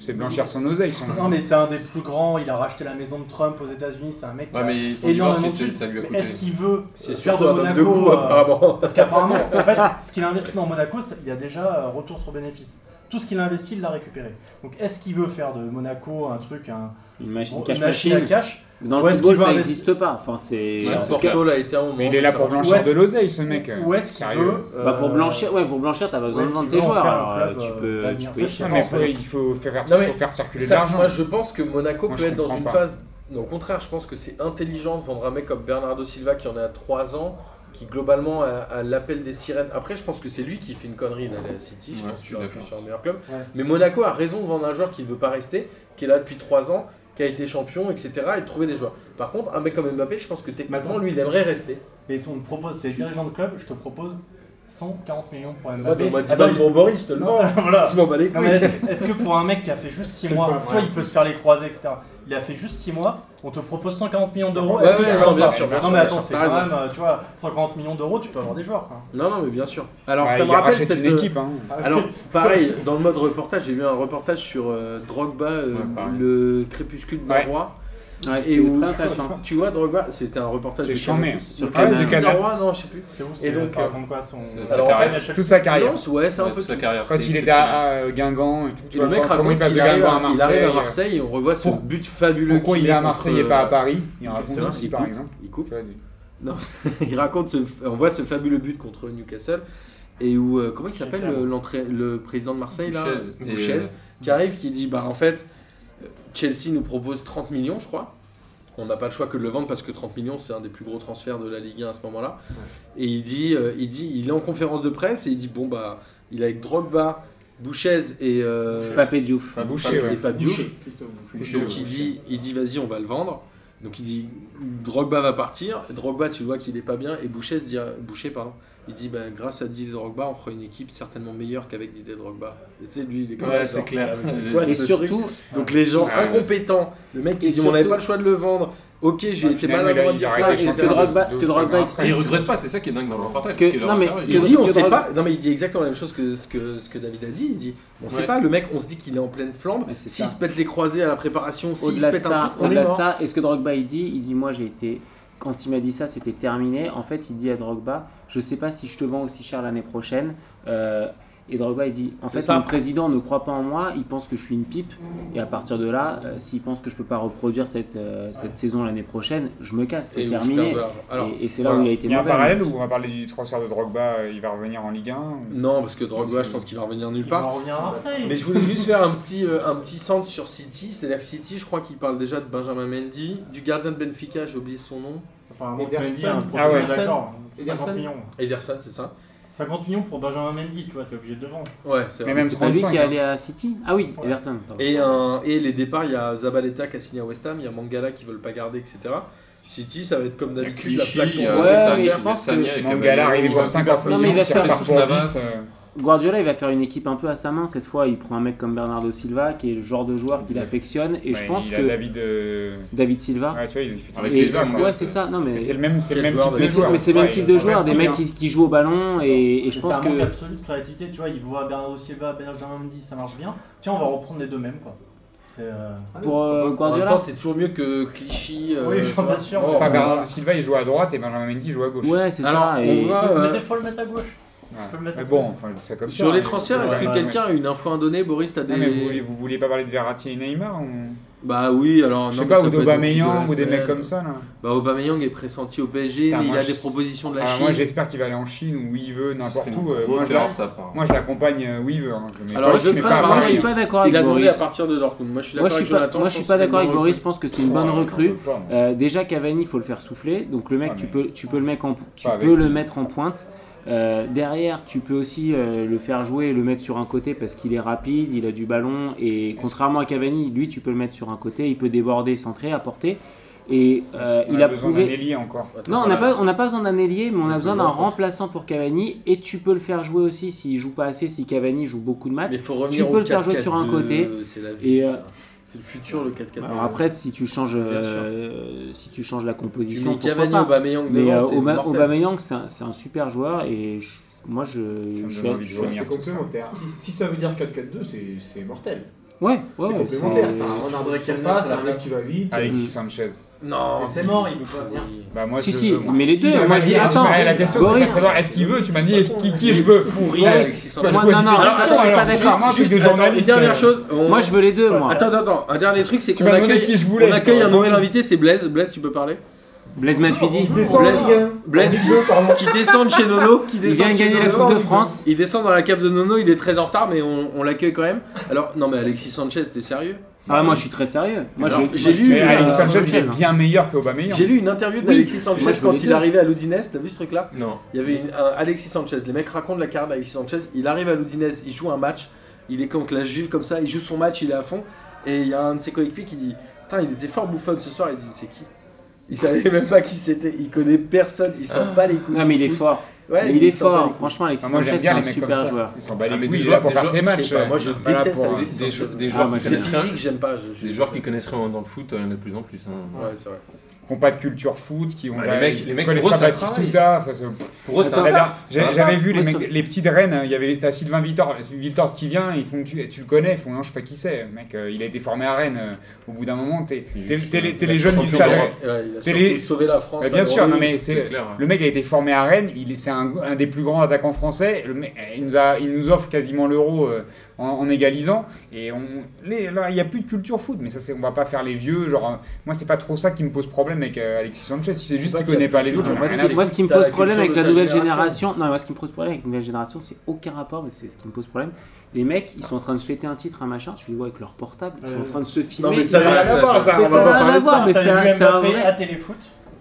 B: c'est blanchir son oseille. Son...
F: Non, mais c'est un des plus grands. Il a racheté la maison de Trump aux États-Unis. C'est un mec. qui
E: Ouais,
F: a-
E: mais son
F: Et
E: divorce,
F: Lionel
E: c'est-
F: Messi,
E: ça lui a
F: Mais est-ce
E: coûté.
F: qu'il veut
A: C'est
F: faire
A: surtout
F: de
A: un homme de
F: Monaco
A: goût,
F: euh,
A: apparemment.
F: Parce qu'apparemment, en fait, ce qu'il a investi dans Monaco, c'est- il y a déjà euh, retour sur bénéfice. Tout ce qu'il a investi, il l'a récupéré. Donc, est-ce qu'il veut faire de Monaco un truc, un,
C: Une machine
F: une
C: cash
F: machine à
C: machine.
F: cash
C: Dans
F: Où
C: le
F: est-ce
C: football
F: qu'il va
C: ça
F: investir
C: n'existe pas. Enfin c'est.
A: Ouais,
C: c'est-
A: Porto l'a été un moment.
B: Mais il est là
A: ça
B: pour
A: marche.
F: Où
B: blanchir
F: est-ce-
B: de l'oseille ce mec.
F: Ou est-ce qu'il
B: Sérieux.
F: veut
C: Bah, pour
F: euh,
C: blanchir, ouais pour blanchir t'as pas besoin
F: est-ce
C: de vendre
F: qu'il
C: tes
F: veut en
C: joueurs.
F: faire un
C: Alors, euh,
F: club,
C: tu
F: euh,
C: peux, tu
F: d'avenir
C: peux y
F: Ça,
B: Non,
F: je
B: mais
F: pense pas.
B: après, il faut faire,
A: Non, mais
B: faut faire circuler de
A: Ça,
B: l'argent.
A: moi, je pense que Monaco
B: Moi,
A: peut
B: je
A: être dans
B: comprends
A: une
B: pas.
A: phase. Non, au contraire, je pense que c'est intelligent de vendre un mec comme Bernardo Silva qui en est à 3 ans, qui globalement a, a l'appel des sirènes. Après, je pense que c'est lui qui fait une connerie d'aller à City. Je
E: Ouais,
A: pense qu'il
E: je suis
A: aurait pu
E: d'accord.
A: sur un meilleur club.
F: Ouais.
A: Mais Monaco a raison de vendre un joueur qui ne veut pas rester, qui est là depuis 3 ans, qui a été champion, etc. et de trouver des joueurs. Par contre, un mec comme Mbappé, je pense que techniquement,
F: Maintenant-
A: lui, il aimerait rester.
F: Mais si on te propose, t'es dirigeant de club, je te propose 140 millions pour
A: Ouais,
F: Mbappé.
A: mais on m'a dit
F: Ah bah,
A: donne pour Boris, je te le
F: *laughs* Non,
A: vends.
F: voilà.
A: Je m'en bats les
F: Non, mais
A: couilles.
F: est-ce que, est-ce que pour un mec qui a fait juste 6
G: C'est
F: mois,
G: pas
F: toi
G: vrai.
F: il peut se faire les croisés, etc. Il a fait juste 6 mois, on te propose 140 millions d'euros.
A: Ouais,
F: Est-ce que
A: ouais,
F: tu
A: non,
F: penses
A: bien
F: pas
A: sûr, bien
F: Non,
A: sûr,
F: mais
A: bien
F: attends,
A: sûr,
F: c'est
A: t'as
F: quand
A: raison.
F: même, euh, tu vois, 140 millions d'euros, tu peux avoir des joueurs. Quoi.
A: Non, non, mais bien sûr. Alors,
B: Bah,
A: ça me
B: il
A: rappelle
B: rachète
A: cette. euh, Ah,
B: une équipe. hein.
A: Alors, pareil, dans le mode reportage, j'ai vu un reportage sur euh, Drogba, euh,
E: Ouais, pareil.
A: le crépuscule
B: Ouais.
A: norrois.
C: peux- ouais,
A: Et
C: c'était
A: où,
C: très intéressant.
A: tu vois, Drogba, c'était un reportage
B: C'est
A: de
B: chambé.
A: Canal+. Sur
B: Ah,
A: Canal.
B: du Canal.
A: Norrois, non, je sais plus.
F: C'est où
A: Et
F: c'est-
A: donc,
F: ça
A: euh,
F: raconte quoi son.
E: c'est-
F: Alors,
E: sa
A: Alors,
E: carrière.
A: ouais,
B: Toute sa carrière.
A: Non, c'est- ouais, c'est un
E: Ouais,
A: peu.
E: toute sa
A: tout.
E: carrière.
B: Quand
E: c'était
B: il était
E: exceptionnel.
B: à à Guingamp, et tout, tu
A: Et le
B: vois,
A: mec
B: quand- comment il
A: raconte
B: passe
A: qu'il
B: de
A: arrive,
B: Guingamp à
A: à- il
B: Marseille.
A: arrive à
B: euh,
A: Marseille et on revoit ce
B: Pour-
A: but fabuleux.
B: Pourquoi
A: qu'il
B: il
A: met
B: est à
A: contre,
B: Marseille et
A: euh,
B: pas à Paris Il raconte
A: Newcastle.
B: ça aussi,
A: Il
B: par
A: coupe.
B: exemple.
A: Il coupe. *laughs* il raconte ce, on voit ce fabuleux but contre Newcastle et où euh, comment il s'appelle
F: Clairement.
A: le, l'entra- le président de Marseille là
E: Bouchez. Et,
A: Bouchez,
E: euh,
A: qui arrive qui dit bah en fait euh, Chelsea nous propose 30 millions je crois on n'a pas le choix que de le vendre parce que 30 millions c'est un des plus gros transferts de la Ligue 1 à ce moment-là et il dit euh, il dit il est en conférence de presse et il dit bon bah il est avec Drogba Bouchez et euh,
C: Papé Diouf.
E: Enfin,
B: Boucher,
A: et
B: ouais.
A: Pape Diouf.
G: Boucher, Christophe Boucher.
E: Boucher,
A: Donc il dit, il dit vas-y, on va le vendre. Donc il dit Drogba va partir. Drogba, tu vois qu'il est pas bien. Et Boucher, se dit, Boucher pardon, il dit bah, grâce à Didier Drogba, on fera une équipe certainement meilleure qu'avec Didier Drogba. Et tu sais, lui, il est comme ça,
E: Ouais, c'est
A: genre.
E: clair. C'est
A: quoi,
C: Et
A: ce
C: surtout,
A: Donc les gens
B: Ouais.
A: incompétents, le mec qui
C: Et
A: dit on n'avait
C: surtout-
A: pas le choix de le vendre. Ok, j'ai
B: Bah,
A: été
B: finalement, il
A: maladroit de
B: a- il a
A: dire
B: arrêté
A: ça.
B: le
A: etc.
C: ce que Drogba-
B: deux
C: ce
B: ou
C: que
B: trois
C: Drogba
B: ans
C: explique-
B: après.
E: Et il regrette pas, c'est ça qui est dingue dans le reportage.
C: que- non, mais ce
A: Il
C: que-
A: dit on
C: que
A: sait
C: Drogba-
A: pas. Non mais il dit exactement la même chose que ce que ce que David a dit. Il dit on sait
E: Ouais.
A: pas. Le mec, on se dit qu'il est en pleine flambe.
C: Ouais, c'est
A: S'il
C: ça.
A: se pète les croisés à la préparation, s'il se
C: Au-delà de
A: pète un
C: ça,
A: truc, on est
C: au-delà de
A: mort.
C: ça, est-ce que Drogba il dit Il dit moi j'ai été. Quand il m'a dit ça, c'était terminé. En fait, il dit à Drogba, je sais pas si je te vends aussi cher l'année prochaine. Euh, Et Drogba, il dit En fait,
A: ça.
C: mon président ne croit pas en moi, il pense que je suis une pipe. Et à partir de là, euh, s'il pense que je peux pas reproduire cette, euh, cette saison l'année prochaine, je me casse, c'est
A: Et où je
C: terminé.
A: perds de l'argent. Alors,
C: et et c'est là
A: voilà.
C: où il a été
B: Il y a un
C: mauvais.
B: parallèle où on va parler du transfert de Drogba, euh, il va revenir en Ligue 1 ou-
A: Non, parce que Drogba, je pense qu'il va revenir nulle
F: Il va
A: part.
F: revenir à Marseille.
A: Mais je voulais juste faire un petit, euh, un petit centre sur City. C'est-à-dire que City, je crois qu'il parle déjà de Benjamin Mendy, du gardien de Benfica, j'ai oublié son nom.
F: Apparemment,
G: Ederson.
F: Mendy a un problème
B: Ah ouais.
F: d'accord.
G: Ederson.
F: 50 millions.
A: Ederson, c'est ça
F: 50 millions pour Benjamin Mendy, tu vois, t'es obligé de le vendre.
A: Ouais, c'est
B: Mais
A: vrai.
B: même
C: C'est pas lui
B: 35.
C: qui est
B: hein.
C: allé à City Ah oui,
F: Ouais.
C: Everton. pardon.
A: Et, un- et les départs, il y a Zabaleta qui a signé à West Ham, il y a Mangala qui veulent pas garder, etc. City, ça va être comme d'habitude, la
E: Clichy,
A: plaque
E: il y a
B: euh,
A: tombante.
C: Ouais, mais
E: Sania, il y a
C: je pense
E: Sania
C: que
E: avec
B: Mangala
E: Abel,
B: arrivé
E: il
B: pour
E: va-
B: 50
C: Non,
B: millions,
C: mais il va
B: qui
C: faire
B: repart
E: sous
B: pour
E: Navas.
B: 10. euh,
C: Guardiola, il va faire une équipe un peu à sa main cette fois. Il prend un mec comme Bernardo Silva, qui est le genre de joueur qu'il
B: Exact.
C: affectionne. Et je
B: ouais,
C: pense
B: il
C: que
B: a David. euh,
C: David Silva.
B: Ouais, tu vois, il fait
E: Avec
C: Et-
B: Et-
E: Silva, quoi.
C: ouais, c'est ça. Non, mais
B: Mais c'est le même, c'est le
A: Quel
B: même
A: joueur
B: type
A: de-
B: de
C: Mais c'est
B: joueur.
C: mais c'est le même
B: Ouais,
C: type de joueur, des
B: fantastique,
C: mecs
B: hein.
C: qui, qui jouent au ballon et, et je
F: C'est
C: pense
F: un manque
C: que.
F: absolu de créativité, tu vois, il voit Bernardo Silva, Benjamin Mendy, ça marche bien. Tiens, on va reprendre les deux mêmes, quoi. C'est euh,
C: Pour euh,
A: En même
C: Guardiola
A: temps, c'est toujours mieux que Clichy. euh,
F: Oui,
A: tu
F: j'en
A: vois.
F: assure.
A: Bon,
B: Enfin,
A: on-
B: Bernardo Silva, il joue à droite et Benjamin Mendy joue à gauche.
C: Ouais, c'est
A: Alors,
C: ça.
A: on
C: Et...
A: voit,
F: mais
A: euh,
F: des fois le mettre à gauche.
B: Ouais.
F: peux le mettre
B: Mais
F: à
B: bon,
F: côté.
B: enfin, c'est comme ça,
A: sur les
B: mais-
A: transferts,
B: Ouais,
A: est-ce que
B: ouais,
A: quelqu'un a une info à donner Boris, t'as des.
B: Non, mais vous, voulez- vous vouliez pas parler de Verratti et Neymar ou...
A: Bah oui, alors.
B: Je
A: non,
B: sais
A: mais
B: pas,
A: ça
B: ou
A: peut être le
B: d'Aubameyang
A: titre
B: ou
A: de la
B: des mecs
A: semaine.
B: comme ça là.
A: Bah Aubameyang est pressenti au PSG,
B: Putain,
A: mais il
B: moi,
A: a
B: je-
A: des propositions de la
B: Ah,
A: Chine.
B: moi j'espère qu'il va aller en Chine où il veut, n'importe où. euh, moi,
E: Grosse
B: je
E: erreur,
B: la-
E: ça, par-
B: moi je l'accompagne euh, où il veut. hein. Je le mets
A: Alors,
B: pas,
A: je
B: je
A: veux
B: mets
A: pas
B: pas à
A: parler-
C: moi, je
B: Paris,
C: suis
B: hein.
C: pas d'accord avec
A: il a demandé
C: Boris.
A: à partir de Dortmund. Moi je suis
C: Moi,
A: d'accord
C: je
A: avec
C: suis pas,
A: Jonathan.
C: moi, je suis pas d'accord avec Boris. Je
A: Boris.
C: pense que c'est une
B: Oh,
C: bonne
B: j'en peux
C: recrue.
B: pas, moi.
C: Euh, déjà Cavani, il faut le faire souffler. Donc le mec,
B: Ah,
C: tu
B: mais-
C: peux, tu peux le mec en, tu
B: Pas avec
C: peux
B: lui.
C: le mettre en pointe. Euh, derrière, tu peux aussi euh, le faire jouer et le mettre sur un côté parce qu'il est rapide, il a du ballon et contrairement à Cavani, lui, tu peux le mettre sur un côté, il peut déborder, centrer, apporter. Et euh,
B: Parce qu'on
C: il a,
B: besoin d'un
C: prouvé.
B: ailier encore.
C: Non, on n'a pas, on n'a pas besoin d'un ailier, mais on a besoin d'un remplaçant pour Cavani. Et tu peux le faire jouer aussi s'il joue pas assez, si Cavani joue beaucoup de matchs.
A: Mais faut revenir
C: Tu peux
A: au
C: le faire jouer sur un
A: 4-4-2,
C: côté.
A: C'est la vie.
C: Et, euh, Bah,
A: ça. C'est le futur le 4-4.
C: Alors après, si tu changes,
A: Bien sûr.
C: euh, si tu changes la
A: tu
C: composition,
A: mets
C: pourquoi
A: Cavani,
C: pas.
A: Aubameyang
C: Mais euh,
A: devant, c'est
C: Aubame-
A: mortel.
C: Aubameyang, c'est un, c'est un super joueur et je- moi je.
B: Ça me
C: je-
B: donne envie de
C: je-
B: jouer.
G: C'est complémentaire. Si, si ça veut dire 4-4-2, c'est- c'est mortel.
C: Ouais, ouais,
G: c'est
C: ouais,
G: complémentaire.
C: c'est- euh,
G: T'as un André qui
F: c'est-
G: passe,
F: c'est-
G: t'as un mec qui va vite.
B: Alexis Sanchez.
A: Non.
F: Mais c'est mort, il veut pas venir.
A: Oui.
B: Bah moi
C: Si,
B: je
C: si,
B: veux, moi.
C: mais les
B: Si,
C: deux,
B: tu
C: moi,
B: m'as
C: je
B: dit-
C: dis,
B: tu m'as-
C: attends,
B: la question c'est pas de
C: Boris.
B: savoir est-ce qu'il veut, tu m'as dit est-ce qui, qui je veux.
A: Pourri Alexis Sanchez.
B: Toi,
C: Moi,
B: je
C: non, non,
B: choisis-
C: ça, je suis pas
B: juste-
C: d'accord.
B: juste
A: Juste,
B: de
A: attends,
B: journaliste,
A: une dernière
B: euh,
A: chose. on-
C: Moi je veux les deux, moi.
A: Attends, attends, attends. Un dernier truc, c'est
B: Tu
A: qu'on
B: m'as demandé
A: accueille.
B: qui je voulais.
A: On accueille
B: je
A: un
B: t'en-
A: nouvel invité, c'est Blaise. Blaise, tu peux parler
C: Blaise Matuidi,
G: descend en
A: Blaise-
G: Ligue 1.
A: Blaise qui, qui descend de chez Nono, qui
C: il vient
A: descend
C: de
A: de chez
C: gagner la
A: Nono.
C: Coupe de France.
A: Il descend dans la cave de Nono, il est très en retard, mais on, on l'accueille quand même. Alors, non, mais Alexis Sanchez, t'es sérieux
C: Ah, moi je suis très sérieux. Moi
A: Alors,
C: je-
A: j'ai
C: moi,
A: lu,
C: je-
B: Mais
A: euh,
B: Alexis Sanchez il
C: Sanchez,
B: est bien meilleur que Aubameyang.
A: J'ai lu une interview d'Alexis Sanchez
C: moi, je
A: quand
C: voulez
A: il
C: deux.
A: arrivait à l'Oudinez, t'as vu ce truc là
E: Non.
A: Il y avait une- un Alexis Sanchez, les mecs racontent la carte d'Alexis Sanchez, il arrive à l'Oudinez, il joue un match, il est contre la Juve comme ça, il joue son match, il est à fond, et il y a un de ses coéquipiers qui dit Putain, il était fort bouffon ce soir, il dit C'est qui Il savait même pas qui c'était, il connaît personne, il sent pas les coups.
C: Non,
A: du
C: mais il est
A: foot.
C: fort.
A: Ouais,
C: Mais il est
A: s'en bat les
C: fort,
A: couilles.
C: franchement, Alexis
B: Enfin, Ah, moi j'aime
C: Sanchez, c'est
B: bien
C: un
B: les mecs comme
C: super
B: ça.
C: joueur.
B: Ils s'en battent
E: Ah,
B: les
E: mais
B: couilles,
E: des
B: il est là
E: joueurs-
B: pour
E: des
B: faire
E: joueurs-
B: ses
E: je sais
A: Je
B: matchs.
A: sais pas, moi je
B: Voilà
A: déteste
B: pour-
A: Alexis
E: Des, des
A: Sanchez.
E: jou- des
A: Ah,
E: joueurs,
A: mais
E: qui
A: C'est
E: connaissent rien-
A: physique, j'aime pas. je- je-
E: des joueurs qui connaissent rien, on en dans le foot, il y en a de plus en plus. hein.
A: Ouais, c'est vrai.
B: Qui n'ont pas de culture foot, qui ont
E: Ouais,
B: la-
E: les mecs-
B: ils
E: les mecs,
B: connaissent
E: gros,
B: pas
E: ça
B: Baptiste Touta. enfin, c'est-
E: Pour eux, c'est
C: Attends.
E: un
B: J'avais-
E: taf. C'est un
B: J'avais j'avais
E: taf.
B: vu les,
C: Ouais,
B: mecs-
C: ça-
B: les petites reines, hein, il y avait t'as Sylvain Vitor, Viltor qui vient, ils font tu, tu le connais, ils font non, je sais pas qui c'est, mec, euh, il a été formé à Rennes. euh, Au bout d'un moment, t'es
E: Il est
B: t'es-
E: juste,
B: t'es les
E: euh,
B: t'es les jeunes
E: champion
B: du
E: T'as
B: stade.
E: d'Europe.
A: Ouais, ouais, il a
B: t'as
A: surtout
B: les-
A: sauvé la France.
B: Ouais,
A: à
B: bien sûr,
A: Grenoble.
B: non mais c'est
E: C'est clair. hein.
B: le mec a été formé à Rennes, il est- c'est un, un des plus grands attaquants français. Le mec- il nous a, il nous offre quasiment l'euro euh, en, en égalisant et on, les- là il n'y a plus de culture foot, mais ça c'est, on va pas faire les vieux. Genre euh, moi c'est pas trop ça qui me pose problème avec euh, Alexis Sanchez, si c'est juste
A: ça
B: qu'il
A: qu'il y a
B: connaît pas
A: plus
B: les
A: de
B: autres. j'en ai
C: Moi,
A: Ouais,
C: ce
B: rien
A: mais
B: à
C: qui,
A: c'est-
C: moi, ce qui me
A: t'as la
C: pose problème avec
A: culture de
C: la
A: ta
C: nouvelle
A: génération.
C: génération, non, moi, ce qui me pose problème avec la nouvelle génération, c'est aucun rapport, mais c'est ce qui me pose problème. Les mecs, ils sont en train de fêter un titre, un machin, tu les vois avec leur portable, ils sont en train de se filmer.
A: Non, mais ça
C: ils-
A: n'a rien à voir, ça.
C: Mais
A: Ah, on
C: ça
A: va
C: n'a
A: pas
C: rien
A: parler
C: à
A: de
C: voir,
A: ça.
C: mais
F: T'as
C: c'est
F: vu
C: un, c'est un
F: Mbappé
C: vrai.
F: à téléfoot.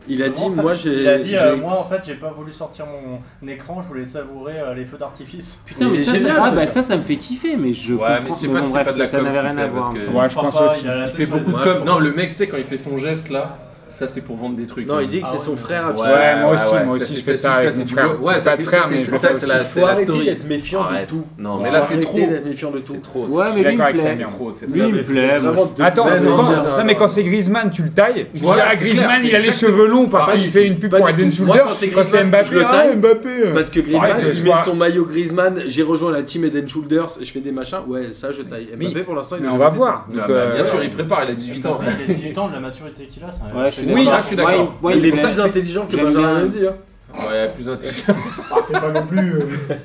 A: Il a dit, moi j'ai.
F: Il a dit,
A: j'ai-
F: euh, moi en fait, j'ai pas voulu sortir mon mon écran, je voulais savourer euh, les
C: *laughs*
F: feux d'artifice.
C: Putain, mais
A: Il est
C: ça, ça,
A: génial,
C: ah,
A: ce
C: bah,
A: gars.
C: ça, ça me fait kiffer, mais je
E: Ouais,
C: comprends.
E: mais je sais
C: mais
E: pas
C: bon,
E: si c'est
C: bref,
E: pas de la
C: ça- ça
E: com
C: n'avait
E: ce qu'il
C: rien à
E: fait, parce
C: voir.
E: que-
B: Ouais, je pense aussi.
F: a la
E: Il fait
F: tête sur
E: beaucoup
F: les
E: de
A: Ouais,
E: com.
A: je
E: Non, le mec, tu sais, quand il fait son geste là, ça c'est pour vendre des trucs.
A: Non,
E: hein.
A: il dit que c'est son frère à
E: Ouais,
A: Fiorentino.
B: Ouais, moi aussi,
E: ouais,
B: moi
E: ça,
B: aussi,
E: c'est-
B: je fais
E: ça,
B: ça
E: c'est-
B: avec
E: c'est
B: mon
E: du
B: frère.
E: boulot. Ouais,
B: Pas
E: ça,
B: de
E: c'est-
B: frère,
E: c'est-
B: mais
E: c'est-
B: je fais
E: ça,
B: ça
E: c'est
B: aussi.
E: la-
A: Faut
E: la
A: arrêter
E: story.
A: d'être méfiant de
E: Arrête.
A: tout.
E: Non, mais là c'est
A: Arrêtez
E: trop.
A: d'être méfiant de tout.
E: C'est trop.
C: Ouais,
E: ça.
C: mais lui, il me
B: d'accord avec
C: plaît.
E: C'est trop. c'est
C: Lui, il me
A: C'est
C: plaît. moi,
A: vraiment de-
B: Attends,
A: Ouais, non,
B: quand,
A: non, non,
B: non, mais
A: non.
B: quand c'est Griezmann, tu le tailles. Tu
E: Voilà,
B: dis, ah,
E: c'est
B: Griezmann,
E: clair, c'est
B: il a les
E: exactement-
B: cheveux longs parce
A: Pas
B: qu'il
A: du
B: fait
A: tout.
B: une pub
A: Pas
B: pour
A: du
B: Eden
A: tout.
B: Shoulder.
A: Moi, quand c'est
B: Quand c'est
A: Griezmann, je
B: Mbappé,
A: le
B: ah,
A: taille.
B: Mbappé.
A: Parce que
B: Arrête,
A: Griezmann,
B: je
A: il met
B: vois.
A: son maillot Griezmann, j'ai rejoint la team Eden Shoulders, je fais des machins, ouais, ça je taille.
B: Mais-
A: Mbappé pour l'instant, il
B: Mais
A: a
B: on
A: jamais
B: va
A: fait
B: voir.
E: Non,
B: Donc,
E: mais
B: euh,
E: bien sûr, il prépare, il a 18 ans.
F: Il a 18 ans, de la maturité qu'il a, ça.
C: Ouais, je suis
F: c'est
E: Oui,
F: pas-
E: ça, je suis
C: d'accord.
E: d'accord.
C: Ouais,
A: ça.
C: il-
A: Il est
C: ouais, il est-
A: plus intelligent que
C: j'aime
A: Benjamin
C: bien.
A: Mendy. hein.
E: Ouais, plus intelligent.
G: Ah, c'est pas non plus. euh,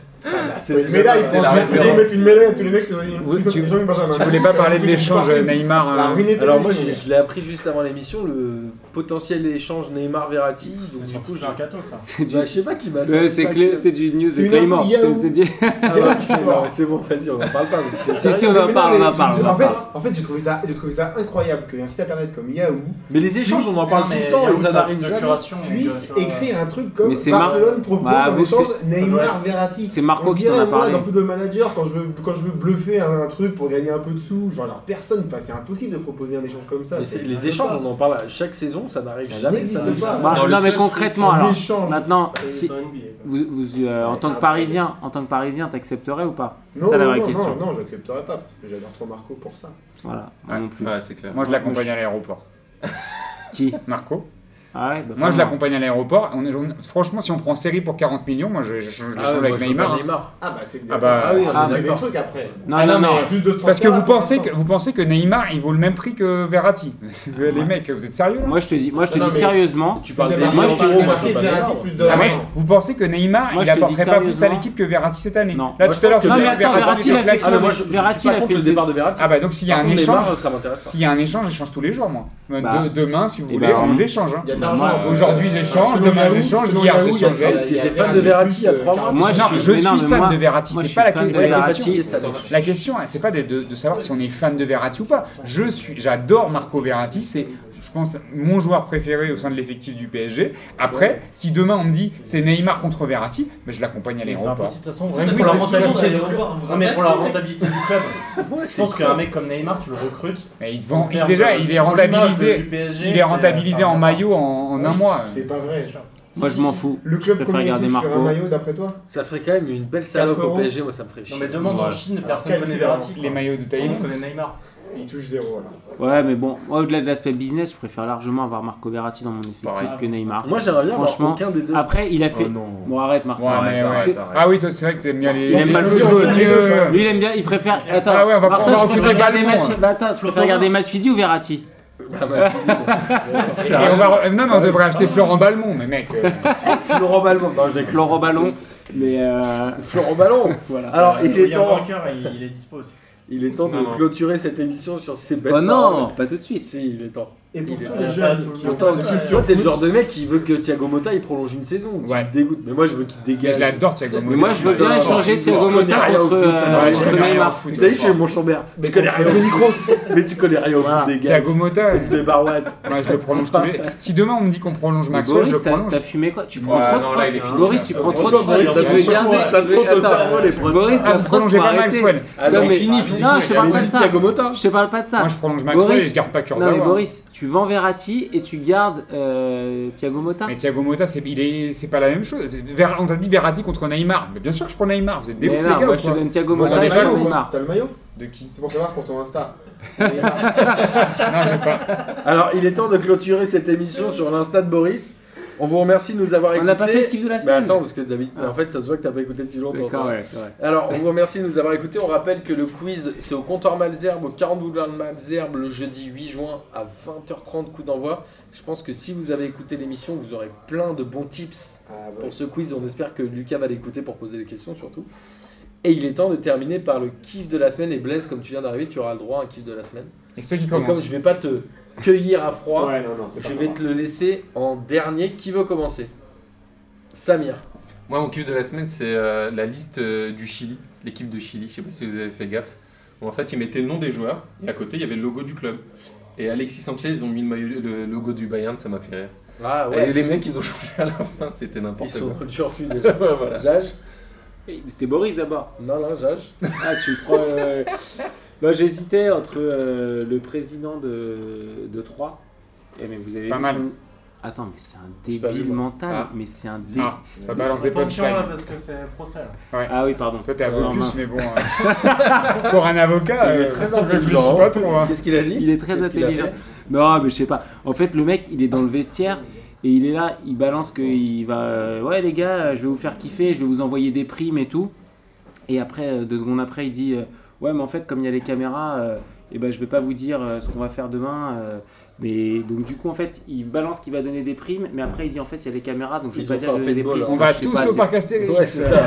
G: C'est une
E: médaille,
G: médaille,
E: c'est la
G: tu vas
E: référence.
G: mettre une médaille à tous les mecs, euh, ils
B: Oui,
G: ils sont
B: tu-
G: ils sont comme Benjamin.
B: Je voulais pas
G: Ça
B: parler
G: fait
B: de l'échange
G: du parking. La
B: Neymar. euh,
G: ruiné
A: Alors moi,
G: PSG.
A: j'ai- je l'ai appris juste avant l'émission, le potentiel échange Neymar-Verratti. Donc du coup, j'ai-
F: mercato ça.
C: C'est du,
A: Bah, je sais pas qui m'a.
C: euh, c'est
A: pas
C: clé-
A: qui-
C: c'est du news
G: C'est
C: de
G: une
C: Claymore.
G: info Yahoo.
C: C'est c'est du-
A: Ah ouais, non, mais c'est bon, vas-y, on en parle pas. mais-
C: Si, si, on en
G: Mais non,
C: parle, on en
G: mais
C: parle.
G: je-
C: on en
G: En
C: parle.
G: fait, en fait j'ai trouvé, ça- j'ai trouvé ça incroyable qu'un site internet comme Yahoo
A: Mais les échanges, on en parle tout le temps et ça n'arrive jamais.
F: Oh
G: puisse écrire un truc comme
C: Mais c'est mar-
G: Barcelone propose
C: Bah,
G: un
C: vous,
G: échange
F: doit
G: Neymar
F: être-
G: Verratti.
C: c'est Marco
G: On
C: qui t'en a
G: dirait, moi,
C: parlé.
G: Dans Football Manager, quand je veux quand je veux bluffer un, un truc pour gagner un peu de sous, genre alors, personne, enfin, c'est impossible de proposer un échange comme ça.
A: Mais
G: c'est-
A: c'est-
G: ça
A: Les
G: arrive
A: échanges,
G: pas.
A: on en parle à chaque saison, ça n'arrive
G: Ça
A: jamais.
G: n'existe
A: arrive
G: pas.
C: Bah,
E: Dans le
C: non mais
E: seul
C: concrètement
G: truc, un
C: alors
G: échange.
C: maintenant
G: C'est
C: si
G: sur NBA, quoi.
C: vous, vous, euh, en
G: Ouais, c'est
C: tant que
G: un
C: parisien en tant que parisien t'accepterais ou pas C'est
G: Non,
C: ça la
G: non,
C: vraie
G: non,
C: question.
G: Non, non, j'accepterais pas, parce que j'adore trop Marco pour ça.
C: Voilà, moi
B: Ouais.
C: non plus.
E: Ouais, c'est clair.
B: Moi, je l'accompagne à l'aéroport.
C: Qui
B: Marco
C: Ah ouais, bah,
B: Moi, je
C: pas
B: l'accompagne à l'aéroport. On est- on- Franchement, si on prend série pour 40 millions, moi, je- j'échange
A: Ah,
B: l'échange
A: ouais, moi,
B: avec
A: je veux pas
B: Neymar. hein.
A: Neymar.
G: Ah bah c'est
B: Ah bah,
A: ah oui,
G: ah,
A: on est
G: des
A: d'accord.
G: trucs après.
C: Non, non, non.
G: Juste de ce
B: Parce que
G: transfert-là,
B: vous
G: pour
B: pensez que,
G: l'instant.
B: vous pensez que Neymar, il vaut le même prix que Verratti. Les mecs, vous êtes sérieux là
C: Moi, je te dis, moi, je te
G: Non,
C: dis
G: mais-
C: sérieusement.
A: Tu
G: C'était
A: parles des
G: marqué-
C: moi, je te-
G: c'était
A: échanges, moi, je
G: marqué
A: veux pas
G: Verratti
A: Neymar.
G: plus
B: Ah,
G: dollars.
B: moi, je- vous pensez que Neymar,
C: Moi, je
B: il
C: te dis
B: apporterait pas plus à
C: sérieusement.
B: l'équipe que Verratti cette année
C: Non.
B: Là,
A: Moi,
B: tout à
A: je
B: l'heure,
A: pense
B: tu
A: que-
B: dis
A: Non, mais
B: que
C: attends,
B: Verratti,
C: Verratti,
B: il
C: il a
B: claque.
C: fait-
A: Ah, mais moi, je, je
C: Verratti,
A: suis pas
C: il a
A: contre
C: fait
A: le
C: le
A: départ de Verratti.
B: Ah bah donc s'il y a
A: Par
B: un
A: contre,
B: échange,
A: Neymar, ça m'intéresse pas.
B: s'il y a un échange, j'échange tous les jours moi.
C: Bah.
B: De- demain, si vous
C: Eh
B: voulez,
C: ben,
B: on
C: on-
B: échange. hein.
G: Il y a de
C: Bah,
G: l'argent.
C: moi,
G: en plus.
B: Aujourd'hui,
G: Euh,
B: j'échange,
G: selon
B: demain,
G: Yahoo,
B: j'échange,
G: selon
B: hier,
G: Yahoo, il y a-
B: j'échangeais.
G: il y a-
A: Tu
G: il y a
A: étais fan de
G: plus,
A: Verratti il y a
G: euh,
A: trois
C: Moi,
A: mois.
B: Non,
C: je suis,
B: je
C: mais non,
B: suis
C: mais
B: fan
C: moi-
B: de Verratti,
C: moi, je
B: c'est
C: suis
B: pas la,
C: fan
B: que-
C: de
B: la
C: Verratti.
B: question. La question, hein, c'est pas de, de- de savoir si on est fan de Verratti ou pas. Je suis, j'adore Marco Verratti, c'est, je pense, mon joueur préféré au sein de l'effectif du PSG. Après, si demain on me dit c'est Neymar contre Verratti, mais je l'accompagne à
F: Mais c'est
B: l'aéroport.
F: impossible de toute façon.
B: Oui,
F: Rien que pour la
B: c'est
F: rentabilité
B: tout
F: du
B: à
F: club. Non, mais pour la rentabilité du club. Je pense qu'un mec comme Neymar, tu le recrutes.
B: Mais il te
F: en
B: vend-
F: termes
B: déjà,
F: de-
B: il est
F: pour l'image du
B: rentabilisé.
F: PSG,
B: Il
F: c'est-
B: est rentabilisé
F: c'est un-
B: en maillot en, en un
G: Oui,
B: mois. euh,
G: C'est pas vrai.
F: C'est sûr.
C: Moi,
G: Si,
C: je
G: si,
C: m'en
G: si.
C: fous.
G: Le
C: Je
G: club
C: préfère
G: communique
C: regarder
G: sur un
C: Marco.
G: maillot d'après toi
A: Ça ferait quand même une belle salope
G: 4
A: au
G: euros.
A: PSG, moi ça me ferait
F: Non,
A: chier.
F: mais demande en Chine, personne
G: quel
F: connaît
G: club
F: Verratti.
B: Les maillots de
F: Tout le
B: taille.
F: monde connaît Neymar.
G: Il touche zéro là.
C: Ouais, mais bon, moi, au-delà de l'aspect business, je préfère largement avoir Marco Verratti dans mon effectif
E: Pareil.
C: que Neymar.
A: Moi j'aimerais bien avoir
C: Franchement,
A: aucun des deux.
C: Après, il a fait.
E: Oh non.
C: Bon, arrête, Marco.
B: Ouais,
E: Arrête,
B: mais
E: arrête,
B: ouais.
E: arrête.
B: Ah oui, toi, c'est vrai que t'aimes bien les.
C: Il aime pas le
B: les-
C: football.
B: les-
G: Ouais.
C: Lui, il aime bien, il préfère. Attends,
B: Ah ouais, on va
C: Marco,
B: pouvoir
C: tu préfères
B: recruter
C: regarder
B: Ballon,
C: match-
B: hein.
C: bah, attends, tu préfères regarder match Fidi ou Verratti
A: Bah, ma fille,
B: Et on va re- Non, mais on devrait acheter Florent Balmont, mais mec. euh,
A: Florent Ballon. Non, je déconne.
C: Florent Ballon, mais euh,
A: Florent Ballon
C: voilà.
A: Alors il est
F: William
A: temps,
F: Walker, il il est dispo aussi.
A: il est temps
E: Non, non.
A: de clôturer cette émission sur ces belles
C: Oh non,
A: paroles.
C: pas tout de suite.
A: Si, il est temps.
G: Et pour
F: Il
G: tous
F: est
G: les
F: pas
G: jeunes
F: tout
G: qui
F: le
G: ont
F: monde.
G: pas
A: Pourtant,
G: de-
A: toi, t'es le genre de mec qui veut que Thiago Motta il prolonge une saison.
B: Ouais.
A: Tu te dégoûtes. Mais moi, je veux qu'il
B: Je
A: dégage.
B: l'adore, Thiago
C: Mais
B: Motta.
C: moi, je veux bien
A: Ouais,
C: échanger
A: ouais,
C: Thiago
A: ouais,
C: Motta
A: ouais,
C: contre
A: ouais,
C: euh,
A: ouais,
C: contre
A: ouais,
B: ouais,
C: Neymar.
B: ouais,
A: Tu sais, je fais mon chambert.
G: Mais
A: Tu connais
G: contre
A: rien *laughs* au micro. Mais tu connais rien au foot, dégage.
B: Thiago Motta,
A: Mais Barouette.
B: moi, je le prolonge tous les. Si demain on me dit qu'on prolonge
C: Mais
B: Maxwell, je
C: Boris,
B: le
C: t'as
B: prolonge.
C: t'as fumé quoi Tu prends
E: Ouais,
C: trop de
E: non, là,
C: prods.
E: il est fini,
C: Boris,
E: là.
C: tu prends trop de
A: Franchement, Boris,
C: prods.
A: ça
C: devait
A: devait garder, ça devait être au cerveau, les prods.
C: Boris,
B: Ah,
C: ça
B: vous prolongez pas Maxwell.
C: Non, mais
A: fini, fini.
C: non, je te parle
A: Allez,
C: pas de
A: dis
C: ça.
A: Thiago Motta.
C: Je te parle pas de ça.
B: Moi, je prolonge Maxwell et
C: Boris.
B: je garde pas
C: Non, mais
B: Kurzawa.
C: Boris, tu vends Verratti et tu gardes euh, Thiago Motta.
B: Mais Thiago Motta, c'est il est- c'est pas la même chose. C'est- Ver- On t'a dit Verratti contre Neymar. Mais bien sûr que je prends Neymar. Vous êtes des
C: Mais
B: ouf, les
C: non,
B: gars.
C: moi,
B: ou
C: je te
B: quoi
C: donne Thiago
B: Vous
G: T'as
C: Motta
B: vendez
C: et
G: le
C: je
B: pas
C: te
G: maillot,
C: donne
G: quoi.
C: Neymar.
G: T'as le maillot
B: De qui
G: C'est pour savoir pour ton *laughs* Insta.
A: Alors, il est temps de clôturer cette émission sur l'insta de Boris. On vous remercie de nous avoir
C: On
A: écoutés.
C: n'a pas fait le kiff de la
A: Mais
C: semaine.
A: attends, parce que David, en fait, ça se voit que t'as pas écouté depuis longtemps.
C: D'accord,
A: toi.
C: ouais, c'est vrai.
A: Alors, on vous remercie de nous avoir écoutés. On rappelle que le quiz, c'est au comptoir Malzerbe, au 40 boulevard de Malzerbe, le jeudi 8 juin à 20h30, coup d'envoi. Je pense que si vous avez écouté l'émission, vous aurez plein de bons tips
G: Ah, ouais.
A: pour ce quiz. On espère que Lucas va l'écouter pour poser des questions, surtout. Et il est temps de terminer par le kiff de la semaine. Et Blaise, comme tu viens d'arriver, tu auras le droit à un kiff de la semaine.
B: Et c'est toi qui
A: Et comme
B: commence.
A: je vais pas te cueillir à froid,
G: Ouais, non, non, c'est pas
A: je
G: ça.
A: vais te le laisser en dernier. Qui veut commencer Samir.
E: Moi, mon kiff de la semaine, c'est euh, la liste euh, du Chili, l'équipe de Chili. Je sais pas si vous avez fait gaffe. Bon, en fait, ils mettaient le nom des joueurs
A: Mm.
E: et à côté, il y avait le logo du club. Et Alexis Sanchez, ils ont mis le, maillot- le logo du Bayern, ça m'a fait rire.
A: Ah
E: Et les mecs, ils ont changé à la fin, c'était
A: Ils
E: n'importe
A: sont *laughs*
E: quoi. *laughs*
A: dans le turfu
E: Ouais,
A: déjà.
E: voilà.
A: Jage
C: Oui, mais C'était Boris d'abord.
A: Non, non, Jage.
C: Ah, tu me prends. euh, Non, j'hésitais entre euh, le président de, de Troyes. Eh, mais vous avez
B: Pas
C: vu
B: mal.
C: son- Attends, mais c'est un
A: pas vu,
C: débile
A: moi.
C: mental.
E: Ah.
C: Mais c'est un débile.
B: Ah, ça balance des
F: Attention là,
B: punchlines.
F: parce que c'est procès. là.
C: Ah oui, pardon.
B: Toi, t'es à
C: Non,
B: Bocus,
C: mince. *laughs*
B: mais bon. euh, Pour un avocat,
A: Il est
B: euh,
A: très
B: tu réfléchis
A: intelligent.
B: pas trop. hein.
A: Qu'est-ce qu'il a dit
C: Il est très
A: Qu'est-ce qu'il a
C: intelligent.
A: fait
C: Non, mais je sais pas. En fait, le mec, il est dans le vestiaire et il est là, il balance qu'il va. euh, ouais, les gars, euh, je vais vous faire kiffer, je vais vous envoyer des primes et tout. Et après, euh, deux secondes après, il dit euh, Ouais, mais en fait, comme il y a les caméras, euh, et ben je vais pas vous dire euh, ce qu'on va faire demain. euh, mais donc du coup en fait il balance qu'il va donner des primes, mais après il dit en fait il y a des caméras donc je vais
A: Ils
C: pas
A: ont
C: dire
A: fait un
C: de donner des
A: paintball,
C: primes.
A: hein.
B: On
C: Enfin,
B: va
C: je sais
B: tous
C: pas, *laughs*
B: au
C: c'est-
B: parc Astérix.
A: Ouais, c'est ça.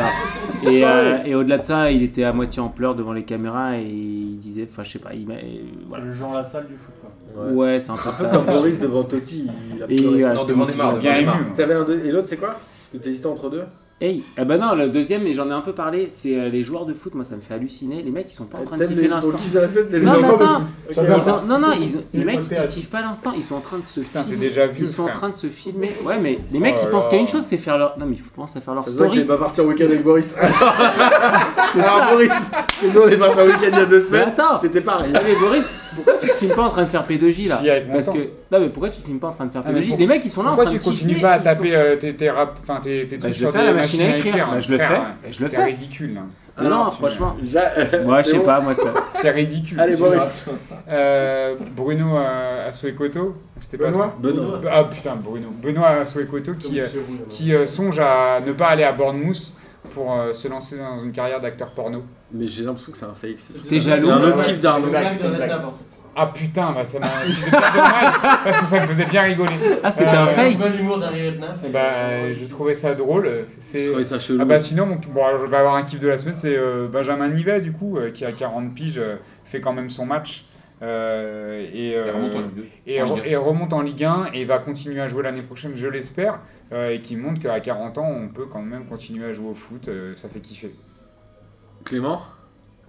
C: et, euh, et au-delà de ça, il était à moitié en pleurs devant les caméras et il disait, enfin je sais pas, il m'a- euh,
F: C'est
C: voilà.
F: le Jean Lassalle du foot. Quoi.
A: Ouais.
C: Ouais, c'est un peu
A: Un peu
C: ça.
A: comme Boris devant Totti, il a
C: Et,
A: pleuré.
C: euh,
E: Non,
C: c'était
E: devant
C: mon
E: Neymar,
C: petit
E: devant
B: Bien
E: Neymar.
B: ému. hein.
A: T'avais un deux- et l'autre c'est quoi Tu t'hésitais entre deux
C: Hey, ah bah non, le deuxième, et j'en ai un peu parlé, c'est euh, les joueurs de foot, moi ça me fait halluciner. Les mecs, ils sont pas en train de
A: T'aimes les
C: kiffer
A: ton
C: l'instant.
A: kiff de la semaine, c'est les
C: Non, mais
A: moments de
C: attends,
A: foot.
C: ils sont- non, non, ils ont- les
G: Il
C: mecs,
G: est
C: ils
G: pas
C: kiffent pas l'instant, ils sont en train de se
B: Putain, t'es
C: filmer.
B: déjà vu.
C: Ils sont en
B: frère.
C: train de se filmer. Ouais, mais les mecs,
E: Oh
C: ils
E: là
C: pensent
E: là.
C: qu'à une chose, c'est faire leur. Non, mais il faut penser à faire leur
A: Ça se voit qu'il est
C: story.
A: pas parti en week-end
C: *laughs*
A: avec Boris.
C: C'est
A: Alors
C: ça.
A: Boris, parce que nous on est parti en week-end il y a deux
C: Mais
A: semaines,
C: attends,
A: c'était pareil.
C: Ah, mais Boris, pourquoi tu te filmes pas en train de faire P2J là
B: Je suis avec mon
C: Parce
B: temps.
C: que. Non, mais pourquoi tu te filmes pas en train de faire
B: Ah, mais
C: P2J
B: pour-
C: Les mecs, ils sont là en
B: Pourquoi
C: train de
B: tu continues
C: kiffer,
B: pas à
C: ils
B: taper euh, tes, tes rap, enfin tes,
C: sont-
B: tes
C: Bah,
B: trucs
C: je le
B: sur
C: fais à
B: des
C: la machine à écrire.
B: écrire hein.
C: Bah, je le fais.
B: frère,
C: Bah, Je le
B: T'es
C: fais. *laughs*
B: ridicule. hein.
C: Non,
B: tu-
C: franchement.
A: Moi
C: Moi, je sais pas, moi ça.
B: T'es ridicule.
A: Allez Boris.
B: Euh, Bruno euh, Assoekoto, c'était pas ça
A: Benoît.
B: Ah putain, Bruno. Benoît Assoekoto qui, euh, qui euh, songe à ne pas aller à Bournemouth pour euh, se lancer dans une carrière d'acteur porno.
A: Mais j'ai l'impression que c'est un fake. c'est tout.
C: T'es
A: C'est
C: jaloux
A: un autre
G: Ouais,
A: kiff
G: c'est
A: d'Arnaud.
G: blague,
F: Blague
G: c'est
F: de
G: une blague.
F: Redknapp, en fait.
B: Ah putain, bah
A: *laughs*
B: ça m'a. C'était bien dommage parce que ça me faisait bien rigoler.
C: Ah, c'était un
B: Euh,
C: fake
F: Bon humour derrière Redknapp.
B: Bah, euh, je trouvais ça drôle.
A: Tu
B: C'est.
A: trouvais ça chelou.
B: Ah bah sinon, mon- bon, alors, je vais avoir un kiff de la semaine, c'est euh, Benjamin Nivet du coup, euh, qui a 40 piges, euh, fait quand même son match. euh, et, euh, et,
E: En Ligue
B: re- et remonte en Ligue 1 et va continuer à jouer l'année prochaine, je l'espère, euh, et qui montre qu'à 40 ans, on peut quand même continuer à jouer au foot, euh, ça fait kiffer.
A: Clément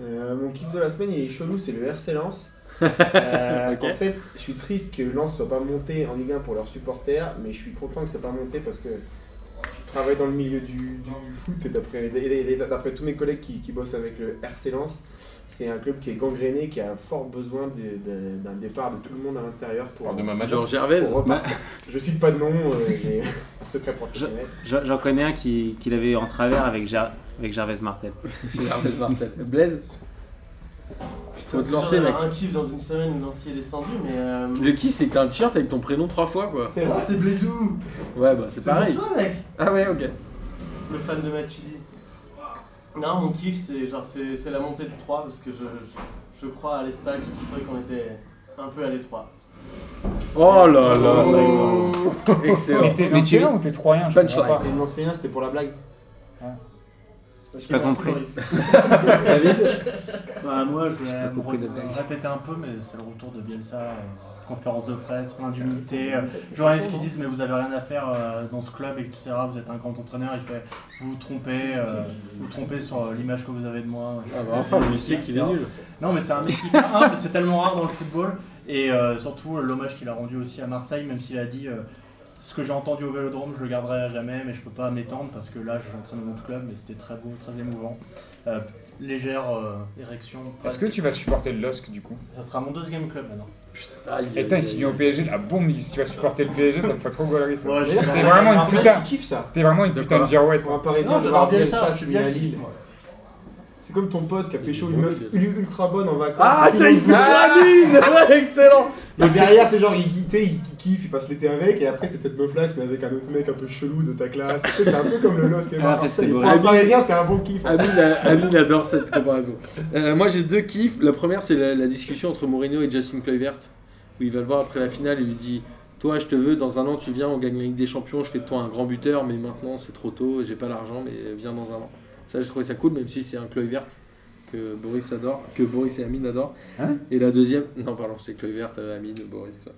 G: Euh, mon kiff de la semaine, il est chelou, c'est le RC
B: *laughs*
G: Lens. Euh, En fait, je suis triste que Lens soit pas monté en Ligue 1 pour leurs supporters, mais je suis content que ça soit pas monté parce que je travaille dans le milieu du, du foot et d'après et- et d'après tous mes collègues qui, qui bossent avec le RC Lens, c'est un club qui est gangréné, qui a fort besoin de- de- d'un départ de tout le monde à l'intérieur pour,
E: Parle de ma majeure.
A: Genre Gervais
G: pour repartir. Je cite pas de nom, euh, j'ai *laughs* un secret professionnel.
C: J'en j'en connais un qui, qui l'avait en travers avec, Ger- avec Gervais Martel.
B: Oh.
A: *laughs* Gervais Martel. Blaise Faut se lancer,
H: J'en ai
A: mec.
H: Un kiff dans une semaine où Nancy est descendu, mais. euh,
A: Le kiff c'est que t'as un t-shirt avec ton prénom trois fois quoi.
G: C'est
H: ah,
G: vrai.
H: c'est Blaisou
A: Ouais bah c'est
H: C'est pour
A: pareil.
H: toi, mec
A: Ah ouais ok.
H: Le fan de Matuidi. Non, mon kiff, c'est genre c'est c'est la montée de 3 parce que je, je, je crois à l'estac, parce que je trouvais qu'on était un peu à l'étroit.
A: Oh là là
B: Oh.
A: là. Excellent.
B: Mais t'es
C: Mais tu-
B: nancéen ou t'es troyen je comprends
A: Punchline.
B: pas.
G: Et non, c'est rien, c'était pour la blague.
H: J'ai
C: pas compris.
F: *laughs*
G: David
F: Bah, moi, je voulais
C: pas
F: me
C: compris
F: re-
C: de blague.
F: répéter un peu, mais c'est le retour de Bielsa. euh, conférence de presse, plein d'humilité. euh, Journalistes qui disent, mais vous avez rien à faire euh, dans ce club, etc. Vous êtes un grand entraîneur. Il fait, vous vous trompez, euh, vous vous trompez sur euh, l'image que vous avez de moi. Je suis
A: Ah bah enfin le
F: nul,
A: métier qu'il est
F: etc.
A: nul.
F: Non, mais c'est un mec hyper humble, c'est tellement rare dans le football. Et euh, surtout, l'hommage qu'il a rendu aussi à Marseille, même s'il a dit euh, ce que j'ai entendu au vélodrome, je le garderai à jamais, mais je peux pas m'étendre parce que là, j'entraîne mon autre club, mais c'était très beau, très émouvant. Euh, légère euh, érection.
B: Est-ce que
F: presque.
B: tu vas supporter le LOSC du coup
F: Ça sera mon deuxième club maintenant.
A: Aïe,
B: Et
A: aïe,
B: putain,
A: aïe.
B: s'il vient au PSG, la bombe, si tu vas supporter le PSG, ça me fait trop galerie ça.
F: Ouais,
B: C'est vraiment une
G: Marseille,
B: putain.
G: tu kiffes ça.
B: T'es vraiment une
A: De
B: putain de
A: quoi
B: girouette.
G: Pour un
F: Non,
G: parisien, de
F: j'adore
G: voir
F: bien
G: Bielsa,
F: ça, je suis
G: c'est bien
F: bien
G: la
F: six,
G: Lille.
F: moi.
G: C'est comme ton pote qui a pécho
A: Il est
G: une
A: bon,
G: meuf
A: le
G: ul- ultra bonne en vacances.
A: Ah
G: Tout
A: ça
G: le
A: il
G: monde
A: fait
G: va.
A: ça la *laughs* lune Excellent
G: Donc derrière, c'est genre, il, tu sais, il kiffe, il passe l'été avec, et après, c'est cette meuf-là, mais avec un autre mec un peu chelou de ta classe. Tu sais, c'est un peu comme le LOS qui est
C: Ah,
G: mort à
C: mais
G: Marseille.
C: c'est
G: Pour
C: bon.
G: un parisien, c'est un bon kiff.
A: Amine, a- Amine adore cette comparaison. Euh, moi j'ai deux kiffs. La première c'est la, la discussion entre Mourinho et Justin Kluivert où il va le voir après la finale et lui dit toi je te veux dans un an tu viens on gagne la Ligue des Champions je fais de toi un grand buteur mais maintenant c'est trop tôt j'ai pas l'argent mais viens dans un an. Ça j'ai trouvé ça cool même si c'est un Kluivert que Boris adore que Boris et Amine adorent. et la deuxième non pardon c'est Kluivert euh, Amine Boris. ça.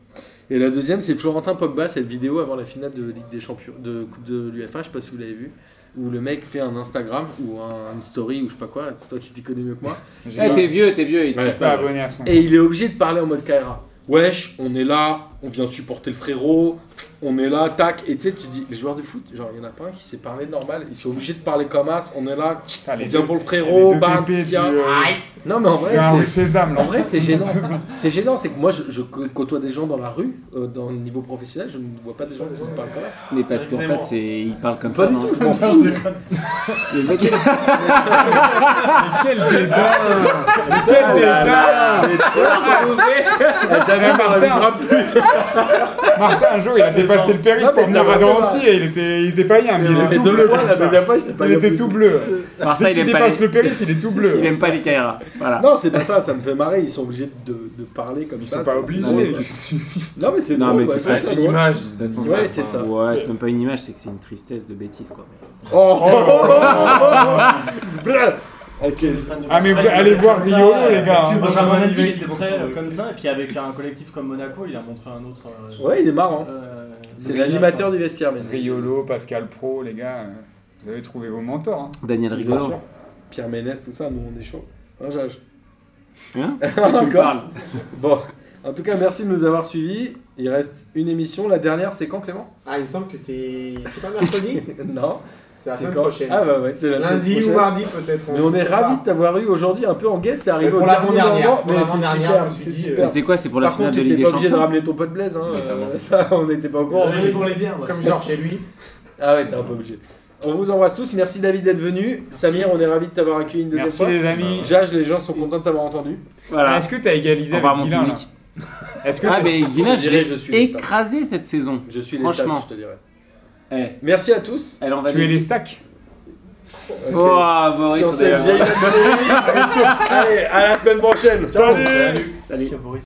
A: Et la deuxième c'est Florentin Pogba cette vidéo avant la finale de Ligue des Champions de Coupe de l'UFA je sais pas si vous l'avez vu où le mec fait un Instagram ou un- une story ou je sais pas quoi, c'est toi qui t'y connais mieux que moi.
B: J'ai
C: Eh,
B: pas-
C: t'es vieux, t'es vieux. il te
B: Je
C: touche
B: suis
C: pas.
B: pas abonné à son.
A: Et il est obligé de parler en mode Kaira. Wesh, on est là, on vient supporter le frérot, on est là, tac. Et tu sais, tu dis, les joueurs de foot, genre, il y en a pas un qui sait parler normal, ils sont obligés de parler comme as, on est là,
B: Putain,
A: on
B: les
A: vient
B: deux.
A: pour le
B: les
A: frérot,
B: deux
A: bam,
B: pépés
A: ce qu'il y a.
B: du, euh,
A: Aïe. Non, mais en vrai,
B: C'est un
A: c'est-
B: rue Sésame là.
A: en vrai, c'est gênant. C'est gênant, c'est que moi, je, je cô- côtoie des gens dans la rue, euh, dans le niveau professionnel, je ne vois pas des gens qui parlent comme as.
C: Mais parce qu'en fait,
H: Excusez-moi.
C: c'est... il parle comme
A: Pas
C: ça.
A: du
C: non
A: tout, je m'en fous.
C: Le mec,
B: Quel dédain Quel dédain
A: Elle t'avait
B: Martin.
A: parlé, elle me rappelle.
B: Martin, un jour, il a dépassé le périph'
A: Non, mais
B: pour
A: ça
B: venir
A: m'a
B: à
A: fait
B: Drancy et il était, il était pas rien. mais
A: Je
B: Il
A: l'ai
B: était
A: fait
B: tout
A: deux
B: bleu.
A: fois
B: comme
A: la
B: ça.
A: dernière fois, j'étais pas
B: Il
A: bien
B: était
A: plus.
B: tout bleu.
C: Martin,
B: Dès
C: il
B: qu'il
C: aime pas
B: dépasse
C: les,
B: le périph', il est tout
C: il
B: bleu.
C: aime pas les Kaira. Voilà.
A: Non, c'est pas ça, ça me fait marrer, ils sont obligés de, de parler comme
B: Ils
A: ça.
B: sont pas
A: c'est-
B: obligés.
C: Non, mais
A: Non, mais c'est
C: Non,
A: drôle,
C: mais de
A: ouais,
C: toute
A: c'est
C: façon,
A: ça,
I: une
A: drôle.
I: image, de toute façon.
A: Ouais, c'est ça.
C: Ouais, c'est même pas une image, c'est que c'est une tristesse de bêtise quoi.
A: Oh, oh, oh, oh, oh. Ok.
B: Ah, mais vous- allez voir Riolo, les gars. hein.
J: Benjamin
F: euh, Benjamin Mendy
J: Mendy
F: était
J: qui
F: très
J: contrôle.
F: euh, comme ça, et puis avec un collectif comme Monaco, il a montré un autre. euh,
A: Ouais, il est marrant.
F: euh,
A: C'est
F: brillage,
A: l'animateur
F: quoi.
A: du vestiaire, mais.
B: Riolo, Pascal Pro, les gars, euh, vous avez trouvé vos mentors. hein.
C: Daniel
A: Bien
C: Rigolo.
A: sûr. Pierre Ménès, tout ça, nous on est chaud. Hein, Jage *laughs*
C: Hein
A: Encore.
C: Tu me parles.
A: Bon, en tout cas, merci de nous avoir suivis. Il reste une émission. La dernière, c'est quand, Clément
G: Ah, il me semble que c'est. C'est pas mercredi
A: *laughs* Non.
G: C'est la
A: C'est
G: semaine
A: quand
G: prochaine.
A: Ah, bah ouais, c'est la semaine
G: Lundi ou
A: prochaine.
G: mardi, peut-être.
A: Mais on
G: sait
A: est
G: pas. Euh,
A: ravis de t'avoir eu aujourd'hui un peu en guest. T'es arrivé
G: Pour
A: au dernier
G: l'avant-dernière,
A: moment,
G: pour
A: mais c'est
G: l'avant-dernière, je
A: super.
G: me suis
A: C'est
G: dit, euh,
A: super.
C: Mais c'est quoi C'est pour la
A: Par
C: finale de
A: contre, t'étais
C: Ligue des
A: pas obligé de
C: Champions
A: ramener ton pote Blaise. Hein. euh, *laughs* ça, on n'était pas au courant.
J: J'en ai pour les bières, ouais.
G: Comme je dors chez lui.
A: Ah ouais, t'es un peu obligé. On vous embrasse tous. Merci David d'être venu. Samir, on est ravis de t'avoir accueilli une deuxième
B: Merci,
A: fois.
B: les amis.
A: Jage, les gens sont contents de t'avoir entendu.
C: Voilà.
B: Est-ce que t'as égalisé
C: Au revoir,
B: avec
C: mon
B: Guilin
C: public.
B: là Est-ce que
C: Ah
B: t'as-
C: mais Guilin,
A: Je
C: je
A: dirais, je suis
C: l'ai
A: les stars.
C: écrasé cette saison.
A: Je suis les
C: Franchement.
A: stats, je te dirais.
C: Eh,
A: Merci à tous.
C: elle en va
B: tu es
C: des-
B: les stacks
A: Ok.
C: Oh, Boris,
A: Sur
C: on
A: cette
C: est-
A: vieille Allez, à la semaine prochaine.
B: Salut
C: Salut.
F: Boris.